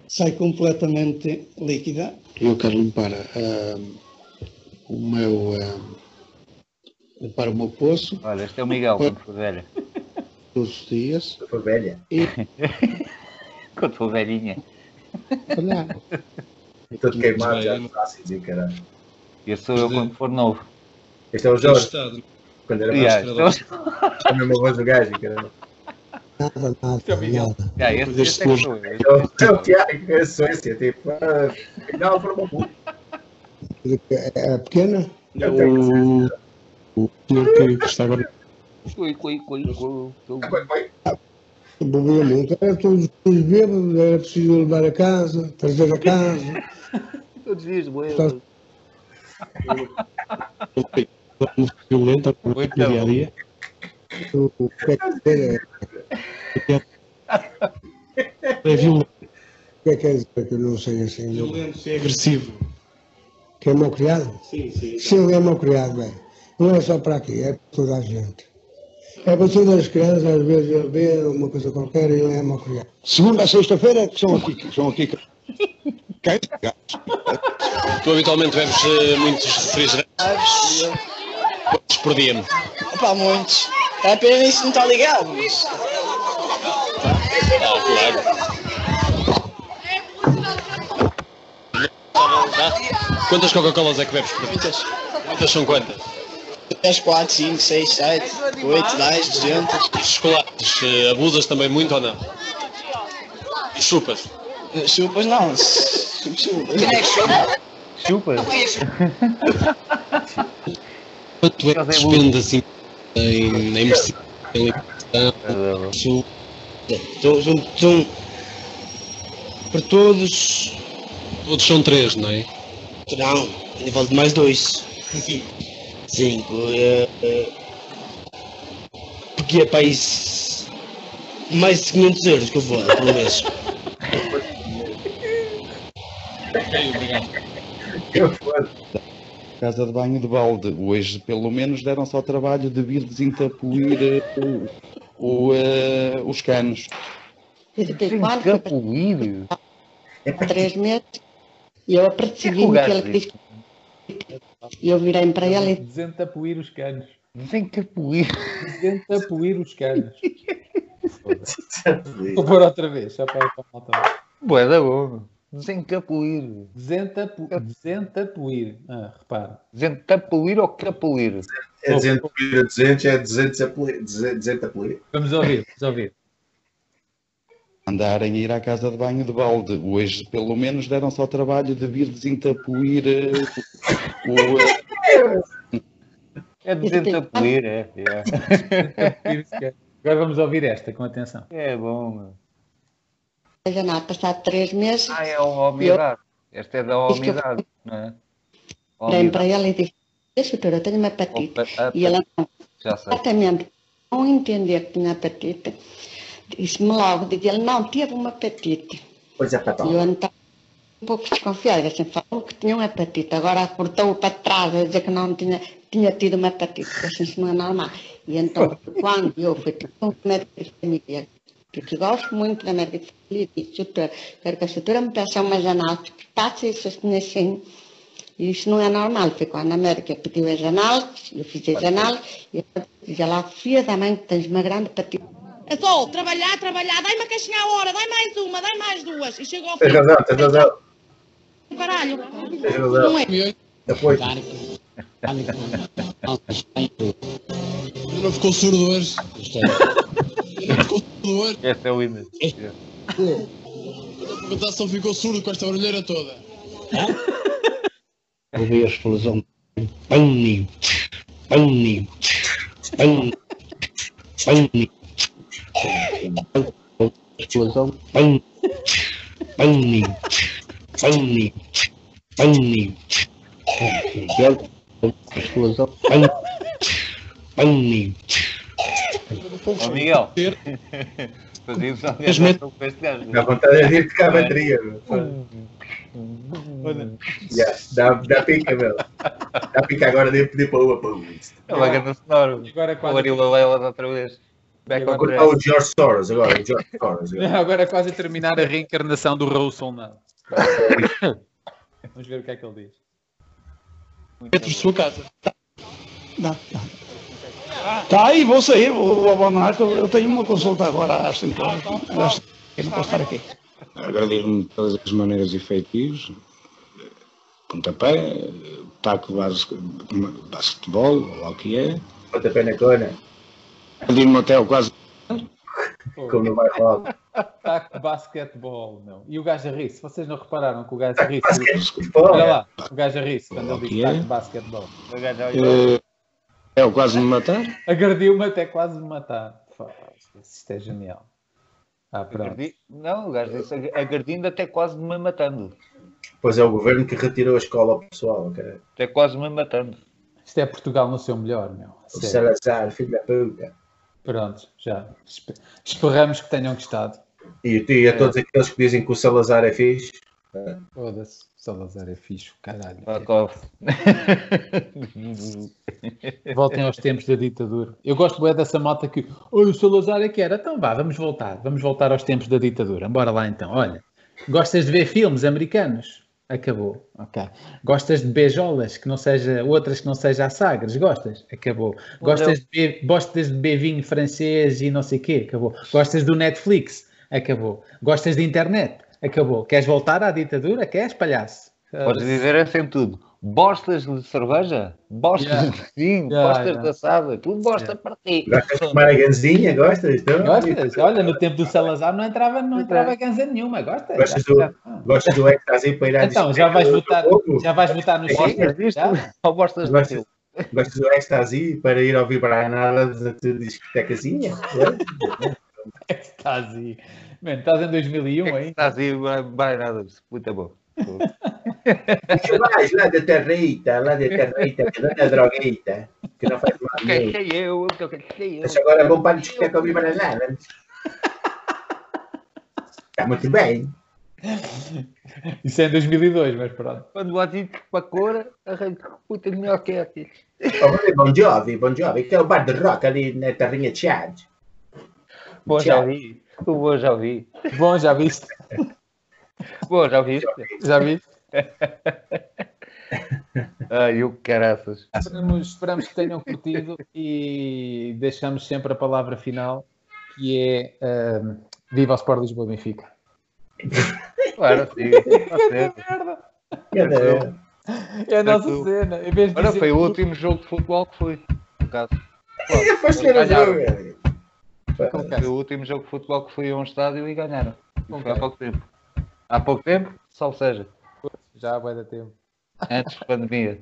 Sai completamente líquida.
Eu quero limpar ehm, o meu. ehm, limpar o meu poço
Olha, este é o Miguel, quando for velha.
todos os dias.
Se for velha.
Quando for velhinha.
Olhar.
E todo queimado já
Sim.
está assim, dizer, caralho.
Este sou eu quando for novo. então,
Este é o Jorge, quando era mais.
Já, este,
É a mesma voz do gajo, caralho.
Este é o Miguel.
já, este, este é que sou eu.
É o- é o Tiago, é a Suécia, tipo. ah, Não, foi uma puta.
É pequena?
Eu tenho que ser.
O senhor que está agora
Cui, cui, cui, cui, cui.
Ah, foi- foi.
bebendo, era todos os bêbados, era preciso levar a casa, trazer a casa.
Todos os dias doeu.
violenta
Muito bom.
dia. O que é que é? É violento. O que é que é dizer que eu não sei assim? Violento, é agressivo. Que é mal criado? Sim, sim. Sim, é mal criado, bem. Não é só para aqui, é para toda a gente. É para todas as crianças, às vezes ele vê uma coisa qualquer e ele é mal criado. Segunda a sexta-feira que são aqui, que são aqui. que-
Queijo, gajo. Tu habitualmente bebes eh, muitos refrigerantes? Quantos por dia?
Opa, muitos. É apenas isso não está ligado. Mas...
Ah, Quantas Coca-Colas é que bebes por dia? Muitas. Muitas são quantas?
3, 4, 5, 6, 7, 8, 10, 200.
E chocolates, eh, abusas também muito ou não? E chupas?
Chupas não. Chupas. chupas.
Chupas?
Quanto é que despende assim em, em mercearia, em alimentação, su-
Estou junto
Para todos. Todos são três, não é?
Não, ainda falta mais dois. Cinco. eh, eh, Porque é para isso. Mais de 500 euros que eu vou, pelo menos.
Casa de banho de balde. Hoje, pelo menos, deram-se ao trabalho de vir desencapuir eh, o- o, eh, os canos.
Desencapuir?
Há três meses. E eu apercebi-me que ele disse. E eu virei para ele e
Desentapuir os canos.
Desencapuir.
Desentapuir os canos. Vou pôr outra vez, só para para faltar.
Boa da boa. Desencapuir.
Desentapu... Desentapuir. Ah, repara.
Desentapuir ou capuir?
É 200 a 200, é 200 a poli- 200 a poli.
Vamos ouvir, vamos ouvir.
Andarem a ir à casa de banho de balde. Hoje, pelo menos, deram-se ao trabalho de vir desencapuir eh, o. o, eh,
É desentapuir, é.
Desentapuir os canos. Agora vamos ouvir esta com atenção.
É bom, meu.
já não, passado três meses.
Ah, é uma umidade. Esta é da umidade, não é?
Virei para
Umidade.
ele e disse: Deixa, eu tenho uma hepatite.
Opa, ah,
E ela não
Já sei.
Exatamente. Não entender que tinha apetite. Disse-me logo, disse ele, não, tive uma apetite.
Pois é,
E eu então, um pouco desconfiada, assim, falou que tinha um apetite, agora cortou para trás a dizer que não tinha, tinha tido uma apetite, que assim isso não é normal. E então, quando eu fui ter um médico de família, porque gosto muito da médica de família, e disse, doutor, quero que a doutora me peça umas análises, que faça isso assim, assim, e isso não é normal, ficou na América, pediu as análises, eu fiz as análises, e ela dizia lá, filha da mãe, tens uma grande apetite.
É só trabalhar, trabalhar, dai-me a caixinha à hora, dai mais uma, dai mais duas. E chegou ao fim.
Tens razão, tens razão.
Caralho.
Tens razão.
Não é?
Apoio.
Não ficou surdo hoje?
Esta é o hino.
Perguntar se ele ficou surdo com esta barulheira toda.
Ouvi a explosão. Pânico. Pânico. Pânico. Pânico. Explosão. Pânico. Pânico. Pânico. Pânico. Explosão. Pânico. Pânico.
Ó Miguel. Fazíamos a
Mas mete-
com este gajo.
Dá vontade de rir de cá a bateria.
Olha.
Yeah, dá, dá pica, meu. Dá pica agora, devo pedir para uma para uma.
É uma grande sonora.
Agora
O Arila Lelas outra vez. Back
Vou
on
cortar o
track.
George Soros agora. o George Soros agora.
Agora é quase a terminar a reencarnação do Raul Solnado. Vamos ver o que é que ele diz.
Dentro de sua casa.
Tá aí, vou sair, vou, vou abandonar, que eu, eu tenho uma consulta agora às 5 horas. Às- Eu não posso estar aqui.
Agradeço-me de todas as maneiras e feitios. Pontapé, taco de base- de basquetebol, ou lá o que é.
Pontapé na cona.
Perdi-me no hotel quase.
Como vai falar?
Taco tá basquetebol, não. E o gajo a rir-se. Vocês não repararam que o gajo a rir-se.
basquetebol.
Olha lá, o gajo a rir-se quando ele diz
Ok.
taco basquetebol.
Eh, Eu quase me matar.
Agrediu-me até quase me matar. Fá, Isto isto é genial. Ah, pronto.
Agredi- Não, o gajo disse "Ag- agredindo até quase me matando.
Pois é, o governo que retirou a escola ao pessoal. Cara.
Até quase me matando.
Isto é Portugal no seu melhor, meu.
O
Sério.
Salazar, filho da puta.
Pronto, já. Espe- Esperamos que tenham gostado.
E, e a todos aqueles que dizem que o Salazar é fixe.
Foda-se, Salazar é fixe, caralho.
Ah,
Voltem aos tempos da ditadura. Eu gosto bem dessa malta que. Oi, o Salazar é que era. Então vá, vamos voltar. Vamos voltar aos tempos da ditadura. Bora lá então. Olha, Gostas de ver filmes americanos? Acabou. Ok. Gostas de beijolas, que não seja outras que não seja a Sagres? Gostas? Acabou. Gostas de, be- gostas de beber vinho francês e não sei o quê? Acabou. Gostas do Netflix? Acabou. Gostas de internet? Acabou. Queres voltar à ditadura? Queres, palhaço?
Podes dizer assim tudo. Bostas de cerveja, bostas
Yeah.
de vinho,
Yeah,
bostas
yeah.
de assada, tudo bosta para ti.
Gostas de tomar a ganzinha? Gostas? Não?
Gostas? Olha, no tempo do Salazar não entrava, não entrava ganza nenhuma. Gostas?
Gostas do, gostas do êxtase para ir à
Então,
discoteca
já vais
do
votar,
povo?
já vais votar
É
no
Gostas
Chega?
disto?
Já?
Ou gostas
Gostas, gostas do êxtase para ir ouvir para nada de discotecazinha?
Estás aí. Mano, estás em 2001 ainda.
Estás aí, vai, vai nada, muito bom.
Que vais lá da terreita, lá da terreita, que não é drogueita, que não faz mal.
Quem
nenhum.
é sei eu, o que sei eu.
Mas agora vão para a discoteca ouvir para nada. Está muito bem.
Isso é em 2002, mas pronto.
Quando bati para a cor, arranco puta de melhor que é aqui.
Olha, Bom Jovi, Bom Jovi, que é o bar de rock ali na terrinha de Chad.
Bom, já vi. O bom, já vi.
Bom, já viste.
Bom, já viste.
Já vi.
Ai, o caraças.
Esperamos, esperamos que tenham curtido e deixamos sempre a palavra final que é ahm, Viva o Sport Lisboa Benfica.
Claro, sim.
Merda. É a nossa
Tranquilo.
cena. Em vez de
Olha,
dizer-
foi o último jogo de futebol que foi. Por acaso.
Ainda foste ver o jogo,
Foi o último jogo de futebol que fui a um estádio e ganharam. Foi há pouco tempo. Há pouco tempo, só seja.
Já vai dar tempo.
Antes da pandemia.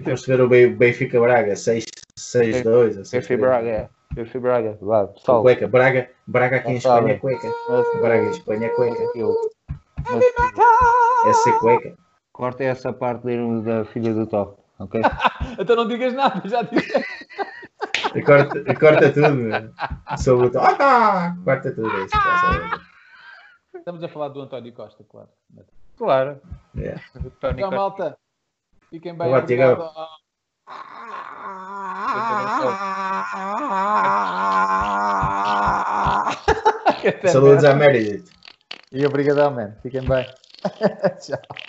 Vamos ver o Ben- Benfica Braga, 6-2.
Benfica Braga, Benfica Braga, vá, pessoal.
assim, Cueca, Braga, Braga aqui em
Já sabem.
Espanha é cueca. Braga em Espanha é cueca. Essa é cueca.
Corta essa parte da- da filha do Top, ok?
Então não digas nada, já disse.
E corta, e corta tudo. meu. Sobre o to- Ah, tá! Corta tudo. isso, passa.
Estamos a falar do António Costa, claro.
Claro.
Yeah.
Então, malta, fiquem bem.
Vá,
Obrigado.
Tiagão.
ao-
Saludos à Meredith.
E obrigadão, man. Fiquem bem. Tchau.